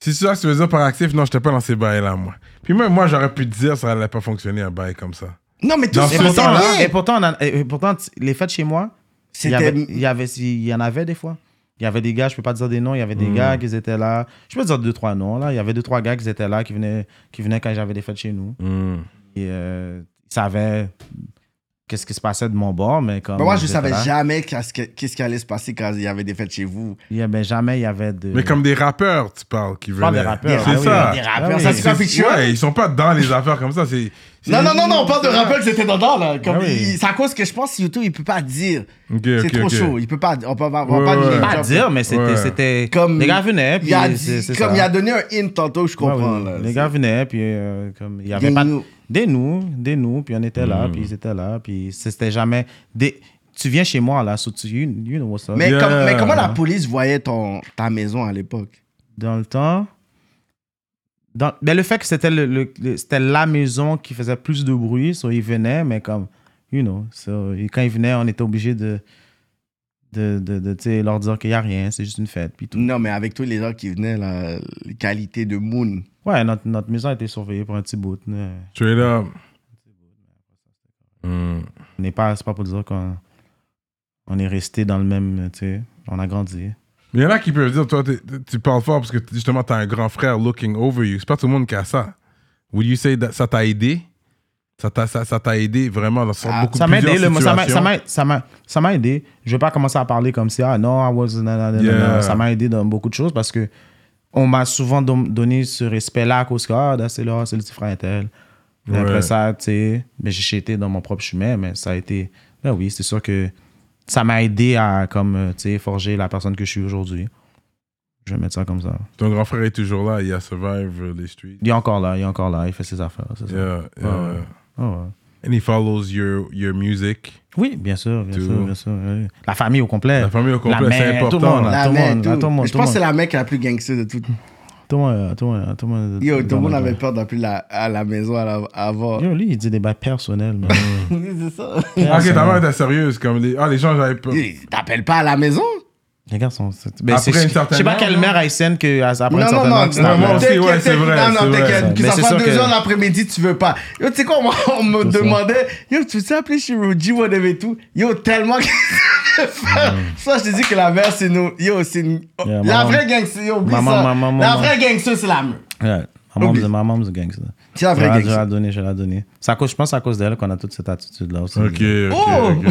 Si ça, tu veux dire par actif, non, j'étais pas dans ces bails-là, moi. Puis même moi, j'aurais pu dire ça allait pas fonctionner un bail comme ça.
Non, mais tout
Dans
se
Et
ce
passait
pourtant,
temps-là,
bien.
et pourtant, on en- et- et pourtant, t- les fêtes chez moi, il y,
C'était.
avait, il, y avait, il y en avait des fois. Il y avait des gars, je peux pas dire des noms, il y avait
Hmm.
des gars qui étaient là. Je peux dire deux, trois noms, là. Il y avait deux, trois gars qui étaient là, Hmm. qui venaient, qui venaient quand j'avais des fêtes chez nous.
Hmm.
Et euh, ils savaient qu'est-ce qui se passait de mon bord, mais comme.
Mais Bah, moi, je
j'étais
savais
là.
jamais qu'est-ce que- qu'est-ce qui allait se passer quand il y avait des fêtes chez vous.
Il y avait jamais, il y avait de.
Mais comme des rappeurs, tu parles, qui veulent.
parle des rappeurs,
C'est
ah oui,
ça.
Des rappeurs,
Ah oui.
ça c'est pas fictuel.
Ouais, ils sont pas dans les affaires comme ça. C'est. c'est-
Non, non, non, non, on parle de rappel que c'était dedans, là. Comme
Ah oui.
il- C'est à cause que je pense que YouTube, il peut pas dire.
Ok,
c'est
ok,
trop
ok.
chaud. Il peut pas. On peut on va pas
Ouais,
lui-
ouais.
Pas à
genre,
dire, mais c'était.
Ouais.
c'était
Comme,
les gars venaient, puis.
il a, dit-
c'est- c'est
comme
ça.
il a donné un hint tantôt, je
Ouais,
comprends.
oui.
là.
Les gars venaient, puis euh, comme il y avait
Des
pas de-
nous.
des nous, des nous, puis on était là, puis ils étaient là, puis c'était jamais des. Tu viens chez moi là, so tu, you, you know what's up.
mais,
Yeah.
comme- mais comment la police voyait ton, ta maison à l'époque
dans le temps, dans, mais le fait que c'était le, le- le- c'était la maison qui faisait plus de bruit, so ils venaient, mais comme you know, so, et quand ils venaient, on était obligé de de, de, de, tu sais, leur dire qu'il y a rien, c'est juste une fête, puis tout.
Non, mais avec tous les gens qui venaient, la la qualité de Moon.
Ouais, notre, notre maison a été surveillée pour un petit bout. mais
Straight up. Hmm.
On n'est pas, c'est pas pour dire qu'on on est resté dans le même, tu sais, on a grandi.
Mais il y en a qui peuvent dire, toi, t'es- t'es- tu parles fort parce que t- justement, t'as un grand frère looking over you. C'est pas tout le monde qui a ça. Would you say that ça t'a aidé? Ça t'a, ça, ça t'a aidé vraiment dans
Ah,
beaucoup
ça m'a
plusieurs
aidé, le- moi, ça m'a- ça
situations.
m'a- ça m'a- ça m'a aidé. Je vais pas commencer à parler comme si, ah non, I was. na, na, na, na,
Yeah.
na. Ça m'a aidé dans beaucoup de choses parce que on m'a souvent don- donné ce respect-là à cause que, ah, là, c'est là, c'est le petit frère tel. Puis
Ouais.
Après ça, tu sais, ben, j'ai été dans mon propre chemin, mais ça a été. Ben oui, c'est sûr que ça m'a aidé à, comme, euh, tu sais, forger la personne que je suis aujourd'hui. Je vais mettre ça comme ça.
Ton grand frère est toujours là. Il a survive euh, les streets.
Il est encore là, il est encore là, il fait ses affaires, c'est ça.
Yeah, yeah.
Ouais. Ah ouais.
And he follows your, your music.
Oui, bien sûr, bien
Tout.
sûr, bien sûr. oui. La famille au complet.
La famille au complet,
La
c'est
mère,
important.
Tout le monde, là,
La
Ah, tout le
mec,
monde, là,
tout.
tout le monde,
Je
tout le
pense que c'est
monde.
la mec la plus gangster de tout.
Tout le monde, là, tout le monde, là, tout le monde.
Yo, tout le monde
là,
avait peur d'appeler la, à la maison à la- avant.
Yo, lui, il dit des bails personnels. man.
c'est ça.
Ah, ok, ta mère était sérieuse. Comme les, ah, les gens, j'avais peur.
T'appelles pas à la maison
Les gars sont. c'est- ben,
Après
c'est-
une certaine
Je sais pas
heure,
quelle
non?
mère haïtienne que à- après une
non,
certaine
non,
heure,
non,
tu t'appelles.
moi aussi,
t'inquiète,
ouais, c'est vrai,
Non, non,
c'est vrai.
t'inquiète. Que
Mais
ça
c'est
soit
sûr
deux
que-
heures l'après-midi, tu veux pas. Yo, tu sais quoi, moi, on me
Tout ça.
demandait, yo, tu sais appeler chez Roji, whatever et tout. Yo, tellement que ça fait faire.
Mm.
Ça, je te dis que la mère, c'est nous. Yo, c'est une.
Yeah,
la
maman.
vraie gangster, yo, oublie
Maman,
ça.
maman,
La
maman.
vraie gangster, c'est la mère.
Ouais. Ma maman,
Oublie.
ma maman, c'est gang, ça.
C'est la vraie
Je la-
gang,
Je
ça.
la donné, je la donné. C'est à cause, je pense, que c'est à cause d'elle qu'on a toute cette attitude-là aussi.
Ok, ok,
Oh!
ok.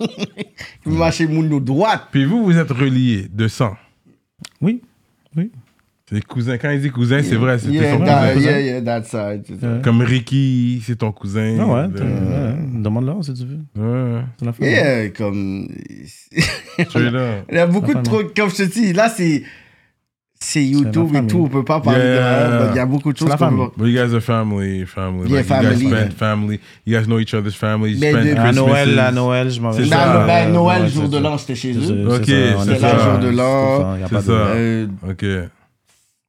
Tu vas chez Mounou droite.
Puis vous, vous êtes reliés de sang.
Oui, oui.
C'est cousins. Quand il dit cousin, c'est vrai, c'était
Yeah,
son
that-
cousin.
yeah, yeah, that's right. c'est ça.
Comme Ricky, c'est ton cousin.
Ah ouais, t'as-
Euh,
ouais, demande-leur si tu veux.
ouais.
C'est la famille.
Yeah, comme.
Tu es là.
Il y a beaucoup de
La
trucs, comme je te dis, là, c'est. C'est YouTube et
famille.
tout, on peut pas parler de
Yeah.
rien, donc Il y a beaucoup de choses
la
qu'on peut
famille.
pas-
But you guys are family, family.
Yeah,
like, You
family.
guys spend family. You guys know each other's families.
Mais
You spend
de-
À Noël, à
Christmases.
Noël, je m'en vais.
C'est
Ben,
ça.
ben, Noël, jour
c'est
de
ça.
l'an, j'étais chez eux.
Ok, c'est
c'est
ça,
ça.
jour de
l'an.
l'an.
C'est ça.
Euh,
Ok.
tu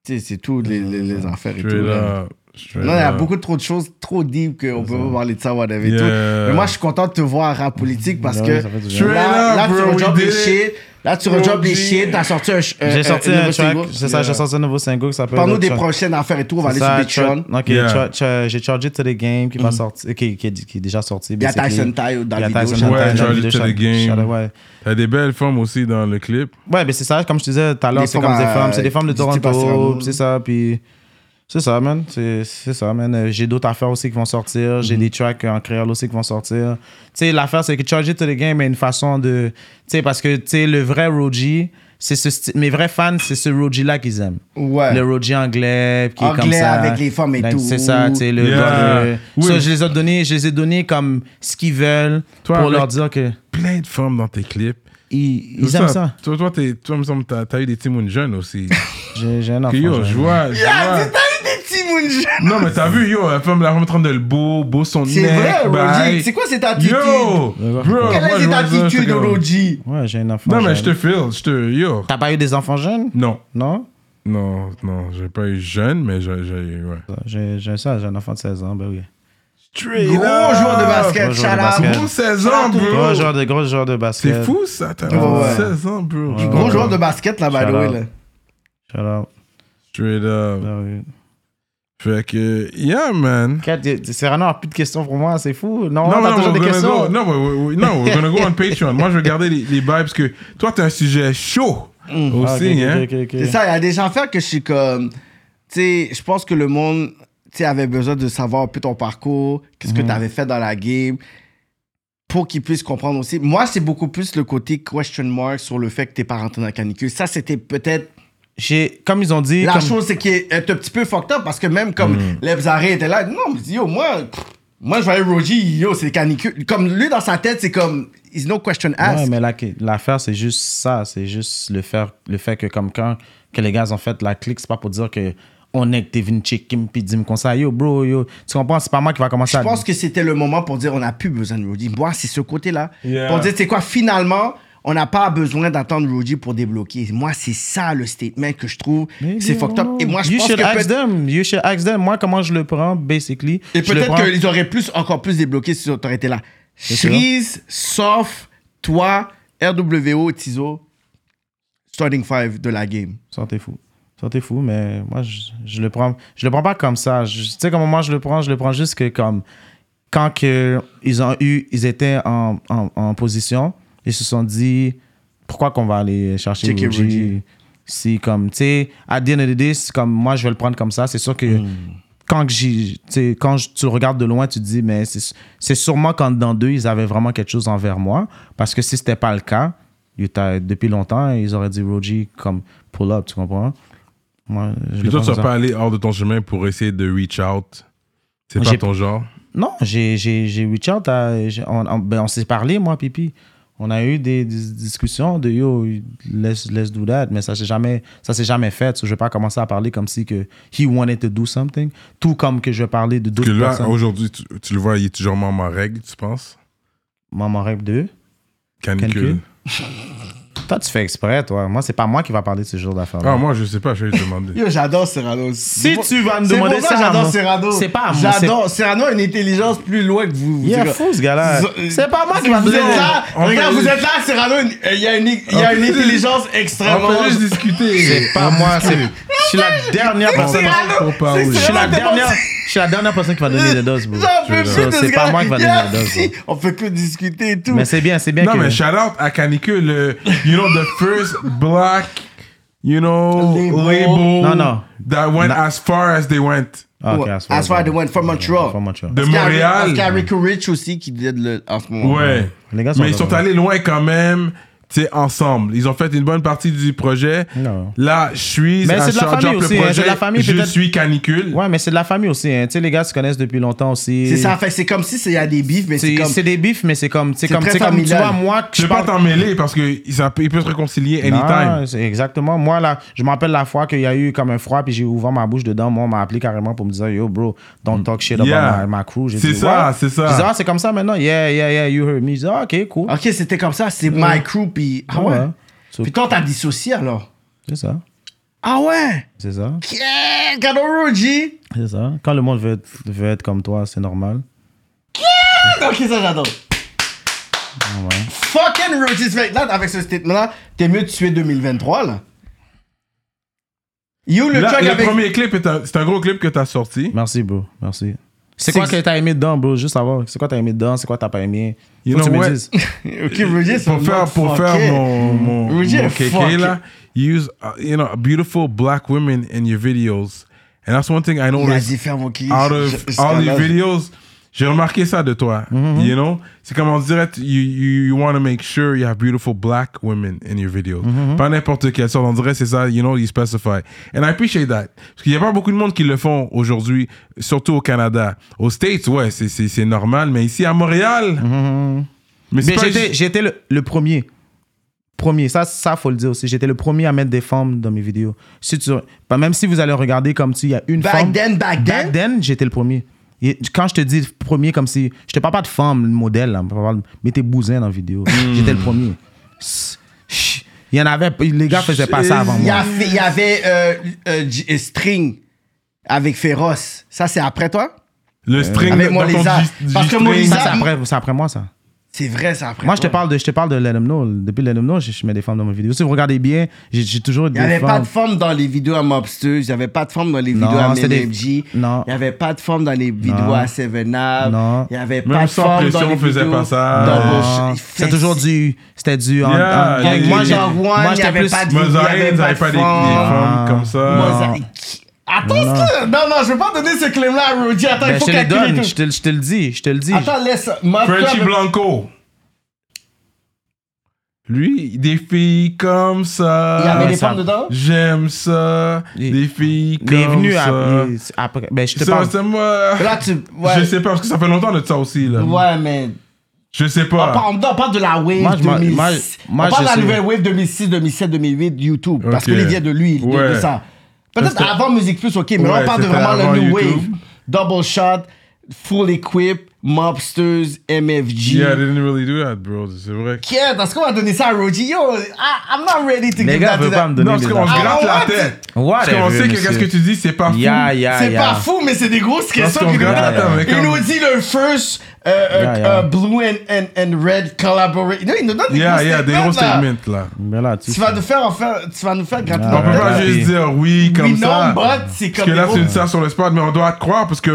sais, c'est tout, les, les, les affaires et
Tu
tout.
es
là.
là. Tu es
Non, il y a
là.
beaucoup trop de choses trop deep qu'on peut pas parler de ça, whatever et
Yeah.
tout. Mais moi, je suis content de te voir en politique parce
Ouais,
que
Ben ça fait du bien.
Straight
là,
up,
là, tu
bro,
rejobes
we
les
did it.
shit. Là, tu rejobes les
OG.
shit. T'as sorti un. ch-
J'ai
euh,
sorti
nouveau
un track,
single.
c'est ça, j'ai sorti un nouveau single qui s'appelle.
Parle-nous
euh,
des
Chuck-
prochaines affaires et tout. On va
c'est
aller sur
ça,
Patreon.
Chuck- Ok,
Yeah.
Chuck- Chuck- j'ai Charged to the Game qui va sortir, qui, qui, est- qui est déjà sorti.
Mm. Il y a
basically.
Tyson Tye dans
Il y
la
a
vidéo.
Tyson
shout out.
Tye
Ouais,
dans la
Charged
vidéo,
to the
shout-
Game.
shout- Ouais.
T'as des belles femmes aussi dans le clip.
Ouais, mais c'est ça, comme je te disais tout à
Des
l'heure, c'est
formes
comme des
à-
femmes, c'est des femmes de
du type
Toronto,
Instagram.
c'est ça, puis c'est ça, man, c'est c'est ça, man. Euh, J'ai d'autres affaires aussi qui vont sortir,
Mhm.
j'ai des tracks en créole aussi qui vont sortir. Tu sais, l'affaire, c'est que Charger to the Game est une façon de. Tu sais, parce que, tu sais, le vrai Roji, c'est ce sti- mes vrais fans, c'est ce Roji-là qu'ils aiment.
Ouais.
Le Roji anglais, qui est comme
Anglais
ça.
avec les femmes et
Ben,
tout.
C'est ça, tu sais, le.
Yeah.
le-
Oui.
Ça, je les ai donnés, je les ai donnés comme ce qu'ils veulent
Toi,
pour
avec-
leur dire que.
Plein de femmes dans tes clips.
Ils, ils aiment ça.
Toi, toi, t'es- toi, me semble, t'as t'as eu des timounes jeunes aussi.
Ah,
J'ai j'ai un enfant.
Que yo,
j'ai-
je vois, je vois.
Des petits moonshot.
Non, mais t'as vu, yo, la femme, la femme en train de le beau, beau son
C'est
neck,
vrai,
bye.
Roji. C'est quoi cette attitude?
Yo, bro,
Quelle
moi, je
est cette
vois ça,
attitude
j'étais
de
comme-
Roji?
Ouais, j'ai un enfant.
Non, mais je te
jeune.
feel, je te, yo.
T'as pas eu des enfants jeunes
Non,
Non
non, non, j'ai pas eu jeune, mais j'ai, j'ai, ouais.
J'ai j'ai ça, j'ai un enfant de 16 ans, ben oui.
Straight
Gros joueur de basket,
Gros joueur
shout
de
out.
basket.
Gros 16 ans,
Gros
bro.
joueur Ah, de, gros joueur de basket.
Oh! C'est fou, ça, t'as
Ouais.
16 ans, bro.
Ah, Ouais.
Gros joueur de basket là, by the way.
Shout
là.
out. Shout out.
Straight up.
Ben oui.
Fait que, yeah, man.
Kat, y- C'est vraiment plus de questions pour moi, c'est fou.
Non,
Non, Oh, t'as
non,
toujours
we're
des
gonna
questions.
go- non, we're, we're- non, we're gonna go on Patreon. Moi, je vais garder les, les vibes parce que toi, t'as un sujet chaud
Ah, ok,
aussi,
ok,
hein.
ok, ok.
C'est ça, il y a des affaires que je suis comme. Tu sais, je pense que le monde
Mm.
tu sais, avait besoin de savoir un peu ton parcours, qu'est-ce que tu avais fait dans la game. pour qu'ils puissent comprendre aussi. Moi, c'est beaucoup plus le côté question mark sur le fait que tes parents étaient dans la canicule. Ça, c'était peut-être
J'ai- Comme ils ont dit.
la
comme- Mm.
chose, c'est qu'il est un petit peu fucked up parce que même comme Lebzaré était là, non, mais yo, moi, pff, moi, je vais aller Roger, yo, c'est canicule. Comme lui, dans sa tête, c'est comme, is no question
Ouais,
asked.
mais la- l'affaire, c'est juste ça. C'est juste le, faire, le fait que, comme quand que les gars ont fait la clique, c'est pas pour dire que on est que t'es venu checker me puis dis-me comme ça, yo, bro, yo. Tu comprends? C'est pas moi qui va commencer
Je
à.
pense que c'était le moment pour dire on n'a plus besoin de Rudy. Moi, c'est ce côté-là.
Yeah.
Pour dire, c'est quoi, finalement, on n'a pas besoin d'attendre Rudy pour débloquer. Moi, c'est ça le statement que je trouve. C'est fucked up. Et moi, je
you
pense que
should ask
peut-
them. You should ask them. Moi, comment je le prends, basically.
et
je le
peut-être
prends-
qu'ils auraient plus, encore plus débloqué si tu été là.
sûr.
Cerise, sauf toi, RWO, Tizo, starting five de la game.
Ça, t'es fou. Ça, t'es fou, mais moi, je, je le prends. Je le prends pas comme ça. Je- Tu sais comment moi je le prends? Je le prends juste que comme quand que ils ont eu, ils étaient en, en- en position, ils se sont dit pourquoi qu'on va aller chercher
Checker
Rudy?
Rudy.
Si comme tu sais, à the end of the day, c'est comme moi je vais le prendre comme ça. C'est sûr que quand que j'y- tu sais, quand je- tu le regardes de loin, tu te dis mais c'est c'est sûrement qu'en dans d'eux, ils avaient vraiment quelque chose envers moi parce que si c'était pas le cas, il était- depuis longtemps, ils auraient dit Roji comme pull up, tu comprends? Moi, je
Puis
le
toi,
prends
tu vas
comme ça.
pas aller hors de ton chemin pour essayer de reach out. C'est pas
J'ai-
ton genre.
Non, j'ai j'ai- j'ai reach out à- j'ai- on, on- ben, on s'est parlé, moi, Pipi. On a eu des, des discussions de yo, let's, let's do that, mais ça s'est jamais, ça s'est jamais fait. so je vais pas commencer à parler comme si que he wanted to do something, tout comme que je parlais de
Parce que
d'autres
là,
oh.
personnes.
aujourd'hui, tu, tu le vois, il est toujours en ma règle, tu penses
Maman rêve de.
Canicule.
Canicule. Toi, tu fais exprès, toi. Moi, c'est pas moi qui va parler de ce genre d'affaires.
Ah, moi, je sais pas, je vais te demander.
Yo, j'adore Serrano. Si
tu vas me demander ça,
j'adore
moi.
Serrano.
C'est pas à moi,
J'adore. Serrano a une intelligence plus loin que vous.
Il est
C'est quoi-
fou, ce gars-là.
Z-
C'est pas moi qui va me
Vous êtes
dire.
là,
On
regarde,
fait-
vous êtes là, Serrano, une- il y a une, il y a une intelligence extrêmement.
On peut juste discuter.
C'est
Ah,
pas moi, c'est. Je suis la dernière personne.
Faut pas, oui.
c'est
Je suis la
Vraiment, t'es
dernière.
parti.
Je suis la dernière personne qui va donner des doses, bro.
J'en peux
So,
plus de ce
C'est pas
gars.
moi qui va
Il a-
donner des doses. bro.
On peut que discuter et tout.
Mais c'est bien, c'est bien
Non,
que...
mais shout out à Canicule, le- you know, the first black, you know,
Label.
label,
Non, non.
that went
Non.
as far as they went.
Ah, ok,
As far as they went from Montreal.
From Montreal.
De
Parce qu'il y a- Parce
Montréal.
qu'il y a Rico Rich aussi qui did le, en ce moment.
Ouais.
Les gars sont
Mais ils
là,
sont
ouais.
allés loin quand même, tu sais, ensemble. Ils ont fait une bonne partie du projet.
Non.
Là, je suis
Mais
à
c'est de la
charge
famille
up le
aussi, hein,
projet.
c'est de la famille,
je
peut-être.
suis Canicule.
Ouais, mais c'est de la famille aussi. Hein. Tu sais, les gars se connaissent depuis longtemps aussi.
C'est ça, fait que c'est comme si c'est- il y a des bifs, mais c'est
C'est
comme.
c'est des bifs, mais c'est comme, c'est
C'est
comme,
très
c'est comme, tu
familial.
vois, moi, que
Je
je
vais pas
parle.
t'en mêler parce que ça peut- ils peuvent se réconcilier anytime.
Non, c'est exactement. Moi, là, je me rappelle la fois qu'il y a eu comme un froid, puis j'ai ouvert ma bouche dedans. Moi, on m'a appelé carrément pour me dire, yo, bro, don't talk shit
Yeah.
about my, my crew. J'ai
C'est
dit,
ça,
ouais.
c'est ça.
J'ai dit, ah, c'est comme ça maintenant. Yeah, yeah, yeah, you heard me. J'ai dit, ah, ok, cool.
Ok, c'était comme ça, c'est my crew, puis. Ah ouais.
Ouais. So-
Puis toi, t'as dissocié alors.
C'est ça.
Ah ouais.
C'est ça.
Yeah, Gano Roji.
C'est ça. Quand le monde veut être, veut être comme toi, c'est normal.
Ok, ça j'adore. Fucking Roji. Fait que Là, avec ce statement-là, t'es mieux de tuer 2023, là. You, le
Là,
track
le
avec.
premier clip, est un- c'est un gros clip que t'as sorti.
Merci, bro. Merci. C'est
C'est
quoi
ex-
que t'as aimé dedans, bro? Juste savoir. C'est quoi t'as aimé dedans? C'est quoi t'as pas aimé?
You
Faut que
know
tu me
what?
dises.
Ok, Roji, c'est
pour faire, pour
fucké.
faire mon, mon,
Roger,
mon
fuck
KK
it.
là, you use, uh, you know, beautiful black women in your videos. And that's one thing
Il
I
a
noticed
dit faire mon kill.
out of all your videos. J'ai remarqué ça de toi,
Mm-hmm.
you know? C'est comme on dirait, tu- you, you, you want to make sure you have beautiful black women in your videos.
Mm-hmm.
Pas n'importe quelle sorte, on dirait c'est ça, you know, you specify. And I appreciate that. Parce qu'il n'y a pas beaucoup de monde qui le font aujourd'hui, surtout au Canada. Aux States, ouais, c'est- c'est c'est normal, mais ici à Montréal... Mais c'est
Mais
pas
j'étais, j'étais le, le premier. Premier. Ça, ça, faut le dire aussi. J'étais le premier à mettre des femmes dans mes vidéos. Si tu, bah, même si vous allez regarder comme si il y a une
Back
femme.
then, back then?
Back then, j'étais le premier. Et quand je te dis premier, comme si. Je te parle pas de femme, le modèle. hein, Là, Je te parle- mettez bousin dans la vidéo.
Hmm.
J'étais le premier. Chut, chut. Il y en avait. Les gars faisaient pas ça avant
Il y
moi.
avait, il y avait euh, euh, J- String avec Féroce. Ça, c'est après toi?
Le string
Avec
dans
mon
ton
lézard.
G-
Parce que mon
G-string.
Ça, c'est
Zam-
après, c'est après moi, ça.
C'est vrai, c'est après
Moi, je te
toi.
parle de, je te parle de Let 'em Know. Depuis Let 'em Know, je, je mets des femmes dans mes vidéos. Si vous regardez bien, j'ai j'ai toujours
Il
des
n'y avait
femmes.
pas de forme dans les vidéos à Mobsters, il n'y avait pas de forme dans les
Non,
vidéos à
c'était des-
MMG,
Non.
il n'y avait pas de forme dans les vidéos
Non.
à Seven Up,
Non.
il n'y avait
Même
pas de
sans
forme
pression,
dans les
on faisait
vidéos...
pas ça.
dans le-
Ah,
il fait-
c'est toujours du. C'était du. en-
Yeah,
en-
yeah,
moi,
yeah,
j'ai-
yeah.
One,
moi,
il y
j'étais
avait
plus.
pas de-
Mazarine, vous n'avez pas des, des
Ah.
femmes comme
Moi,
ça.
ça- Attends, ça- non, non, je ne veux pas donner ce claim-là à Rudy, attends,
Ben,
il
je
faut
te le
calculer
donne,
tout.
je te, je te le dis, je te le dis.
Attends, laisse... Mobsters-
Frenchy Blanco. Lui, des filles comme ça.
Il y avait des
ça-
femmes dedans?
J'aime ça.
Il-
des filles
Il est
comme
venu
ça.
ap- il- après. Ben, je te
Ça,
parle.
c'est moi.
Là, tu. Ouais.
Je sais pas, parce que ça fait longtemps de ça aussi, là.
Ouais, mais.
Je sais
On
pas.
parle, on parle de la wave
Moi, je m'en-
2006.
moi, je- moi,
on parle
je
de la
sais.
nouvelle wave 2006, 2007, 2008 YouTube. Parce que
Ok.
les vient de lui, de- de,
Ouais.
ça. Peut-être
Parce que-
avant Musique Plus, ok, mais là,
Ouais,
on parle de
c'était
vraiment
avant
la new
YouTube.
wave. Double Shot, Full Equip, Mobsters, MFG.
Yeah, I didn't really do that, bro. C'est vrai.
Qu'est-ce est-ce qu'on va donner ça à Roji? Yo, I- I'm not ready to
Les
give
gars
that to
veulent pas
that.
me
Non,
donner
parce
des
qu'on se
affaires.
Ah,
gratte la
what?
tête. Parce
Whatever,
qu'on sait que
monsieur.
qu'est-ce que tu dis, c'est pas fou.
Yeah, yeah,
C'est
yeah.
pas fou, mais c'est des grosses questions.
qu'on
qui nous-
regarde, attends, mais
Il
comme-
nous dit le first euh, euh,
Yeah, yeah.
euh, blue and, and, and red collaboration. Non, il nous donne des
Yeah,
grosses
yeah, des
statements,
gros
là.
statements, là.
Mais Ben là, tu
Tu vas nous faire, en faire, tu vas nous faire gratter.
Ah,
On peut
ouais,
pas
ouais.
juste dire oui comme
non,
ça.
but c'est
Parce
comme
que là,
des
c'est une
gros-
ça sur le spot, mais on doit te croire parce qu'il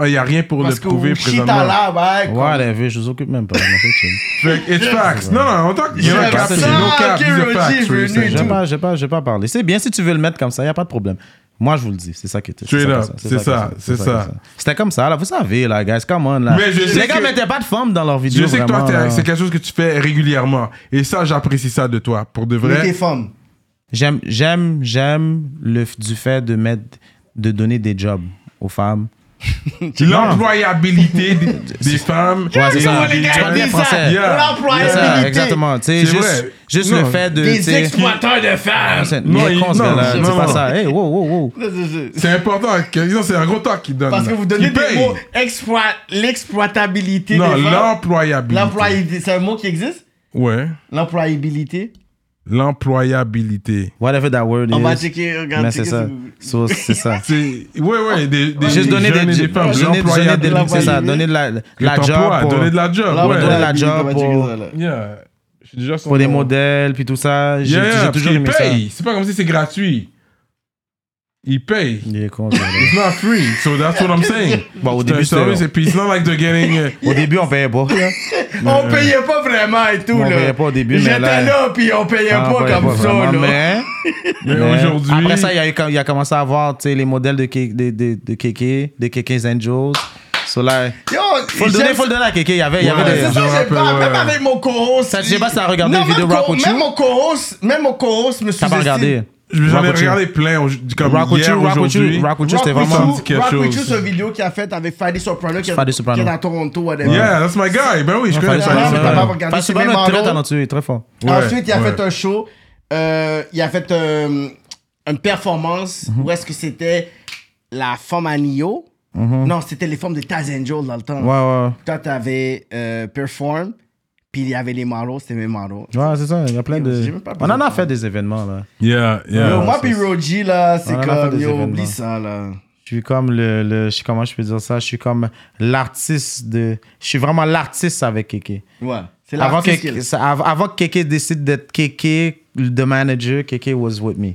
n'y a rien pour
Parce
le
que
prouver
shit
présentement.
à la, ouais. comme-
Whatever, je vous occupe même pas. mais c'est chill.
Fait que it's facts. Non, non, on tant qu'il y a un
J'aime
cap,
ça,
c'est no
ok,
cap, these are
Roger est
facts,
venu
Ray, c'est
et
J'ai
genre.
pas, j'ai pas, j'ai pas parlé. C'est bien si tu veux le mettre comme ça, y a pas de problème. Moi, je vous le dis, c'est ça qui était. c'est
Straight
ça que
up,
ça,
c'est
que
ça, c'est
que
ça.
C'était comme ça, là. Vous savez, là, guys, come on, là.
Mais je sais
Les gars
que-
mettaient pas de forme dans leurs vidéos.
Je sais que toi,
vraiment, euh,
t'es-
là.
c'est quelque chose que tu fais régulièrement. Et ça, j'apprécie ça de toi, pour de
Mais t'es
vrai.
femme.
J'aime, j'aime, j'aime le f- du fait de mettre, de donner des jobs aux femmes.
L'employabilité des, des femmes.
Ouais, c'est
et
ça.
des
Tu
jeunes.
parles bien
Yeah.
français. C'est ça,
L'employabilité.
exactement. Tu sais,
Ah, C'est
juste,
vrai.
juste
Non.
le fait de. tu
Des
sais,
exploiteurs de femmes.
c'est-
Non,
il est
il-
con, ce
non,
gars-là.
non,
Dis pas
non.
ça. Hey, wow, wow, wow.
C'est important. que- non, c'est un gros talk qu'ils donnent.
Parce que
là.
vous donnez
Ils
des
payent.
mots. Exploit, l'exploitabilité
Non,
des femmes.
l'employabilité.
L'employabilité. C'est un mot qui existe?
Ouais.
L'employabilité.
L'employabilité.
Whatever that word
On va
is.
checker, regarde.
Mais c'est
checker
ça.
sur Google.
So, C'est ça.
C'est. Ouais, ouais. Des, des,
Juste donner
jeunes
des,
et des femmes.
donner, donner des,
L'employabilité.
c'est ça, donner de la, la
L'emploi,
job pour,
Donner de la job.
Là, on va
ouais.
donner
donner
la job
on va
pour-
checker ça, là.
Yeah. Je suis déjà sur
pour des
mon-
modèles puis tout ça. J'ai
Yeah,
j'ai
yeah,
toujours
toujours
aimé
ils
ça.
payent. C'est pas comme si c'est gratuit. Ils payent.
Il est con, ce gars-là.
It's not free. So that's what I'm saying.
Bon, Bah, au
C'est
début,
un
c'était-
service, et puis it's not like they're getting. uh,
Au début, on payait pas.
On payait pas vraiment et tout,
On
là.
payait pas au début, mais
J'étais
là-
là, puis on payait
Ah, on
pas
payait
comme ça,
vraiment,
là.
Mais,
Mais
mais
aujourd'hui.
Après ça, il y a, eu- il y a commencé à avoir tu sais, les modèles de, Ke- de, de, de Keke, de Keke's Angels. So là,
Yo,
faut le donner,
j'aime
faut le donner à Keke. Il y avait, il y
Ouais,
avait
C'est
des-
je me
ça, j'ai
rappelle,
pas,
ouais.
même avec mon co-host.
Ça, je sais pas si t'as
il-
regardé
Non,
une vidéo
même
de Rock
co-
with
Même
You.
mon co-host, même mon co-host me
T'as pas regardé.
J'en ai
Rock with you.
regardé plein au- comme
Rock with
hier
you, Rock with
aujourd'hui.
you, Rock with you,
Rock
c'était
with
vraiment.
dit
you,
quelque
Rock with
chose.
you, c'est une vidéo qu'il a faite avec Friday Soprano qui est
Friday Soprano.
qui est à Toronto, whatever.
Yeah, that's my guy. Ben oui, je connais
Soprano,
ça.
mais t'as pas regardé,
Parce
c'est
que Soprano
même
est très
en haut.
talentueux, il est très fort.
Ouais,
Ensuite, il a
ouais.
fait un show, euh, il a fait euh, une performance où est-ce que c'était la forme à Nio.
Mm-hmm.
Non, c'était les formes de Taz Angel dans le temps.
Ouais, ouais.
Toi, t'avais euh, perform, puis il y avait les Maros, c'était mes Maros.
Ouais, c'est ça, il y a plein
J'ai
de.
même pas
On en
besoin.
a fait des événements, là.
Yeah,
Yo,
yeah.
moi puis Roji, là, c'est
On en a fait
comme,
des
yo,
événements.
oublie ça, là.
Je suis comme le, le- je suis- comment je peux dire ça, je suis comme l'artiste de, je suis vraiment l'artiste avec Keke.
Ouais, c'est
Avant que,
l'artiste qui-
ça- av- avant que Keke décide d'être Keke, the manager, Keke was with me.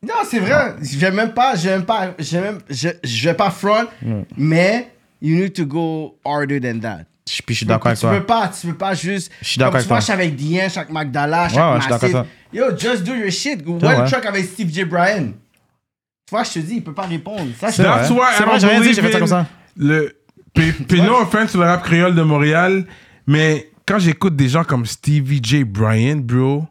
Non, c'est vrai. Je vais même pas, je vais même pas, je vais même, je, je vais pas front, mais you need to go harder than that.
Mm. Je, puis je suis d'accord avec
tu
toi.
peux pas, tu peux pas juste.
Je suis d'accord
comme
avec
tu
toi.
marches avec Dien, chaque Magdala,
Ouais, ouais, je
chaque
suis d'accord
Massif.
avec
Yo, just do your shit. Go
Ouais,
one
ouais.
truck avec Steve J. Bryan. Tu vois, je te dis, il peut pas répondre. Ça, je
C'est vrai.
That's why
C'est
I
vrai,
don't
j'ai rien dit,
believe
j'ai fait ça
in
comme ça.
Le... Puis, puis no offense sur le rap créole de Montréal, mais quand j'écoute des gens comme Stevie J. Bryan, bro,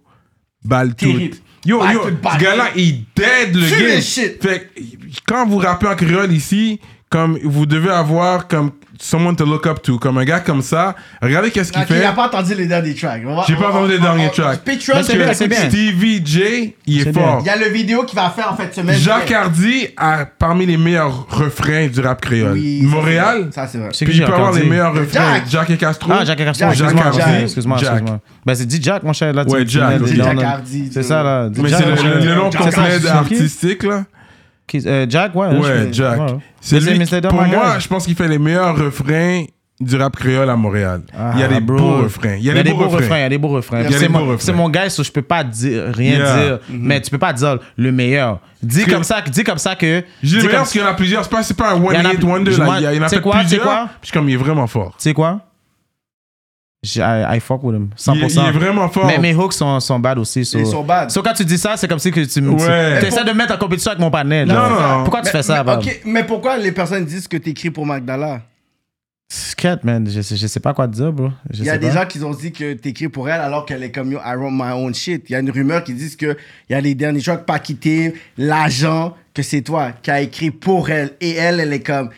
balle tout.
Terrible.
Yo,
Balle
yo,
tout, balle
ce gars-là, il dead le
Tue
game.
les shit.
Fait que, quand vous rappez en créole ici, comme vous devez avoir comme someone to look up to, comme un gars comme ça, regardez qu'est-ce qu'il
Ok, il
fait.
a Ah, pas entendu les derniers tracks. On va-
J'ai
on-
pas
on-
entendu les
on-
derniers
on-
tracks.
Patreon,
Mais c'est
tu-
bien, c'est bien.
Stevie J, il est
C'est bien.
fort.
Il y a le vidéo qu'il va faire en fait semaine.
Jacques Hardy a parmi les meilleurs refrains du rap créole.
Oui, ça,
Montréal,
c'est- Ça, c'est vrai.
C'est
puis
qui,
il peut avoir
Jacques
les
Hardy?
meilleurs refrains.
Jack.
Jack, et Castro.
Ah, Jacques Carson,
Jack,
excuse-moi,
Jack,
excuse-moi,
Jack.
excuse-moi,
Jack.
excuse-moi. Ben, c'est dit Jack, mon cher, là. tu-
Ouais,
tu
Jack,
mets des
c'est
gens
Jack
dans-
Hardy,
C'est
tu-
ça, là. dis
Mais
Jack,
c'est
je-
le, le nom
Jack, c'est
complet
qui?
artistique, là.
Qui- euh, Jack, ouais. je-
Ouais, Jack.
ouais.
C'est
Mais
lui,
Mr.
qui-
Dumb
pour
My
moi,
Guy.
je pense qu'il fait les meilleurs refrains du rap créole à Montréal. il y a
Ah,
des
bro.
beaux refrains. Il y a, des, beaux, refrains.
Il y a des beaux refrains.
y a
C'est
des
mon-
beaux refrains.
C'est mon gars, so je peux pas dire, rien
Yeah. Mm-hmm.
dire. Mais tu peux pas dire le meilleur. Dis
que-
comme ça, dis comme ça que.
Je
dis
dis
comme-
meilleur parce qu'il y en a plusieurs. C'est pas, c'est pas un one
Il y en a-
hit wonder,
je-
là.
moi,
Il y a- il y en a
tu sais
fait
quoi, tu sais
plusieurs.
quoi?
Puis je suis comme, il est vraiment fort.
Tu sais quoi? J'ai- I, I fuck with him, 100%.
Il, est- il est vraiment fort.
Mais mes hooks sont, sont bad aussi. So.
Ils sont bad.
So quand tu dis ça, c'est comme si que tu me.
Ouais.
Tu essaies de me mettre en compétition avec mon panel.
Non,
là.
non, non.
Pourquoi tu
Mais-
fais ça,
mais,
Bob?
ok, mais pourquoi les personnes disent que t'écris pour Magdala
secrète, man. Je, sais- je sais pas quoi te dire, bro. Je
Il y a
sais
des
pas.
gens qui ont dit que t'écris pour elle alors qu'elle est comme yo, I run my own shit. Il y a une rumeur qui dit que il y a les derniers chocs pas quitté, l'agent, que c'est toi qui a écrit pour elle. Et elle, elle est comme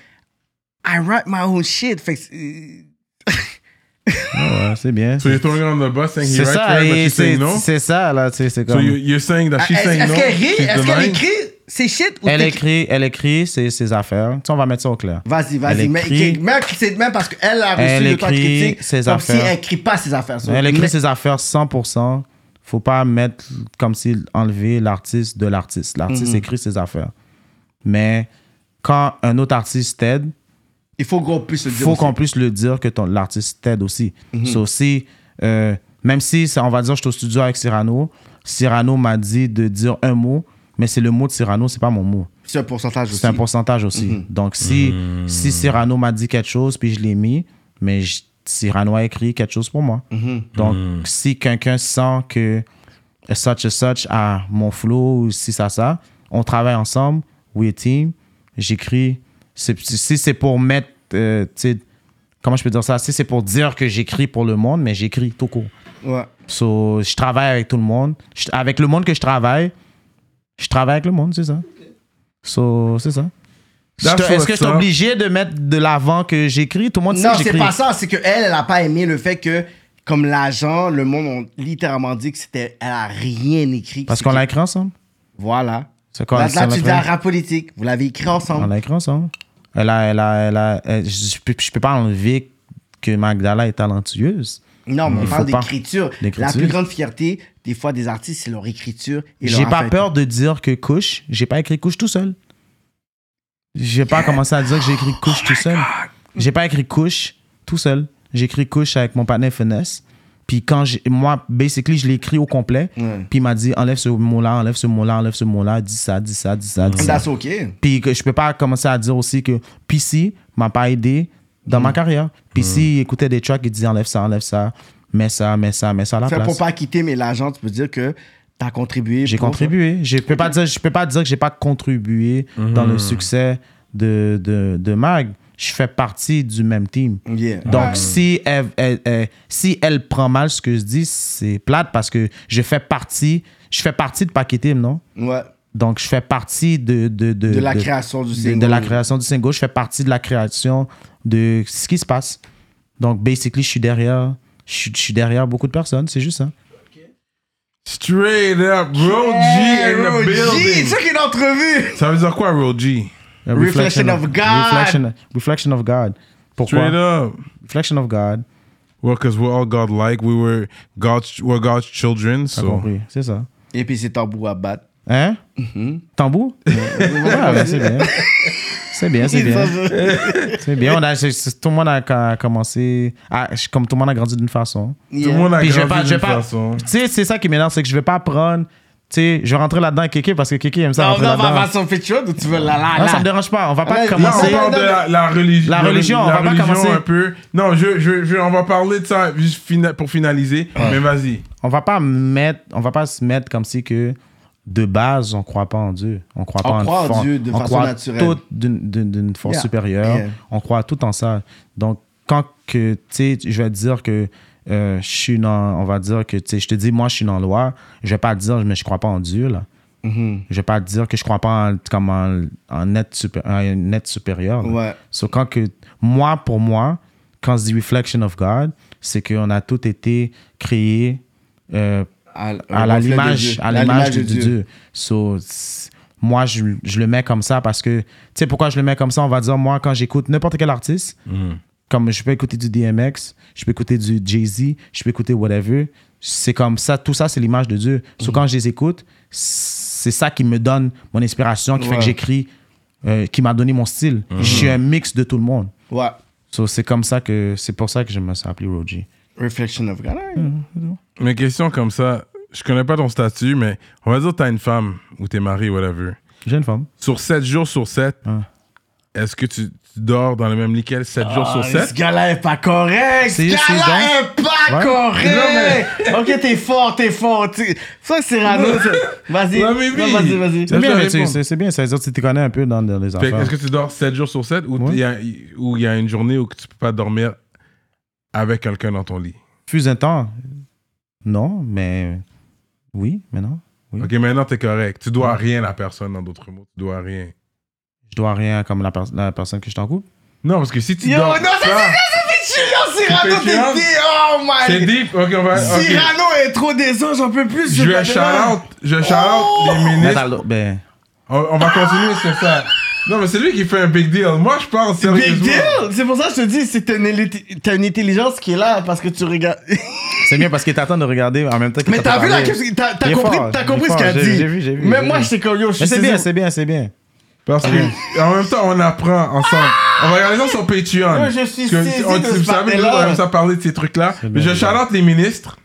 I write my own shit. Fait que euh, c'est-
Ouais, c'est bien.
So you're throwing her on the bus saying he
C'est
right for
ça,
her, but
et
she's
c'est
saying no?
c'est ça, là, tu sais, c'est
So
comme...
you- you're saying that she's
Ah, Est-ce
saying
est-ce
no?
qu'elle rit?
she's
Est-ce qu'elle
denying?
écrit ses shit ou
Elle
t'écris-
écrit, elle écrit ses, ses affaires. Tu sais, on va mettre ça au clair.
Vas-y,
Elle
vas-y. Mais
écrit-
que- mais que c'est même parce qu'elle a reçu
Elle
le temps de
écrit
critique.
ses
comme
affaires.
si elle écrit pas ses affaires.
Elle
Mais-
écrit ses affaires 100%. Faut pas mettre comme s'il enlevait l'artiste de l'artiste.
Mhm.
L'artiste écrit ses affaires. Mais quand un autre artiste t'aide,
Il faut qu'on puisse le dire.
faut
aussi. Mhm.
qu'on puisse le dire que ton- l'artiste t'aide aussi. C'est aussi, euh, même si, ça, on va dire, je suis au studio avec Cyrano, Cyrano m'a dit de dire un mot, mais c'est le mot de Cyrano, c'est pas mon mot.
C'est un pourcentage aussi. Mhm.
C'est un pourcentage aussi. Donc, si, si Cyrano m'a dit quelque chose, puis je l'ai mis, mais je- Cyrano a écrit quelque chose pour moi.
Mhm.
Donc, si quelqu'un sent que such a such a mon flow ou si ça, ça, on travaille ensemble, we a team, j'écris. C'est- Si c'est pour mettre, euh, tu sais, comment je peux dire ça? Si c'est pour dire que j'écris pour le monde, mais j'écris tout court.
Ouais.
So, je travaille avec tout le monde. Je- avec le monde que je travaille, je travaille avec le monde, c'est ça. So, c'est ça. Je
That's
te- Est-ce que je
what's
suis
up.
obligé de mettre de l'avant que j'écris Tout le monde sait
Non,
que
c'est
j'écris.
pas ça. C'est qu'elle, elle a pas aimé le fait que, comme l'agent, le monde ont littéralement dit que c'était. Elle a rien écrit.
Parce
C'est
qu'on
que-
l'a écrit ensemble.
Voilà.
C'est quoi
Là,
ça,
là, tu
la
dis à
preuve?
rap politique. Vous l'avez écrit
On
ensemble.
l'a écrit ensemble. Elle a, elle a, elle a- elle- je, je peux, je peux pas enlever que Magdala est talentueuse.
Non, mais on
Il
parle
faut pas.
d'écriture. La
D'écriture.
plus grande fierté, des fois, des artistes, c'est leur écriture. et leur
J'ai pas
affaire.
peur de dire que couche. J'ai pas écrit couche tout seul. J'ai pas commencé à dire que j'ai écrit couche tout seul. J'ai pas écrit couche tout seul. J'ai écrit couche avec mon partenaire Finesse. Puis quand j'ai- moi, basically, je l'ai écrit au complet. Puis il m'a dit enlève ce mot-là, enlève ce mot-là, enlève ce mot-là, dis ça, dis ça, dis ça, dis ça.
That's OK.
Puis que je peux pas commencer à dire aussi que PC m'a pas aidé dans ma carrière. PC écoutait des tracks, il disait enlève ça, enlève ça, mets ça, mets ça, mets ça à la
Fait
place.
pour pas quitter, mais l'agent, tu peux dire que t'as contribué.
J'ai
pour-
contribué. Je peux pas dire, je peux pas dire que j'ai pas contribué dans le succès de, de, de Mag. Je fais partie du même team.
Yeah.
Donc, si, elle, elle- elle- si elle prend mal ce que je dis, c'est plate parce que je fais partie, je fais partie de Paquet Team, non?
Ouais.
Donc, je fais partie de... De,
De la création du
de-
single.
De, la création du single. Je fais partie de la création de ce qui se passe. Donc, basically, je suis derrière... Je suis- je suis derrière beaucoup de personnes, c'est juste ça.
Straight up, Roji
Hey,
in the
Roji,
building.
C'est une entrevue.
Ça veut dire quoi, Roji?
A
Reflection of God.
Reflection, reflection of God. Pourquoi?
Straight up.
Reflection of God.
Well, because we're all God-like. We were God's, we're God's children,
T'as
so...
compris, c'est ça.
Et puis c'est tambour à battre.
Hein?
Mm-hmm.
Tambour? Ouais, ouais, c'est bien. C'est bien, c'est bien. C'est bien. On a, c'est- c'est- tout le monde a ca- commencé. à- je- comme tout le monde a grandi d'une façon.
Tout le monde a
Puis je vais pas.
grandi
Je vais
d'une
pas
façon.
tu sais, c'est ça qui m'énerve, c'est que je vais pas prendre. Tu sais, je vais rentrer là-dedans avec Kéké parce que Kéké aime ça
Non,
rentrer
non, on va
là-dedans.
faire son feature ou tu veux la la
Non,
la.
ça me dérange pas. On va
Là,
Là,
pas
on
commencer.
parle de la, la religion.
La religion, on va pas commencer.
un peu. Non, je, je, je- on va parler de ça juste fina- pour finaliser. Mais vas-y.
on va pas mettre on va pas se mettre comme si que de base on croit pas en Dieu on croit
On
pas
croit en
fond-
Dieu de
on
façon
croit
naturelle.
tout d'une- d'une d'une force
Yeah.
supérieure
Yeah.
on croit tout en ça donc quand que tu sais je vais te dire que euh, je suis dans on va dire que tu sais je te dis moi je suis dans la loi je vais pas te dire mais je crois pas en Dieu là je vais pas te dire que je crois pas en, comme en, en être, supé- en un être supérieur. là.
Ouais.
So, quand que, moi, pour moi, quand je dis reflection of God, c'est qu'on a tous été créés euh,
À-
à
au
la-
reflet de
l'image
Dieu.
à l'image de, Dieu. So, c'est- moi, je, je le mets comme ça parce que, tu sais, pourquoi je le mets comme ça? On va dire, moi, quand j'écoute n'importe quel artiste, comme je peux écouter du DMX, je peux écouter du Jay-Z, je peux écouter whatever, c'est comme ça, tout ça, c'est l'image de Dieu. So, quand je les écoute, c'est ça qui me donne mon inspiration, qui fait
Ouais.
que j'écris, euh, qui m'a donné mon style. Je suis un mix de tout le monde.
Ouais.
So, c'est comme ça que, c'est pour ça que je me suis appelé Roji.
Reflection of God. Alright.
Mes questions comme ça, je connais pas ton statut, mais on va dire que t'as une femme ou t'es marié, whatever.
J'ai une femme.
Sur 7 jours sur 7,
Ah.
est-ce que tu, tu dors dans le même lit qu'elle 7 jours sur
Ah, mais
7?
Ce gars-là est pas correct. Ce
C'est juste
gars-là
ses
est pas
Ouais.
correct! ok, t'es fort, t'es fort. tu- Ça, c'est Cyrano. c'est- Vas-y.
Ouais, mais
Non,
oui.
Vas-y, vas-y.
C'est bien,
Je
tu sais,
réponds.
c'est c'est bien, ça veut dire que tu te connais un peu dans dans les
Fait que
affaires.
Est-ce que tu dors 7 jours sur 7 ou
Ouais.
il y a- ou il y, a une journée où tu peux pas dormir avec quelqu'un dans ton lit?
Fuse un temps. Non, mais oui, mais non. Oui.
Ok, maintenant t'es correct. Tu dois rien à la personne, en d'autres mots. Tu dois rien.
Je dois rien comme la, pers- la personne que je t'en coupe.
Non, parce que si tu
Yo,
dors.
non, ça,
Ah,
Julien Cyrano,
Tu
t'es
fais chiant?
dé- Oh
c'est
my
deep. Ok, on va. ok.
Cyrano est trop décent, j'en peux plus.
Je
ce
vais
bâtard.
shout-out. Je shout-out
Oh!
les
Mais
ministres.
dans l'autre- ben,
On, on va continuer sur ça. Non, mais c'est lui qui fait un big deal. Moi, je parle sérieusement.
Big deal! C'est pour ça que je te dis, c'est t'as une, éli- t'as une intelligence qui est là parce que tu regardes.
c'est bien parce qu'il t'attend de regarder en même temps que
Mais t'as vu la
parlé.
question, t'as t'as
Il est
compris,
fort,
t'as
il est
compris ce
fort,
qu'elle a
j'ai-
dit.
j'ai vu, j'ai vu,
Même
j'ai
moi,
vu.
j'étais comme yo, je
Mais
suis
c'est bien,
saison-
c'est bien, c'est bien.
Parce que, en même temps, on apprend ensemble. On va regarder ça sur Patreon.
Moi, je suis
Parce oh,
saisi de
on- vous
ce
savez, nous
parti-là.
autres, on aime ça parler de ces trucs-là. Mais
bien,
je chalote les ministres.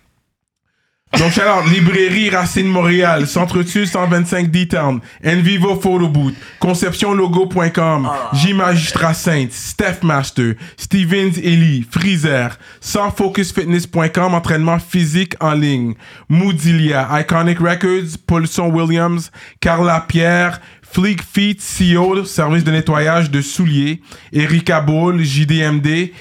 Donc, chalote Librairie Racine Montréal, Centre-Sud 125 D-Town, Envivo Photo Boot, ConceptionLogo.com,
Ah.
J Magistrat Saint, Steph Master, Stevens Ellie, Freezer, SansFocusFitness.com, entraînement physique en ligne, Moodilia, Iconic Records, Paulson Williams, Carla Pierre, Fleek Feet, CEO, service de nettoyage de souliers, Erika Ball, JDMD,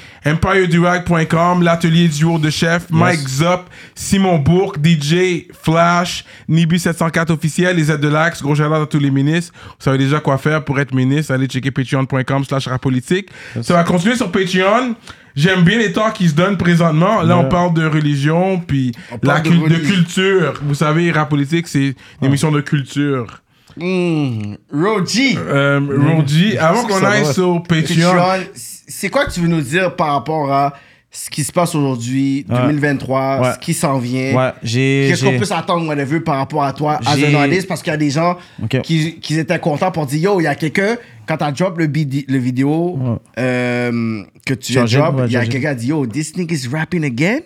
EmpireDurag.com, l'atelier du haut de chef, Mike Zop, Simon Bourque, DJ, Flash, Nibu704 officiel, les aides de l'Axe, gros shout à tous les ministres. Vous savez déjà quoi faire pour être ministre. Allez checker patreon.com slash rapolitique. Ça va continuer sur Patreon. J'aime bien les temps qui se donnent présentement. Là, on parle de religion, puis la
parle de
cul- de,
religion. Ah.
culture. Vous savez, Rapolitique, c'est une émission de culture.
Hmm, Roji,
Euh, Roji, avant qu'on
Ça
aille
va.
sur Patreon,
Sean, c'est quoi que tu veux nous dire par rapport à ce qui se passe aujourd'hui, 2023,
Ouais.
ce qui s'en vient?
Ouais, j'ai.
Qu'est-ce qu'on
j'ai-
peut s'attendre, whatever, par rapport à toi, as
J'ai-
an artist? Parce qu'il y a des gens
Ok.
qui, qui étaient contents pour dire Yo, il y a quelqu'un, quand t'as drop le, bidi- le vidéo
Ouais.
euh, que tu as
Changé,
drop,
ouais,
il y a
changé.
quelqu'un qui a dit Yo, this nigga is rapping again?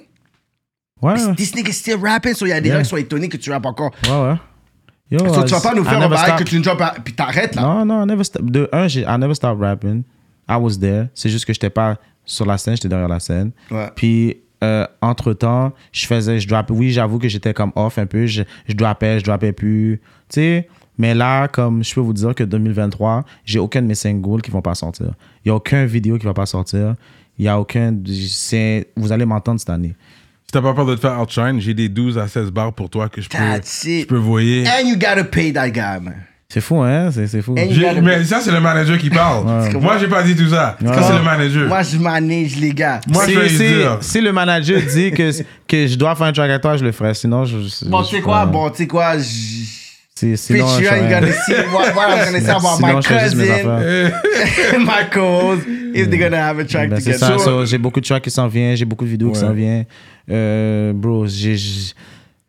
Ouais, ouais,
This nigga is still rapping? So il y a des
Ah. Yeah.
gens qui sont étonnés que tu rappes encore.
ouais. Yo,
So, tu vas
I-
pas nous
I
faire un
never
bail
stop.
que tu ne drops à- puis t'arrêtes là.
Non, non, I never stop. De un, j'ai- I never stopped rapping. I was there. C'est juste que j'étais pas sur la scène, j'étais derrière la scène.
Ouais.
Puis, entre temps, je faisais, je droppais. Oui, j'avoue que j'étais comme off un peu. Je, je droppais, je droppais plus. Tu sais, mais là, comme je peux vous dire que 2023, j'ai aucun de mes singles qui vont pas sortir. Il y a aucun vidéo qui va pas sortir. Il y a aucun. c'est- Vous allez m'entendre cette année.
si t'as pas peur de te faire outshine, j'ai des 12 à 16 barres pour toi que je peux,
That's it.
je peux voyer.
And you gotta pay that guy, man.
C'est fou, hein? C'est c'est fou.
Et-
J'ai- Mais ça, c'est le manager qui parle. Moi, j'ai pas dit tout ça. Ça, c'est le manager.
Moi, je manage les gars.
Moi,
si,
je vais lui
si-
dire.
si le manager dit que, que je dois faire un track à toi, je le ferai. Sinon, je. je-
Bon,
je
tu sais
ferai-
quoi? Bon, tu sais quoi? je-
Si-
Bitch,
sinon, je
you ain't
ferai-
gonna see what, what I'm gonna say about
Sinon,
my
je fais juste mes affaires.
cousin, my cause, if they're gonna have a track
Ben, c'est
together.
ça,
So,
so, j'ai beaucoup de tracks qui s'en viennent, j'ai beaucoup de vidéos qui
Ouais.
s'en viennent. Euh, bro, j'ai- j'ai-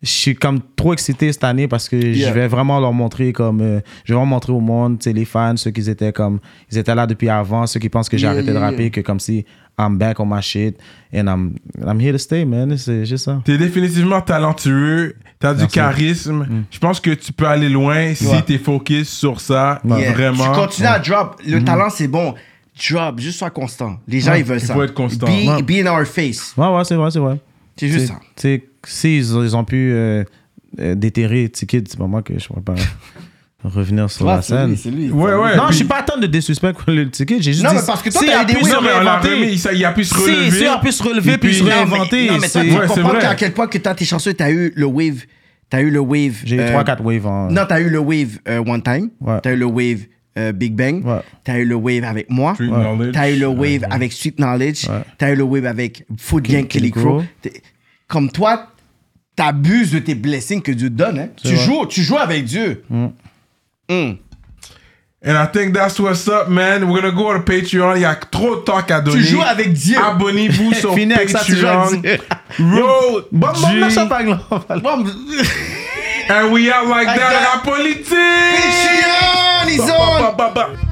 je suis comme trop excité cette année parce que
Yeah.
je vais vraiment leur montrer comme euh, je vais vraiment montrer au monde, tu sais, les fans, ceux qui étaient comme ils étaient là depuis avant, ceux qui pensent que j'ai
Yeah,
arrêté
yeah,
de rapper,
yeah.
que comme si I'm back on my shit and I'm I'm here to stay, man. C'est juste ça.
T'es définitivement talentueux, t'as du charisme. Je pense que tu peux aller loin si
Ouais.
t'es focus sur ça,
yeah. Tu
vraiment.
continues à drop.
Mm-hmm.
Le talent, c'est bon. Drop, juste sois constant. Les gens, ils veulent ça.
faut être constant.
Be,
Ouais.
be in our face.
Ouais, ouais, c'est vrai, c'est vrai.
C'est juste
C'est-
ça.
Tu sais, si ils ont, ils ont pu euh, euh, déterrer Ticket, c'est pas moi que je pourrais pas revenir sur la scène.
lui.
Ouais, ouais.
Non,
puis-
je suis pas tant de désuspect que le ticket. J'ai juste
Non,
dit,
mais parce que toi,
si
t'as
il a
eu des
pu
oui,
se
Non, mais on l'a
réinventer.
remis, il s'est- il a pu se
Si,
relever.
si, il a pu se relever, puis se
Non,
Non, mais,
réinventer.
non, mais toi,
c'est-
tu
Ouais, c'est
comprends
vrai.
qu'à quel point que toi, t'es chanceux, t'as eu le wave. T'as eu le wave.
J'ai eu
euh,
3-4 waves en.
Non, t'as eu le wave euh, One Time.
Ouais.
T'as eu le wave euh, Big Bang.
Ouais.
T'as eu le wave avec moi.
Street knowledge.
T'as eu le wave avec Street Knowledge.
Ouais.
T'as eu le wave avec Food Gang Kelly
Kelly
Crow.
Crow.
T'es- Comme toi, t'abuses de tes blessings que Dieu te donne. hein. Tu,
vrai.
joues, tu joues avec Dieu. Mm.
And I think that's what's up, man. We're gonna go on Patreon. Il y a trop de temps à donner.
Tu joues avec Dieu.
Ah, Abonnez-vous sur
Fini avec ça, tu joues
Patreon.
avec Dieu.
Roll
Bon, bon,
G.
merci, Paglo.
Bon,
And we out like
Like
that.
that.
La politique.
Patreon, ils
Ba,
ont-
ba, ba, ba.